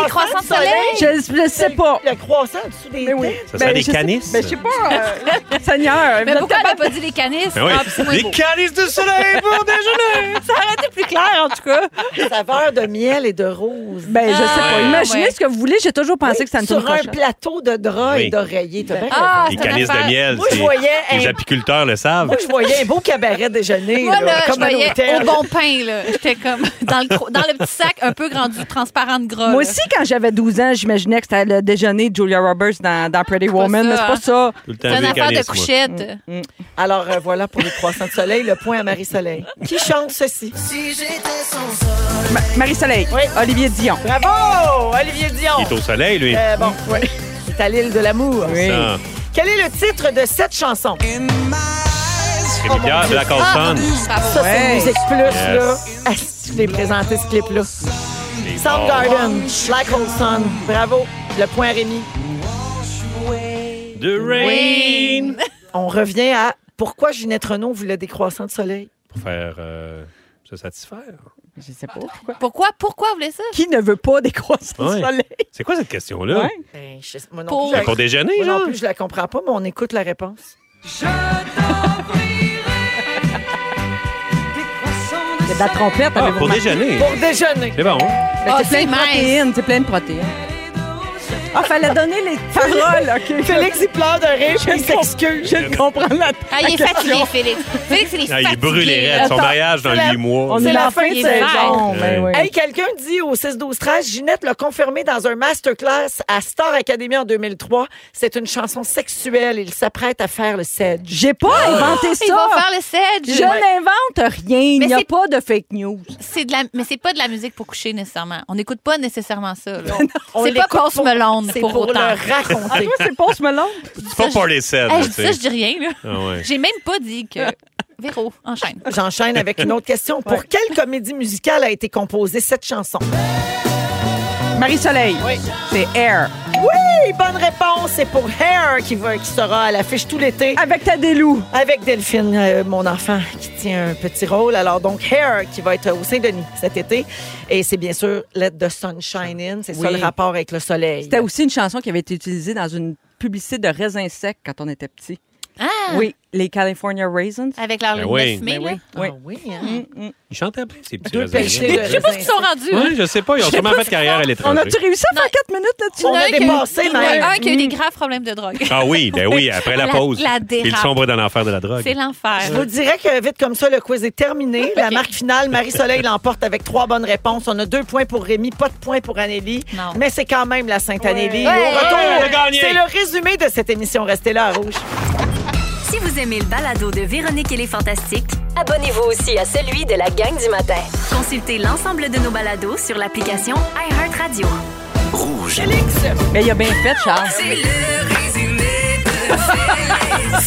D: les croissants de soleil.
C: Je, je sais pas.
A: Le croissant en dessous des
C: Mais oui.
A: têtes.
B: Ça serait
C: Ben,
B: des
C: je sais-
B: canisses.
C: Ben, je sais pas. euh, <laughs> Seigneur.
D: Mais
C: vous
D: pourquoi
C: êtes
D: elle n'a
C: capable-
D: pas dit les canisses?
B: Ben oui.
D: Ah, puis c'est moins
B: Des
D: beau.
B: canisses de soleil pour déjeuner!
C: Ça aurait été plus clair, en tout cas.
A: Saveur de miel et de rose.
C: Ben, je sais pas.
B: ouais.
C: Imaginez
D: Ouais.
C: ce que vous voulez. J'ai toujours pensé que ça ne tourne
A: Sur un
C: cochonne.
A: plateau de draps
B: Oui.
A: et d'oreillers. T'as bien
D: Ah,
B: Les
D: c'est une
B: canisses de
D: affaire.
B: miel,
A: Moi, je
B: c'est-
A: voyais
B: les
A: un-
B: apiculteurs le savent.
A: Moi, je voyais un beau cabaret déjeuner,
D: Moi,
A: là,
D: là, je
A: comme un
D: voyais
A: hôtel.
D: au bon pain, là. J'étais comme dans le, cro- dans le petit sac un peu grandu, transparent de gras.
C: Moi
D: là.
C: aussi, quand j'avais 12 ans, j'imaginais que c'était le déjeuner de Julia Roberts dans, dans Pretty Woman.
D: ça,
C: mais C'est pas ça.
B: Tout le temps
D: C'est une
B: des
D: affaire de
B: canisses. moi.
D: couchette.
A: Alors, euh, voilà pour les croissants de soleil, le point à Marie-Soleil. Qui chante ceci?
C: Ma- Marie-Soleil,
A: Oui.
C: Olivier Dion.
A: Bravo! Olivier
B: Il
A: Dion.
B: est au soleil, lui.
A: Euh, bon, oui. C'est à l'île de l'amour.
B: Ça.
A: Quel est le titre de cette chanson?
B: Rémi Pierre, Black
D: Ah,
B: Hole Sun.
A: Ça, c'est
C: Ouais.
A: Musique Plus,
B: Yes.
A: là. Ah, si je l'ai présenté, ce clip-là.
B: Les
A: Soundgarden, Black Hole Sun. Bravo. Le point à Rémi.
B: balles De rain.
A: On revient à pourquoi Ginette Renault voulait des croissants de soleil.
B: Pour faire euh, se satisfaire.
C: Je sais pas pourquoi.
D: Pourquoi, pourquoi vous voulez ça?
C: Qui ne veut pas des croissants
B: Ouais.
C: de soleil?
B: C'est quoi cette question-là?
C: Ouais.
A: Ben, je sais- moi non
D: Pour-
A: plus, je la-
B: Pour déjeuner,
A: moi non
B: genre?
A: plus, je la comprends pas, mais on écoute la réponse.
C: C'est de la trompette.
B: Ah,
C: avez-vous
B: pour
C: remarqué?
B: déjeuner.
A: Pour déjeuner.
B: C'est bon.
C: Ben,
D: Ah,
C: c'est
D: c'est
C: plein de
D: mince.
C: protéines. C'est plein de protéines. Ah, fallait donner les paroles, OK.
A: Félix, il pleure de rire, puis il s'excuse.
C: je ne comprends la
D: Ah, il est fatigué, Félix. Félix, il est
B: Ah,
D: fatigué.
B: il est brûlé raide. Son
A: Attends,
B: mariage
A: c'est la-
B: dans 8 mois.
C: On est
A: la
C: en
A: fin de
C: de
D: saison.
C: saison. Ben
B: Ouais.
C: oui.
A: Hey, quelqu'un dit au 6-12-13, Ginette l'a confirmé dans un masterclass à Star Academy en 2003. C'est une chanson sexuelle. Il s'apprête à faire le sedge.
C: J'ai pas inventé
D: Il
C: ça.
D: va faire le sedge.
C: Je n'invente rien. Il
D: Mais
C: n'y a
D: c'est-
C: pas de fake news.
D: C'est de la, mais c'est pas de la musique pour coucher nécessairement. On n'écoute pas nécessairement ça. là.
A: On
D: C'est pas
A: l'écoute
D: Post
A: pour-
D: Malone
A: C'est
D: pour,
A: pour,
D: autant.
A: le
D: <laughs>
A: raconter.
C: Toi, c'est Post Malone.
B: C'est pas
D: ça,
B: party set,
D: Hey, je
B: tu
D: dis ça,
B: sais.
D: je dis rien. là.
B: Ah ouais.
D: J'ai même pas dit que. Véro, enchaîne.
A: J'enchaîne avec une autre question. Pour quelle comédie musicale a été composée cette chanson?
C: Marie-Soleil. C'est Air.
A: Oui, bonne réponse. C'est pour Hair qui, va, qui sera à l'affiche tout l'été.
C: Avec ta délou.
A: Avec Delphine, euh, mon enfant, qui tient un petit rôle. Alors, donc, Hair, qui va être au Saint-Denis cet été. Et c'est bien sûr Let the Sun Shine In. C'est ça
C: Oui.
A: le rapport avec le soleil.
C: C'était aussi une chanson qui avait été utilisée dans une publicité de raisin sec quand on était petit.
D: Ah,
C: Oui, les California Raisins.
D: Avec leur
B: Ben
D: ligne
B: oui.
D: de fumée,
B: Ben
D: là.
A: Ah oui, hein?
B: Ils chantaient après, ces petits
A: Deux
B: raisins.
A: péchés de
D: Je sais pas s'ils sont rendus.
B: Ouais, je sais pas, ils ont
C: Je sais
B: sûrement
C: pas
B: fait
C: si-
B: carrière à
C: On
B: l'étranger.
C: a-tu réussi à faire
D: Non.
C: 4 minutes là-dessus?
A: On
D: Il y en
A: a
D: qui-
A: dépassé,
D: il y en a
A: même. Mm.
D: un qui a eu des graves problèmes de drogue.
B: Ah oui, ben oui, après la,
D: La-
B: pause.
D: la
B: ils
D: dérape.
B: sombrent dans l'enfer de la drogue.
D: C'est l'enfer.
A: Je vous dirais que vite comme ça, le quiz est terminé. La marque finale, Marie-Soleil l'emporte avec trois bonnes réponses. On a deux points pour Rémi, pas de points pour Anélie.
D: Non.
A: Mais c'est quand même la Sainte-Anélie.
D: Ouais.
A: Au retour,
B: Ouais, elle a gagné.
A: c'est le résumé de cette émission. Restez là à Rouge.
G: Si vous aimez le balado de Véronique et les Fantastiques,
H: Abonnez-vous aussi à celui de la gang du matin.
G: consultez l'ensemble de nos balados sur l'application iHeartRadio.
C: Mais il a bien fait, Charles.
G: C'est le Ah résumé de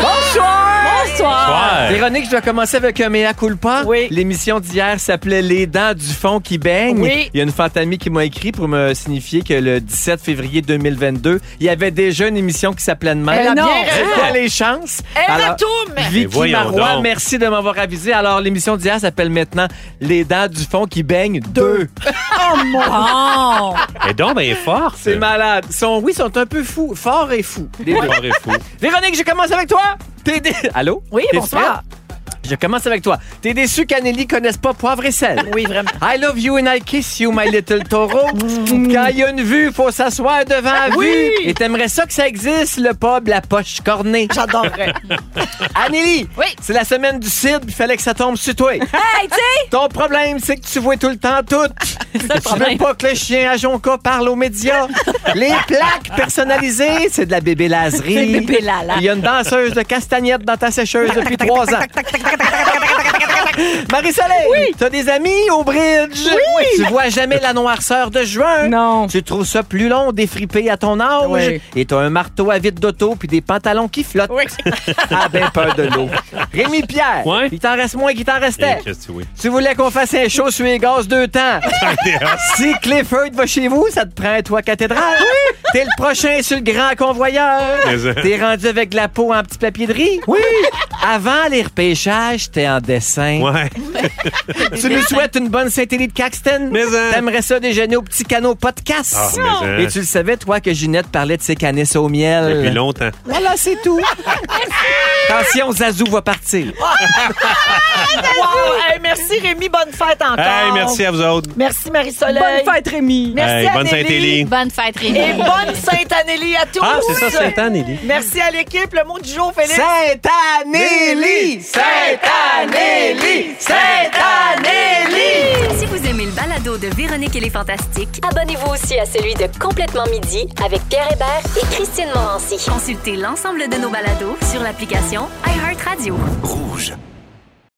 C: Bonsoir! Bonsoir!
B: Ouais.
K: Véronique, je dois commencer avec un mea culpa.
A: Oui.
K: L'émission d'hier s'appelait Les dents du fond qui baignent.
A: Oui.
K: Il y a une fantamie qui m'a écrit pour me signifier que le 17 février 2022, il y avait déjà une émission qui s'appelait de même.
A: Elle a bien raison.
K: C'est quoi les chances? Alors,
B: Mais
K: Vicky
B: voyons
K: Marois,
B: donc.
K: merci de m'avoir avisé. Alors, l'émission d'hier s'appelle maintenant Les dents du fond qui baignent deux.
A: <laughs>
K: Ah,
C: Bon!
B: Et donc, ben, elle est forte.
K: C'est malade. Ils Sont, oui, ils sont un peu fous, forts et fous. les deux.
B: Fort et fou.
K: Véronique, je commence avec toi. T'es dé- <laughs> Allô?
A: Oui,
K: T'es
A: bonsoir.
K: prête? Je commence avec toi. T'es déçu qu'Anneli connaisse pas poivre et sel.
A: Oui, vraiment.
K: I love you and I kiss you, my little taureau.
A: Mm.
K: Quand il y a une vue, faut s'asseoir devant la vue. Et t'aimerais ça que ça existe, le pub, la poche cornée. <laughs>
A: J'adorerais.
K: Anneli,
D: Oui.
K: c'est la semaine du CID, il fallait que ça tombe sur toi.
D: Hey, tu sais,
K: Ton problème, c'est que tu vois tout le temps tout. <laughs> Tu veux
D: problème.
K: pas que le chien à Jonca parle aux médias. Les plaques personnalisées, c'est de la bébé
D: C'est
K: laserie.
D: bébé lala.
K: Il y a une danseuse de castagnette dans ta sécheuse depuis trois ans. Marie-Soleil, t'as des amis au bridge? Oui. Tu vois jamais la noirceur de juin?
C: Non.
K: Tu trouves ça plus long défriper à ton âge?
C: Oui.
K: Et t'as un marteau à vide d'auto puis des pantalons qui flottent. <laughs> ah ben peur de l'eau. Rémi Pierre,
B: Ouais.
K: il t'en reste moins qu'il t'en restait.
B: Et qu'est-ce que tu veux? <laughs>
K: Tu voulais qu'on fasse un show sur les gaz deux temps. si Clifford va chez vous, ça te prend un toit cathédrale. T'es le prochain sur le grand convoyeur.
B: Mais ça-
K: T'es rendu avec de la peau en petit papier de riz. Oui. Avant les repêchages, t'es en dessin.
B: Ouais.
K: Tu nous souhaites une bonne Saint-Élie de Caxton.
B: Mais ça-
K: T'aimerais ça déjeuner au petit canot podcast.
B: Ah, mais ça-
K: Et tu le savais, toi, que Ginette parlait de ses canisses au miel.
B: Depuis longtemps.
K: Voilà, c'est
B: <laughs>
K: tout. Attention, Zazou va partir.
A: Wow. Hey, merci Rémi, bonne fête encore.
B: Hey, merci à vous autres.
A: Merci Marie-Soleil.
C: Bonne fête, Rémi!
A: Merci
B: Hey, bonne
A: Anneli.
B: Saint-Élie.
D: bonne fête,
A: Et
D: Rémi.
A: bonne Sainte-Anélie à tous.
B: Ah, c'est ça, Sainte-Anélie.
A: Merci à l'équipe. Le mot du jour, Félix.
K: Saint-Anélie! Saint-Anélie! Saint-Anélie!
G: Si vous aimez le balado de Véronique et les Fantastiques,
H: Abonnez-vous aussi à celui de Complètement Midi avec Pierre Hébert et Christine Morancy.
G: consultez l'ensemble de nos balados sur l'application iHeartRadio.
J: Rouge.